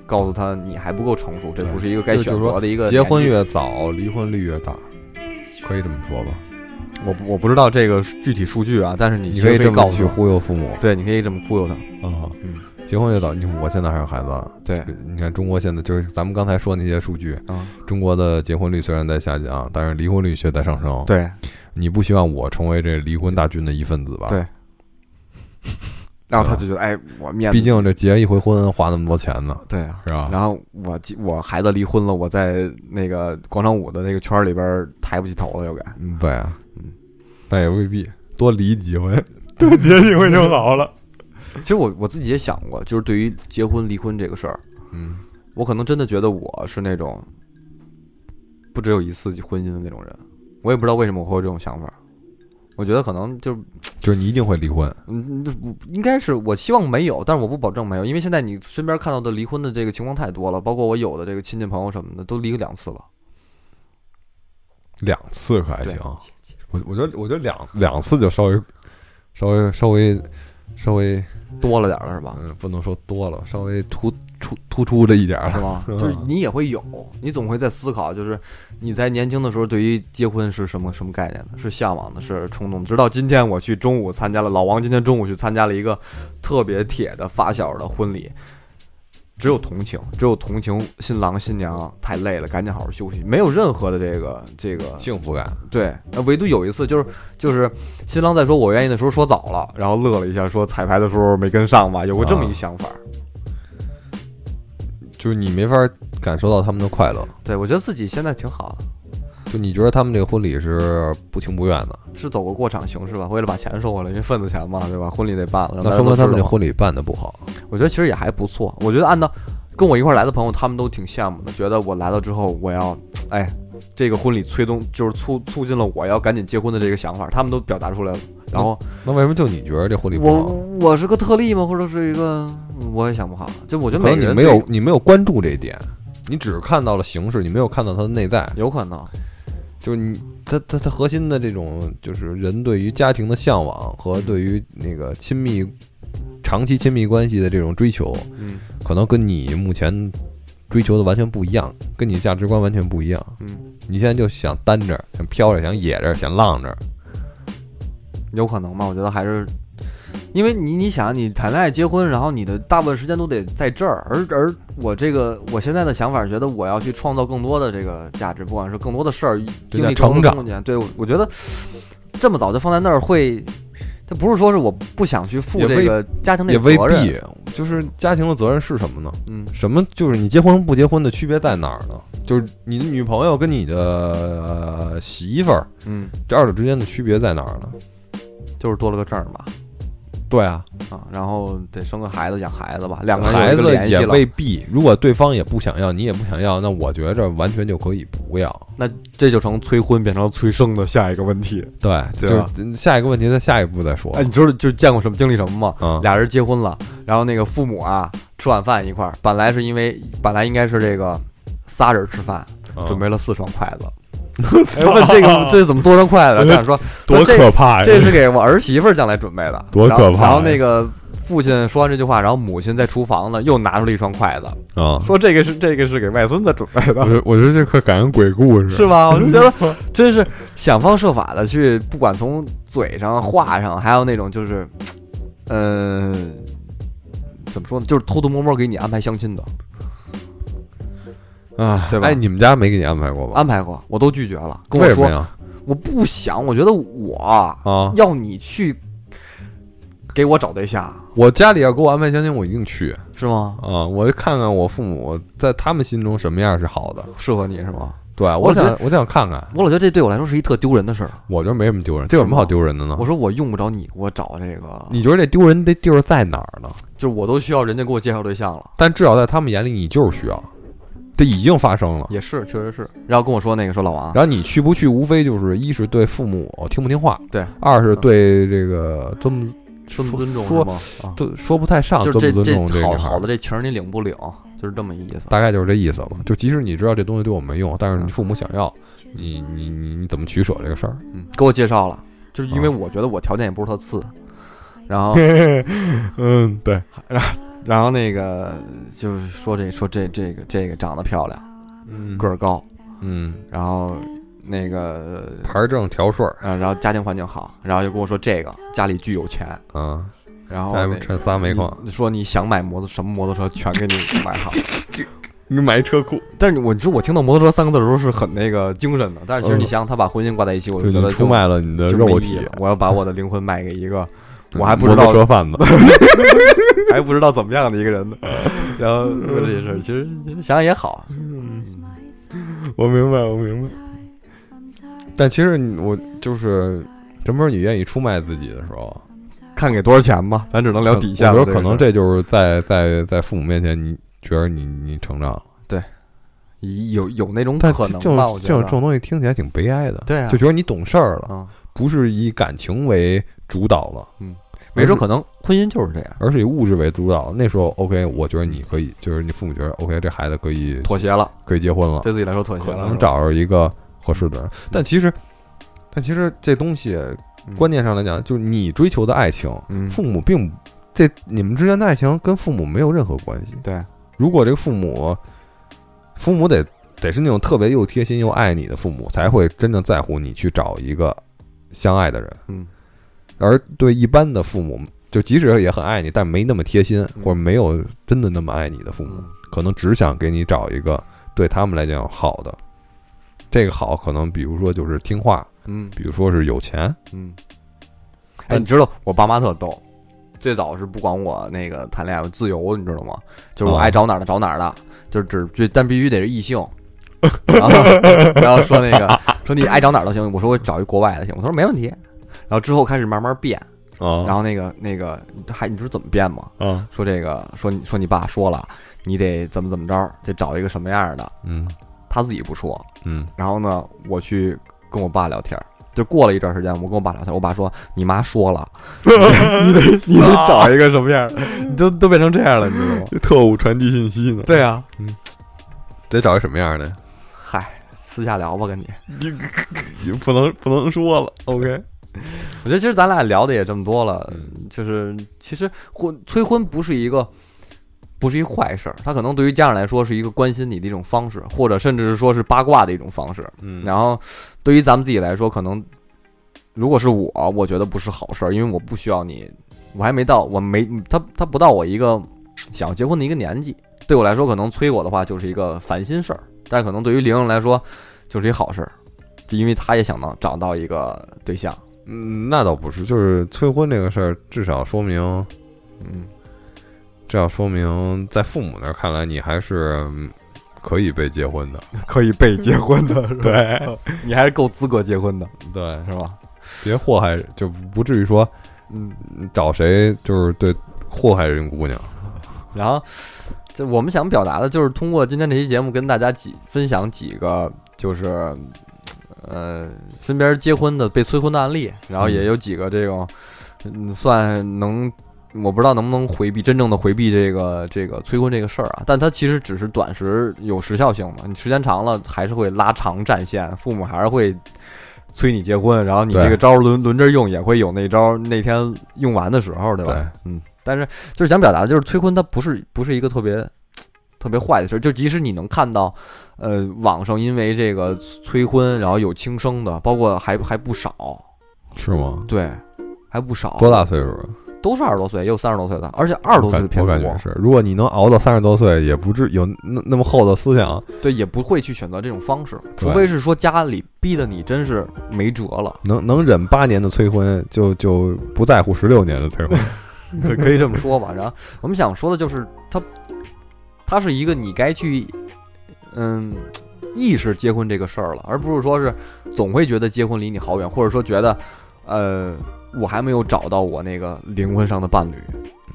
Speaker 2: 告诉他你还不够成熟，这不是一个该
Speaker 3: 对就
Speaker 2: 选
Speaker 3: 是说
Speaker 2: 择的一个
Speaker 3: 结婚
Speaker 2: 年纪
Speaker 3: 越早，离婚率越大，可以这么说吧？
Speaker 2: 我不我不知道这个具体数据啊，但是你
Speaker 3: 你
Speaker 2: 其
Speaker 3: 可
Speaker 2: 实
Speaker 3: 以
Speaker 2: 可
Speaker 3: 这
Speaker 2: 以
Speaker 3: 么
Speaker 2: 告
Speaker 3: 去
Speaker 2: 诉我，
Speaker 3: 忽悠父母
Speaker 2: 对，你可以这么忽悠他。
Speaker 3: 啊。
Speaker 2: 嗯，
Speaker 3: 结婚越早，你我现在还有孩子，啊
Speaker 2: 对，
Speaker 3: 你看中国现在就是咱们刚才说那些数据，
Speaker 2: 嗯，
Speaker 3: 中国的结婚率虽然在下降，但是离婚率却在上升。，
Speaker 2: 对，
Speaker 3: 你不希望我成为这离婚大军的一份子吧？
Speaker 2: 对然后他就觉得，哎，我面子，
Speaker 3: 毕竟这结一回婚花那么多钱呢，
Speaker 2: 对啊。
Speaker 3: 是吧？
Speaker 2: 然后我记我孩子离婚了，我在那个广场舞的那个圈儿里边儿抬不起头了，又该。
Speaker 3: 嗯，对啊
Speaker 2: 嗯，
Speaker 3: 但也未必多离几回。
Speaker 4: 多结几回就好
Speaker 2: *laughs*
Speaker 4: 了。
Speaker 2: 其实我我自己也想过，就是对于结婚离婚这个事儿，
Speaker 3: 嗯，
Speaker 2: 我可能真的觉得我是那种不只有一次婚姻的那种人。我也不知道为什么我会有这种想法，我觉得可能就是
Speaker 3: 就是你一定会离婚，
Speaker 2: 嗯，这不应该是我希望没有，但是我不保证没有，因为现在你身边看到的离婚的这个情况太多了，包括我有的这个亲戚朋友什么的都离了两次了。
Speaker 3: 两次可还
Speaker 2: 对
Speaker 3: 行。我我觉得我觉得两两次就稍微稍微稍微稍微
Speaker 2: 多了点儿了是吧？
Speaker 3: 嗯，不能说多了，稍微突出突出了一点儿
Speaker 2: 是
Speaker 3: 了。
Speaker 2: 吗？
Speaker 3: 嗯
Speaker 2: 就是你也会有，你总会在思考，就是你在年轻的时候对于结婚是什么什么概念呢？是向往的，是冲动的。直到今天，我去中午参加了老王今天中午去参加了一个特别铁的发小的婚礼，只有同情，只有同情新郎新娘太累了，赶紧好好休息，没有任何的这个这个
Speaker 3: 幸福感，
Speaker 2: 对，那唯独有一次就是就是新郎在说我愿意的时候说早了，然后乐了一下，说彩排的时候没跟上吧，有过这
Speaker 3: 啊
Speaker 2: 么一想法。
Speaker 3: 就是你没法感受到他们的快乐。
Speaker 2: 对我觉得自己现在挺好的，
Speaker 3: 就你觉得他们这个婚礼是不情不愿的，
Speaker 2: 是走个过场形式吧，为了把钱收回来，因为份子钱嘛，对吧？婚礼得办了，让
Speaker 3: 那
Speaker 2: 大家
Speaker 3: 说明
Speaker 2: 都
Speaker 3: 他
Speaker 2: 知
Speaker 3: 们这
Speaker 2: 道嘛
Speaker 3: 婚礼办的不好。
Speaker 2: 我觉得其实也还不错。我觉得按照跟我一块儿来的朋友，他们都挺羡慕的，觉得我来了之后，我要哎，这个婚礼催动就是促促进了我要赶紧结婚的这个想法，他们都表达出来了。然后
Speaker 3: 那为什么就你觉得这婚礼不
Speaker 2: 我
Speaker 3: 好？
Speaker 2: 我是个特例吗？或者是一个嗯我也想不好，就我觉得
Speaker 3: 可
Speaker 2: 每个
Speaker 3: 能你
Speaker 2: 人
Speaker 3: 没
Speaker 2: 对
Speaker 3: 有你没有关注这一点，你只看到了形式，你没有看到它的内在。
Speaker 2: 有可能，
Speaker 3: 就是你它它它核心的这种就是人对于家庭的向往和对于那个亲密长期亲密关系的这种追求，
Speaker 2: 嗯
Speaker 3: 可能跟你目前追求的完全不一样，跟你价值观完全不一样。
Speaker 2: 嗯，
Speaker 3: 你现在就想单着，想飘着，想野着，想浪着，
Speaker 2: 有可能吧？我觉得还是，因为你你想，你谈恋爱、结婚，然后你的大部分时间都得在这儿，而而我这个我现在的想法，觉得我要去创造更多的这个价值，不管是更多的事儿，经历更多
Speaker 3: 成
Speaker 2: 的
Speaker 3: 长
Speaker 2: 空间。对，我我觉得这么早就放在那儿会。它不是说是我不想去负
Speaker 3: 也
Speaker 2: 这
Speaker 3: 未
Speaker 2: 个家庭这
Speaker 3: 也
Speaker 2: 个
Speaker 3: 未
Speaker 2: 责任，
Speaker 3: 必。就是家庭的责任是什么呢？
Speaker 2: 嗯，
Speaker 3: 什么就是你结婚不结婚的区别在哪儿呢？就是你的女朋友跟你的、呃媳妇儿
Speaker 2: 嗯，
Speaker 3: 这二者之间的区别在哪儿呢？
Speaker 2: 就是多了个证儿嘛，
Speaker 3: 对啊，
Speaker 2: 啊，然后得生个孩子，养孩子吧，两个人有
Speaker 3: 孩
Speaker 2: 一个
Speaker 3: 子
Speaker 2: 联系
Speaker 3: 也
Speaker 2: 了，
Speaker 3: 未必。如果对方也不想要，你也不想要，那我觉着完全就可以不要。
Speaker 2: 那这就成催婚变成催生的下一个问题。
Speaker 3: 对，
Speaker 2: 对啊
Speaker 3: 就是嗯下一个问题，在下一步再说。
Speaker 2: 哎，你知道就见过什么经历什么吗？
Speaker 3: 嗯
Speaker 2: 俩人结婚了，然后那个父母啊吃晚饭一块儿，本来是因为本来应该是这个仨人吃饭，
Speaker 3: 嗯
Speaker 2: 准备了四双筷 *laughs* 子。哎，问这个这怎么多双筷子？家啊长说
Speaker 4: 多
Speaker 2: 这
Speaker 4: 可怕呀！
Speaker 2: 这是给我儿媳妇儿将来准备的，
Speaker 4: 多
Speaker 2: 然后
Speaker 4: 可怕
Speaker 2: 然后
Speaker 4: 呀
Speaker 2: 那个父亲说完这句话，然后母亲在厨房呢又拿出了一双筷子，
Speaker 3: 啊，
Speaker 2: 嗯说这个是这个是给外孙子准备的
Speaker 4: 我。觉得我觉得这快赶上鬼故事
Speaker 2: *laughs* 是吧？我就觉
Speaker 3: 嗯
Speaker 2: 得真是想方设法的去，不管从嘴上、话上，还有那种就是，呃，怎么说呢，就是偷偷摸摸给你安排相亲的，
Speaker 3: 啊，
Speaker 2: 对吧
Speaker 3: 哎，你们家没给你安排过吧？
Speaker 2: 安排过，我都拒绝了。跟我
Speaker 3: 为什么
Speaker 2: 说，
Speaker 3: 呀？
Speaker 2: 我不想，我觉得我
Speaker 3: 啊，
Speaker 2: 要你去给我找对象，
Speaker 3: 我家里要给我安排相亲，我一定去
Speaker 2: 是吗？
Speaker 3: 啊！我就看看我父母在他们心中什么样是好的。
Speaker 2: 适合你是吗？
Speaker 3: 对，
Speaker 2: 我
Speaker 3: 我
Speaker 2: 觉
Speaker 3: 想
Speaker 2: 得，
Speaker 3: 我想看看，
Speaker 2: 我老觉得这对我来说是一特丢人的事儿。
Speaker 3: 我觉得没什么丢人，这有什么好丢人的呢
Speaker 2: 我？说我用不着你给我找这个，
Speaker 3: 你觉得这丢人的地儿在哪儿呢？
Speaker 2: 就是我都需要人家给我介绍对象了。
Speaker 3: 但至少在他们眼里，你就是需要，这已经发生了。
Speaker 2: 也是，确实是。然后跟我说那个说老王，
Speaker 3: 然后你去不去，无非就是一是对父母听不听话，
Speaker 2: 对；
Speaker 3: 二是对这个尊不
Speaker 2: 尊不尊重
Speaker 3: 说
Speaker 2: 是吗？啊，
Speaker 3: 尊说不太上，
Speaker 2: 就
Speaker 3: 尊
Speaker 2: 是
Speaker 3: 不
Speaker 2: 这
Speaker 3: 尊重
Speaker 2: 这
Speaker 3: 个
Speaker 2: 好
Speaker 3: 女孩
Speaker 2: 好
Speaker 3: 儿
Speaker 2: 的，这情儿你领不领，就是这么意思。
Speaker 3: 大概就是这意思吧。就即使你知道这东西对我没用，但是
Speaker 2: 嗯
Speaker 3: 你父母想要，你你你你怎么取舍这个事儿？
Speaker 2: 嗯，给我介绍了，就是因为
Speaker 3: 啊
Speaker 2: 我觉得我条件也不是特次，然后
Speaker 4: *laughs* 嗯，对，
Speaker 2: 然后那个就是说这说这这个这个长得漂亮，
Speaker 3: 嗯
Speaker 2: 个儿高，
Speaker 3: 嗯，
Speaker 2: 然后那个
Speaker 3: 牌儿正条顺儿
Speaker 2: 啊，然后家庭环境好，然后又跟我说这个家里巨有钱，
Speaker 3: 啊，
Speaker 2: 然后
Speaker 3: 再
Speaker 2: 哦那
Speaker 3: 趁仨煤矿，
Speaker 2: 你说你想买摩托什么摩托车全给你买好，
Speaker 4: 你买一车库，
Speaker 2: 但是我知我听到摩托车三个字的时候是很那个精神的，但是其实你
Speaker 3: 嗯
Speaker 2: 想想，他把婚姻挂在一起，我就
Speaker 3: 就
Speaker 2: 觉
Speaker 3: 你
Speaker 2: 得
Speaker 3: 出
Speaker 2: 就
Speaker 3: 卖了你的
Speaker 2: 就
Speaker 3: 肉
Speaker 2: 没意义
Speaker 3: 体，嗯
Speaker 2: 了我要把我的灵魂卖给一个嗯我还不知
Speaker 4: 摩托
Speaker 2: 道
Speaker 4: 车贩子，
Speaker 2: 还不知道怎么样的一个人呢。然 *laughs* 后为了这事儿，其实其实想想也好，嗯
Speaker 4: 我明白，我明白，
Speaker 3: 但其实你我就是，什么时候你愿意出卖自己的时候，
Speaker 2: 看给多少钱吧，咱只能聊底线
Speaker 3: 嗯我
Speaker 2: 了。
Speaker 3: 觉得可能
Speaker 2: 这个事
Speaker 3: 这就是在在在父母面前，你觉得你你成长了，
Speaker 2: 儿有有那种
Speaker 3: 但
Speaker 2: 可
Speaker 3: 这
Speaker 2: 能
Speaker 3: 种
Speaker 2: 吧，我
Speaker 3: 这
Speaker 2: 觉
Speaker 3: 种
Speaker 2: 得
Speaker 3: 这种东西听起来挺悲哀的，
Speaker 2: 对啊
Speaker 3: 就觉得你懂事儿了，
Speaker 2: 嗯，
Speaker 3: 不是以感情为主导了，
Speaker 2: 没准可能婚姻嗯就是这样，
Speaker 3: 而是以物质为主导。那时候 OK，我觉得你可以，就是你父母觉得 OK，这孩子可以
Speaker 2: 妥协了，
Speaker 3: 可以结婚了，
Speaker 2: 对自己来说妥协
Speaker 3: 可
Speaker 2: 了，
Speaker 3: 能找着一个合适的人。但其实，但其实这东西
Speaker 2: 嗯
Speaker 3: 观念上来讲，就是你追求的爱情，
Speaker 2: 嗯，
Speaker 3: 父母并不这你们之间的爱情跟父母没有任何关系。
Speaker 2: 对，
Speaker 3: 如果这个父母，父母得得是那种特别又贴心又爱你的父母，才会真正在乎你去找一个相爱的人。
Speaker 2: 嗯，
Speaker 3: 而对一般的父母，就即使也很爱你，但没那么贴心，
Speaker 2: 嗯
Speaker 3: 或者没有真的那么爱你的父母，
Speaker 2: 嗯
Speaker 3: 可能只想给你找一个对他们来讲好的。这个好，可能比如说就是听话，
Speaker 2: 嗯
Speaker 3: 比如说是有钱，
Speaker 2: 嗯，哎，
Speaker 3: 但
Speaker 2: 你知道我爸妈特逗，最早是不管我那个谈恋爱，我自由，你知道吗？就是我
Speaker 3: 哦
Speaker 2: 爱找哪儿的找哪儿的，就是只就但必须得是异性。然后然后说那个说你爱找哪儿都行，我说我找一国外的行，我他说没问题。然后之后开始慢慢变，然
Speaker 3: 哦
Speaker 4: 啊
Speaker 2: 后那个那个还你知道怎么变吗？
Speaker 4: 啊，
Speaker 2: 说这个说你说你爸说了，你得怎么怎么着，得找一个什么样的，
Speaker 3: 嗯
Speaker 2: 他自己不说，
Speaker 3: 嗯
Speaker 2: 然后呢，我去跟我爸聊天儿，就过了一段时间，我跟我爸聊天儿，我爸说：“你妈说了，你得 *laughs* 你得 *laughs*
Speaker 4: *laughs*
Speaker 2: 找一个什么样儿，你都都变成这样了，你知道吗
Speaker 4: 这特务传递信息呢？”，
Speaker 2: 对啊，
Speaker 3: 得找一什么样的？
Speaker 2: 嗨，私下聊吧，跟你。
Speaker 4: *laughs* 你不能不能说了，OK？
Speaker 2: 我觉得今儿咱俩聊的也这么多了
Speaker 3: 嗯，
Speaker 2: 就是其实婚催婚不是一个不是一坏事儿，它可能对于家长来说是一个关心你的一种方式，或者甚至是说是八卦的一种方式。
Speaker 3: 嗯
Speaker 2: 然后对于咱们自己来说，可能如果是我，我觉得不是好事儿，因为我不需要你，我还没到，我没他他不到我一个想要结婚的一个年纪。对我来说，可能催我的话就是一个烦心事儿，但是可能对于玲玲来说就是一好事儿，就因为她也想到找到一个对象。
Speaker 3: 嗯，那倒不是，就是催婚这个事儿，至少说明，
Speaker 2: 嗯，
Speaker 3: 至少说明在父母那儿看来，你还是嗯可以被结婚的。
Speaker 2: *laughs* 可以被结婚 *laughs* 的，是吧
Speaker 4: 对，
Speaker 2: 你还是够资格结婚的，
Speaker 3: 对，
Speaker 2: 是吧？
Speaker 3: 别祸害，就不至于说，嗯，找谁就是对祸害人姑娘。
Speaker 2: 然后，这我们想表达的就是通过今天这期节目跟大家几分享几个，就是呃身边结婚的被催婚的案例，然后也有几个这种，嗯，算能。我不知道能不能回避真正的回避这个这个催婚这个事儿啊，但它其实只是短时有时效性嘛，你时间长了还是会拉长战线，父母还是会催你结婚，然后你
Speaker 3: 对
Speaker 2: 这个招儿轮轮着用，也会有那招儿那天用完的时候，对吧？
Speaker 3: 对
Speaker 2: 嗯，但是就是想表达的就是催婚它不是不是一个特别特别坏的事儿，就即使你能看到，呃，网上因为这个催婚然后有轻生的，包括还还不少，
Speaker 3: 是吗？
Speaker 2: 对，还不少，
Speaker 3: 多大岁数啊？
Speaker 2: 都是二十多岁，也有三十多岁的，而且二十多岁的偏
Speaker 3: 我
Speaker 2: 多，
Speaker 3: 感觉是。如果你能熬到三十多岁，也不至有那那么厚的思想，
Speaker 2: 对，也不会去选择这种方式，
Speaker 3: 对
Speaker 2: 除非是说家里逼得你真是没辙了，
Speaker 3: 能能忍八年的催婚，就就不在乎十六年的催婚。
Speaker 2: 可可以这么说吧。然后我们想说的就是，它它是一个你该去嗯意识结婚这个事儿了，而不是说是总会觉得结婚离你好远，或者说觉得呃我还没有找到我那个灵魂上的伴侣。
Speaker 3: *laughs*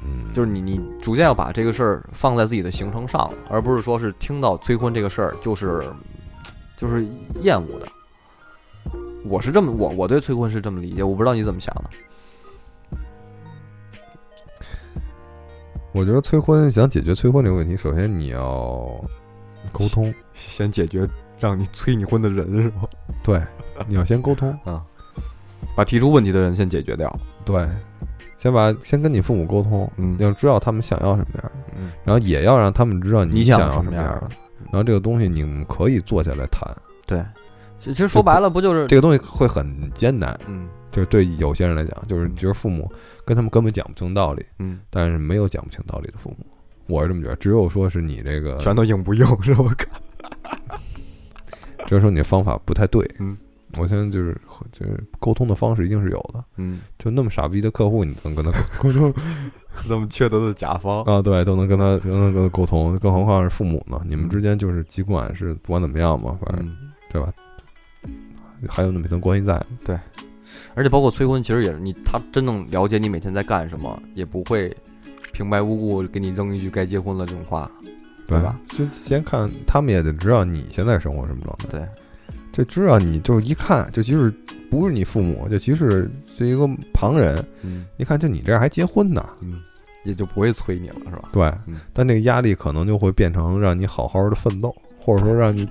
Speaker 3: 嗯，
Speaker 2: 就是你你逐渐要把这个事儿放在自己的行程上了，而不是说是听到催婚这个事儿就是就是厌恶的。我是这么我我对催婚是这么理解，我不知道你怎么想的。
Speaker 3: 我觉得催婚想解决催婚这个问题，首先你要沟通，
Speaker 2: 先解决让你催你婚的人是吗？
Speaker 3: 对，你要先沟通，
Speaker 2: 把提出问题的人先解决掉。
Speaker 3: 对，先把先跟你父母沟通，
Speaker 2: 嗯
Speaker 3: 要知道他们想要什么样儿，
Speaker 2: 嗯，
Speaker 3: 然后也要让他们知道
Speaker 2: 你嗯
Speaker 3: 想
Speaker 2: 想
Speaker 3: 要
Speaker 2: 什么
Speaker 3: 样
Speaker 2: 样
Speaker 3: 儿
Speaker 2: 的，？
Speaker 3: 然后这个东西你们可以坐下来谈，
Speaker 2: 对，其其实说白了不就是
Speaker 3: 这个东西会很艰难，
Speaker 2: 嗯
Speaker 3: 就是对有些人来讲，就是觉得父母跟他们根本讲不清道理，
Speaker 2: 嗯，
Speaker 3: 但是没有讲不清道理的父母，我是这么觉得。只有说是你这个，
Speaker 2: 都硬不硬是吧？
Speaker 3: 只有说你的方法不太对，
Speaker 2: 嗯，
Speaker 3: 我现在就是就是沟通的方式一定是有的，
Speaker 2: 嗯，
Speaker 3: 就那么傻逼的客户，你能跟他沟
Speaker 2: *laughs*
Speaker 3: 通
Speaker 2: 那么缺德的甲方
Speaker 3: 啊？对，都能跟他都能跟他沟通，更何况是父母呢？你们之间就是尽管是不管怎么样嘛，反正
Speaker 2: 嗯，
Speaker 3: 对吧？还有那么一层关系在，
Speaker 2: 而且包括催婚，其实也是你他真正了解你每天在干什么，也不会平白无故给你扔一句该结婚了这种话，对吧？
Speaker 3: 先先看他们也得知道你现在生活什么状态，
Speaker 2: 对，
Speaker 3: 就知道你就一看，就即使不是你父母，就即使是一个旁人，
Speaker 2: 嗯，
Speaker 3: 一看就你这样还结婚呢，
Speaker 2: 也就不会催你了，是吧？
Speaker 3: 对
Speaker 2: 嗯，
Speaker 3: 但这个压力可能就会变成让你好好的奋斗，或者说
Speaker 2: *laughs*
Speaker 3: 让你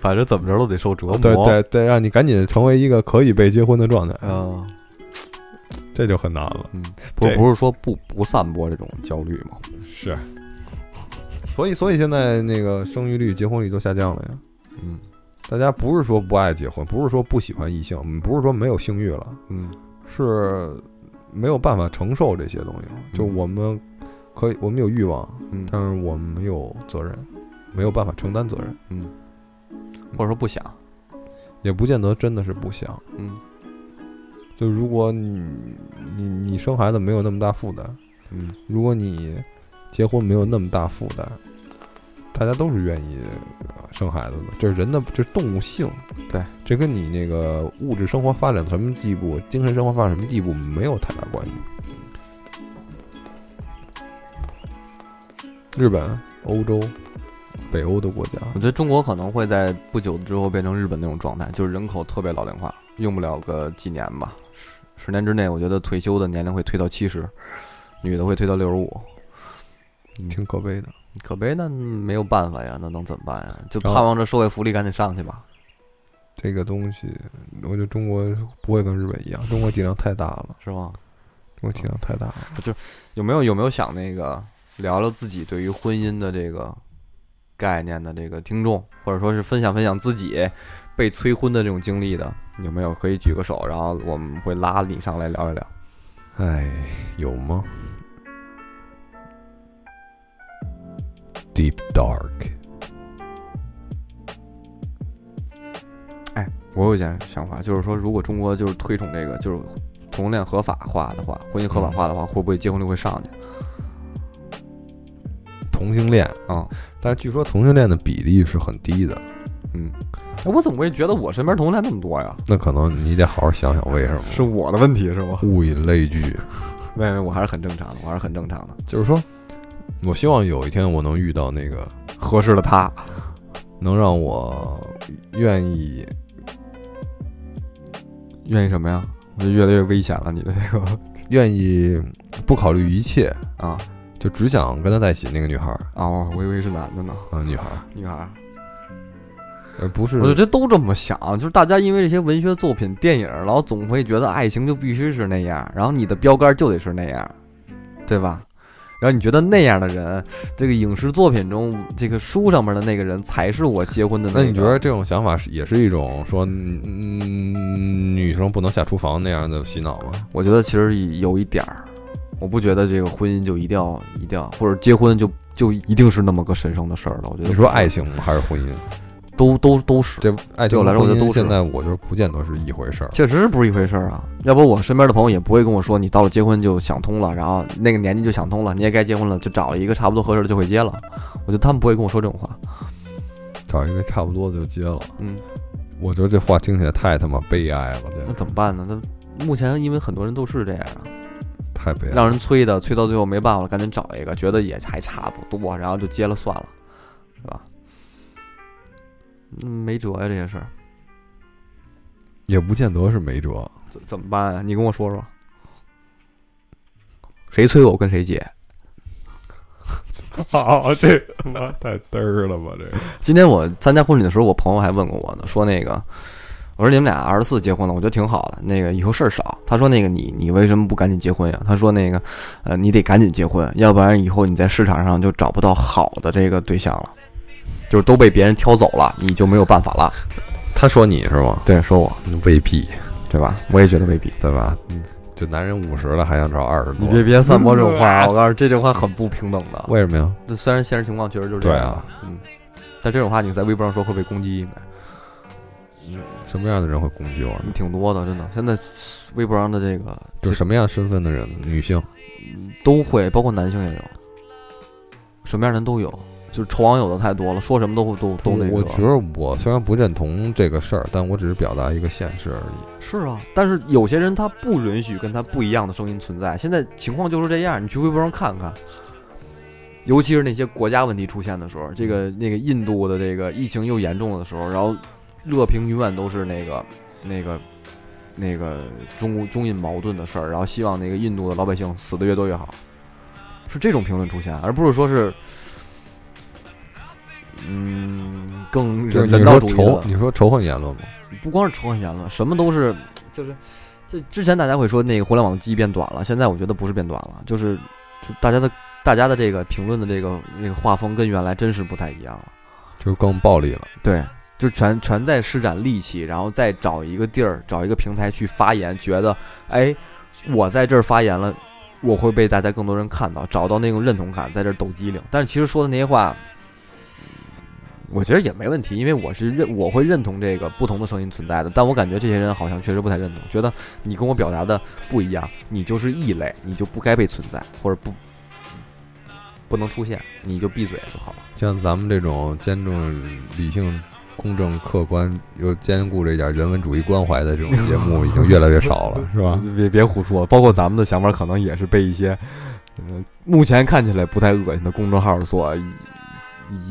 Speaker 2: 反正怎么着都得受折磨。
Speaker 3: 对对对，让你赶紧成为一个可以被结婚的状态，
Speaker 2: 嗯，
Speaker 3: 这就很难了。
Speaker 2: 不
Speaker 4: 对
Speaker 2: 不是说不不散播这种焦虑吗？
Speaker 4: 是
Speaker 3: 所以，所以现在那个生育率、结婚率都下降了呀。
Speaker 2: 嗯
Speaker 3: 大家不是说不爱结婚，不是说不喜欢异性，嗯不是说没有性欲了，
Speaker 2: 嗯
Speaker 3: 是没有办法承受这些东西了。就我们可以，我们有欲望，
Speaker 2: 嗯
Speaker 3: 但是我们没有责任，没有办法承担责任，
Speaker 2: 嗯，或者说不想，
Speaker 3: 也不见得真的是不想。
Speaker 2: 嗯
Speaker 3: 就如果你你你生孩子没有那么大负担，
Speaker 2: 嗯
Speaker 3: 如果你结婚没有那么大负担，大家都是愿意呃生孩子的，这是人的，这是动物性。
Speaker 2: 对，
Speaker 3: 这跟你那个物质生活发展到什么地步，精神生活发展到什么地步没有太大关系。日本、欧洲、北欧的国家，
Speaker 2: 我觉得中国可能会在不久之后变成日本那种状态，就是人口特别老龄化，用不了个几年吧，十十年之内，我觉得退休的年龄会推到七十，女的会推到六十五。
Speaker 3: 挺可悲的。
Speaker 2: 可悲，那没有办法呀，那能怎么办呀？就
Speaker 3: 然
Speaker 2: 盼
Speaker 3: 后
Speaker 2: 望着社会福利赶紧上去吧。
Speaker 3: 这个东西，我觉得中国不会跟日本一样，中国体量太大了，
Speaker 2: 是吗？
Speaker 3: 中国体量太大了。
Speaker 2: 有没有有没有想那个聊聊自己对于婚姻的这个概念的这个听众，或者说是分享分享自己被催婚的这种经历的，有没有可以举个手，然后我们会拉你上来聊一聊。
Speaker 3: 哎，有吗？Deep Dark，
Speaker 2: 哎，我有一件想法，就是说，如果中国就是推崇这个，就是同性恋合法化的话，婚姻合法化的话，会不会结婚率会上去？
Speaker 3: 同性恋，
Speaker 2: 嗯
Speaker 3: 但是据说同性恋的比例是很低的，
Speaker 2: 嗯，哎，我怎么会觉得我身边同性恋那么多 *laughs* 呀？
Speaker 3: 那可能你得好好想想为什么。
Speaker 2: 是我的问题是吗？
Speaker 3: 物以类聚，
Speaker 2: 没有没有，我还是很正常的，我还是很正常的，
Speaker 3: 就是说，我希望有一天我能遇到那个
Speaker 2: 合适的他，
Speaker 3: 能让我愿意
Speaker 2: 愿意什么呀？我就越来越危险了，你的这个
Speaker 3: 愿意不考虑一切，
Speaker 2: 啊 *laughs*
Speaker 3: 就只想跟他在一起那个女孩儿
Speaker 2: 啊，我以为是男的呢，
Speaker 3: 啊，女孩儿，
Speaker 2: 女孩。
Speaker 3: 而不是
Speaker 2: 我就觉得都这么想，就是大家因为这些文学作品、电影，然后总会觉得爱情就必须是那样，然后你的标杆就得是那样，对吧？然后你觉得那样的人，这个影视作品中、这个书上面的那个人才是我结婚的
Speaker 3: 那
Speaker 2: 个。
Speaker 3: 你觉得这种想法是也是一种说，嗯，女生不能下厨房那样的洗脑吗？
Speaker 2: 我觉得其实有一点儿，我不觉得这个婚姻就一定要一定要，或者结婚就就一定是那么个神圣的事儿了。我觉得
Speaker 3: 你说爱情吗还是婚姻？
Speaker 2: 都都都是，
Speaker 3: 这爱
Speaker 2: 对
Speaker 3: 情
Speaker 2: 我来
Speaker 3: 和
Speaker 2: 说我觉
Speaker 3: 婚
Speaker 2: 得
Speaker 3: 姻
Speaker 2: 都是
Speaker 3: 现在我觉得不见得是一回事儿。
Speaker 2: 确实是不是一回事儿啊。要不我身边的朋友也不会跟我说，你到了结婚就想通了，然后那个年纪就想通了，你也该结婚了，就找一个差不多合适的就会结了。我觉得他们不会跟我说这种话。
Speaker 3: 找一个差不多就结了，
Speaker 2: 嗯，
Speaker 3: 我觉得这话听起来太他妈悲哀了，
Speaker 2: 那
Speaker 3: 这
Speaker 2: 怎么办呢？那目前因为很多人都是这样啊，
Speaker 3: 太悲哀了。
Speaker 2: 让人催的，催到最后没办法了，赶紧找一个，觉得也还差不多，然后就结了算了，是吧？嗯，没辙呀、这些事儿
Speaker 3: 也不见得是没辙。
Speaker 2: 怎怎么办呀、啊你跟我说说，谁催我跟谁结？
Speaker 4: 好，这他妈太嘚儿了吧？这个
Speaker 2: 今天我参加婚礼的时候，我朋友还问过我呢，说那个，我说你们俩二十四结婚了，我觉得挺好的，那个以后事儿少。他说那个你你为什么不赶紧结婚呀？他说那个，呃，你得赶紧结婚，要不然以后你在市场上就找不到好的这个对象了，就是都被别人挑走了，你就没有办法了。
Speaker 3: 他说你是吗？
Speaker 2: 对，说我
Speaker 3: 嗯未必，
Speaker 2: 对吧？我也觉得未必。
Speaker 3: 对吧？就男人五十了还想找二十多，
Speaker 2: 别散
Speaker 4: 播这种话啊
Speaker 2: 我告诉你，这句话很不平等的。
Speaker 3: 为什么呀？
Speaker 2: 这虽然现实情况确实就是这样，嗯，但这种话你在微博上说会被攻击，应该。
Speaker 3: 什么样的人会攻击我呢？
Speaker 2: 挺多的，真的。现在微博上的这个
Speaker 3: 就
Speaker 2: 这
Speaker 3: 什么样身份的人？女性
Speaker 2: 都会，包括男性也有，什么样的人都有。就是臭网友的太多了，说什么都会都都那
Speaker 3: 我
Speaker 2: 个。
Speaker 3: 觉得我虽然不认同这个事儿，但我只是表达一个现实而已。
Speaker 2: 是啊，但是有些人他不允许跟他不一样的声音存在。现在情况就是这样，你去微博上看看，尤其是那些国家问题出现的时候，这个那个印度的这个疫情又严重了的时候，然后热评永远都是那个那个那个中中印矛盾的事儿，然后希望那个印度的老百姓死的越多越好，是这种评论出现，而不是说是。嗯，更
Speaker 3: 就是
Speaker 2: 人
Speaker 3: 你
Speaker 2: 人道
Speaker 3: 说
Speaker 2: 主义
Speaker 3: 仇
Speaker 2: 的，
Speaker 3: 你说仇恨言论吗？
Speaker 2: 不光是仇恨言论，什么都是，就是，就之前大家会说那个互联网的记忆变短了，现在我觉得不是变短了，就是就大家的大家的这个评论的这个那个画风跟原来真是不太一样了。
Speaker 3: 就是更暴力了。
Speaker 2: 对，就全全在施展力气，然后再找一个地儿，找一个平台去发言，觉得哎，我在这儿发言了，我会被大家更多人看到，找到那种认同感，在这儿抖机灵。但是其实说的那些话。嗯我觉得也没问题，因为我是认我会认同这个不同的声音存在的，但我感觉这些人好像确实不太认同，觉得你跟我表达的不一样，你就是异类，你就不该被存在，或者不不能出现，你就闭嘴就好了。
Speaker 3: 像咱们这种兼重理性、公正、客观，又兼顾着一点人文主义关怀的这种节目，已经越来越少了，是
Speaker 2: *laughs*
Speaker 3: 吧？
Speaker 2: 啊别别胡说，包括咱们的想法，可能也是被一些，呃，目前看起来不太恶心的公众号所引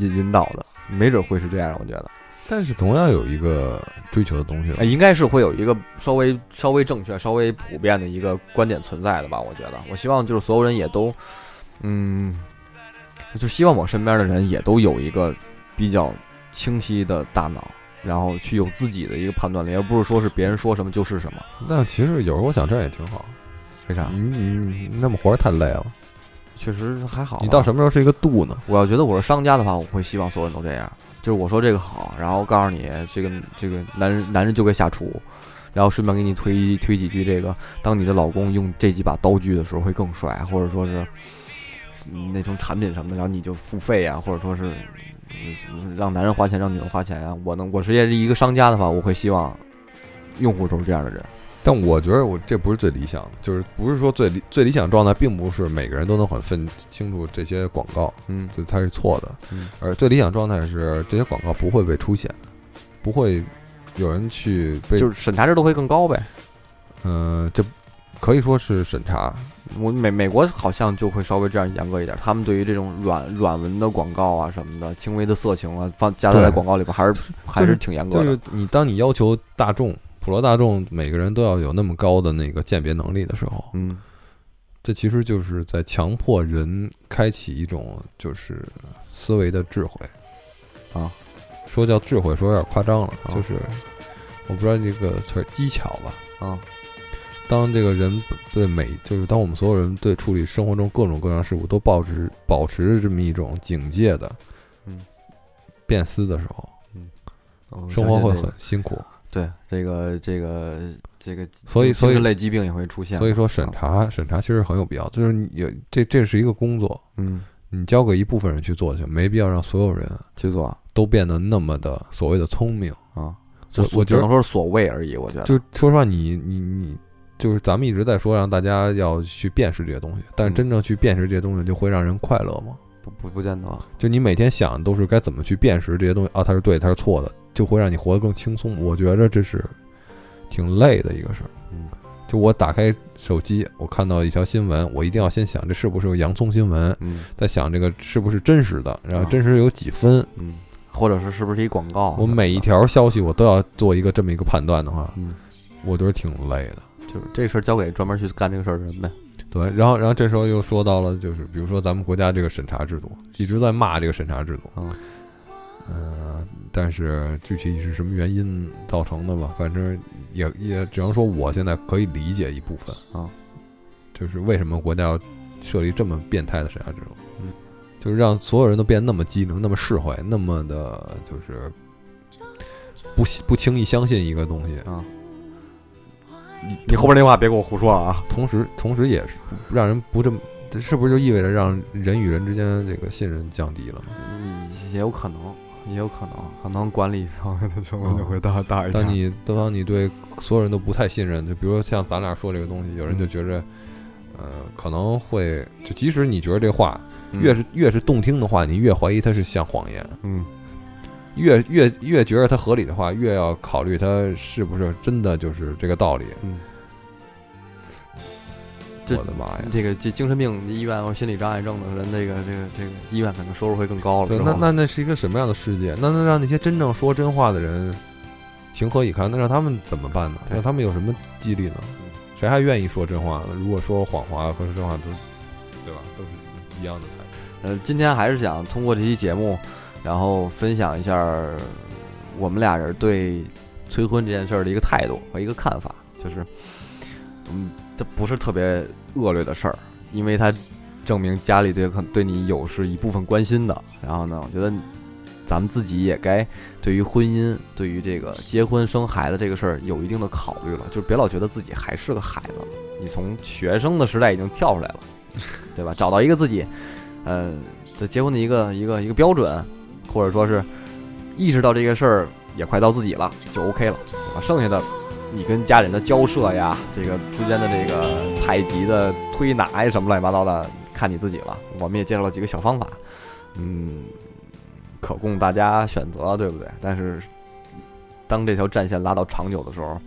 Speaker 2: 引引导的，没准会是这样。我觉得，
Speaker 3: 但是总要有一个追求的东西吧
Speaker 2: 哎，。应该是会有一个稍微稍微正确、稍微普遍的一个观点存在的吧。我觉得，我希望就是所有人也都，嗯，就希望我身边的人也都有一个比较清晰的大脑，然后去有自己的一个判断力，而不是说是别人说什么就是什么。
Speaker 3: 那其实有时候我想这样也挺好，
Speaker 2: 为啥？
Speaker 3: 你你那么活着太累了，
Speaker 2: 确实还好吧。
Speaker 3: 你到什么时候是一个度呢？
Speaker 2: 我要觉得我是商家的话，我会希望所有人都这样，就是我说这个好，然后告诉你这个这个男人男人就该下厨，然后顺便给你推推几句这个，当你的老公用这几把刀具的时候会更帅，或者说是嗯那种产品什么的，然后你就付费啊，或者说是嗯让男人花钱，让女人花钱啊。我能，我实际是一个商家的话，我会希望用户都是这样的人。
Speaker 3: 但我觉得我这不是最理想的，就是不是说最理最理想状态，并不是每个人都能很分清楚这些广告，
Speaker 2: 嗯，
Speaker 3: 这它是错的。
Speaker 2: 嗯
Speaker 3: 而最理想状态是这些广告不会被出现，不会有人去被，
Speaker 2: 就是审查制度会更高呗。
Speaker 3: 嗯、这可以说是审查，
Speaker 2: 我美美国好像就会稍微这样严格一点，他们对于这种软软文的广告啊什么的，轻微的色情啊，放加在
Speaker 3: 对
Speaker 2: 广告里边还是还是挺严格
Speaker 3: 就
Speaker 2: 的。
Speaker 3: 是你当你要求大众、普罗大众每个人都要有那么高的那个鉴别能力的时候，
Speaker 2: 嗯，
Speaker 3: 这其实就是在强迫人开启一种就是思维的智慧
Speaker 2: 啊。
Speaker 3: 说叫智慧，说有点夸张了，
Speaker 2: 啊
Speaker 3: 就是我不知道这个词儿技巧吧。
Speaker 2: 啊，
Speaker 3: 当这个人对每，就是当我们所有人对处理生活中各种各样事物都保持保持着这么一种警戒的，
Speaker 2: 嗯，
Speaker 3: 变思的时候，
Speaker 2: 我
Speaker 3: 生活
Speaker 2: 相信
Speaker 3: 会
Speaker 2: 这
Speaker 3: 很
Speaker 2: 个
Speaker 3: 辛苦。
Speaker 2: 对这个这个这个，
Speaker 3: 所以
Speaker 2: 精
Speaker 3: 所以
Speaker 2: 神类疾病也会出现。
Speaker 3: 所以说，审，
Speaker 2: 啊
Speaker 3: 查审查其实很有必要，就是你有这这是一个工作，
Speaker 2: 嗯，
Speaker 3: 你交给一部分人去做去，没必要让所有人
Speaker 2: 去做
Speaker 3: 都变得那么的所谓的聪明。
Speaker 2: 啊，就
Speaker 3: 我我
Speaker 2: 只
Speaker 3: 觉得
Speaker 2: 能说是所谓而已。我觉得
Speaker 3: 就说实话，你你你，就是咱们一直在说让大家要去辨识这些东西，但是
Speaker 2: 嗯
Speaker 3: 真正去辨识这些东西，就会让人快乐吗？
Speaker 2: 不不不见得。
Speaker 3: 就你每天想的都是该怎么去辨识这些东西啊，它是对，它是错的，就会让你活得更轻松。我觉着这是挺累的一个事儿。
Speaker 2: 嗯，
Speaker 3: 就我打开手机，我看到一条新闻，我一定要先想这是不是个洋葱新闻，
Speaker 2: 嗯
Speaker 3: 在想这个是不是真实的，然后
Speaker 2: 啊
Speaker 3: 真实有几分。
Speaker 2: 嗯，或者是是不是一广告？啊
Speaker 3: 我每一，条消息我都要做一个这么一个判断的话，
Speaker 2: 嗯，
Speaker 3: 我觉得挺累的。
Speaker 2: 就是这事儿交给专门去干这个事儿的人呗。
Speaker 3: 对，然后然后这时候又说到了，就是比如说咱们国家这个审查制度，一直在骂这个审查制度，
Speaker 2: 啊，
Speaker 3: 嗯，但是具体是什么原因造成的吧，反正也也只能说我现在可以理解一部分
Speaker 2: 啊，
Speaker 3: 就是为什么国家要设立这么变态的审查制度，
Speaker 2: 嗯，
Speaker 3: 就是让所有人都变得那么机灵、那么释怀、那么的，就是不信不轻易相信一个东西，
Speaker 2: 啊。你你后边那话别给我胡说啊！
Speaker 3: 同时同时也是不让人不这么。这是不是就意味着让人与人之间这个信任降低了呢？
Speaker 2: 嗯，也有可能，也有可能，可能管理方面的成本就会大大一点。
Speaker 3: 当你当你对所有人都不太信任，就比如说像咱俩说这个东西，有人就觉
Speaker 2: 嗯
Speaker 3: 着，呃，可能会就即使你觉得这话
Speaker 2: 嗯
Speaker 3: 越是越是动听的话，你越怀疑它是像谎言，
Speaker 2: 嗯
Speaker 3: 越越越觉得它合理的话，越要考虑它是不是真的就是这个道理。
Speaker 2: 嗯，这
Speaker 3: 我的妈呀！
Speaker 2: 这个这精神病医院或者心理障碍症的人，这个这个这个医院可能收入会更高了。
Speaker 3: 对，
Speaker 2: 是
Speaker 3: 那
Speaker 2: 吧
Speaker 3: 那那是一个什么样的世界？那那让那些真正说真话的人情何以堪？那让他们怎么办呢？
Speaker 2: 对
Speaker 3: 让他们有什么激励呢？谁还愿意说真话呢？如果说谎话和说真话都，对吧？都是一样的态度。
Speaker 2: 呃，今天还是想通过这期节目，然后分享一下儿我们俩人对催婚这件事儿的一个态度和一个看法，就是，嗯，这不是特别恶劣的事儿，因为它证明家里对可对你有是一部分关心的。然后呢，我觉得咱们自己也该对于婚姻、对于这个结婚生孩子这个事儿有一定的考虑了，就别老觉得自己还是个孩子了，你从学生的时代已经跳出来了，对吧？找到一个自己。呃，这结婚的一个一个一个标准，或者说是意识到这个事儿也快到自己了，就 OK 了，对吧？剩下的你跟家人的交涉呀，这个之间的这个太极的推拿呀，什么乱七八糟的，看你自己了。我们也介绍了几个小方法，嗯，可供大家选择，对不对？但是当这条战线拉到长久的时候。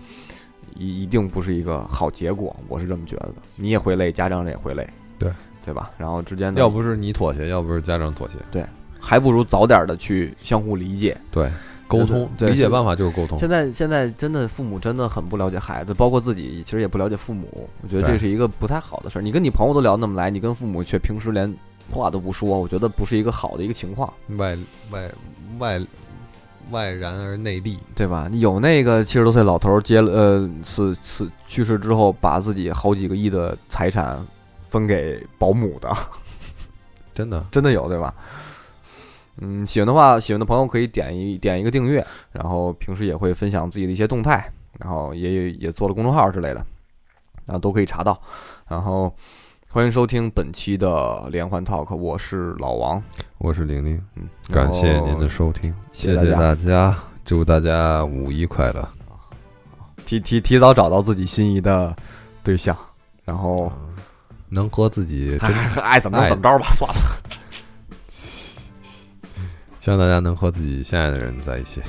Speaker 2: 一一定不是一个好结果，我是这么觉得的。你也会累，家长也会累，
Speaker 3: 对
Speaker 2: 对吧？然后之间的
Speaker 3: 要不是你妥协，要不是家长妥协，
Speaker 2: 还不如早点的去相互理解。
Speaker 3: 对，沟通
Speaker 2: 对
Speaker 3: 理
Speaker 2: 是
Speaker 3: 解办法就是沟通。
Speaker 2: 现在现在真的父母真的很不了解孩子，包括自己其实也不了解父母。我觉得
Speaker 3: 对
Speaker 2: 这是一个不太好的事儿。你跟你朋友都聊那么来，你跟父母却平时连话都不说，我觉得不是一个好的一个情况。
Speaker 3: 外外外外燃而内力。
Speaker 2: 对吧？有那个七十多岁老头儿接了呃死死去世之后，把自己好几个亿的财产分给保姆的，
Speaker 3: 真的，
Speaker 2: 真的有对吧？嗯，喜欢的话，喜欢的朋友可以点一点一个订阅，然后平时也会分享自己的一些动态，然后也也做了公众号之类的，然后都可以查到。然后欢迎收听本期的连环 talk，我是老王，
Speaker 3: 我是玲玲，
Speaker 2: 嗯，
Speaker 3: 感谢您的收听，
Speaker 2: 谢谢
Speaker 3: 哦谢
Speaker 2: 大家
Speaker 3: 大家，祝大家五一快乐。
Speaker 2: 提提提早找到自己心仪的对象，然后
Speaker 3: 能和自己真，
Speaker 2: 哎爱怎么着怎么着吧，算了。
Speaker 3: 希望大家能和自己心爱的人在一起。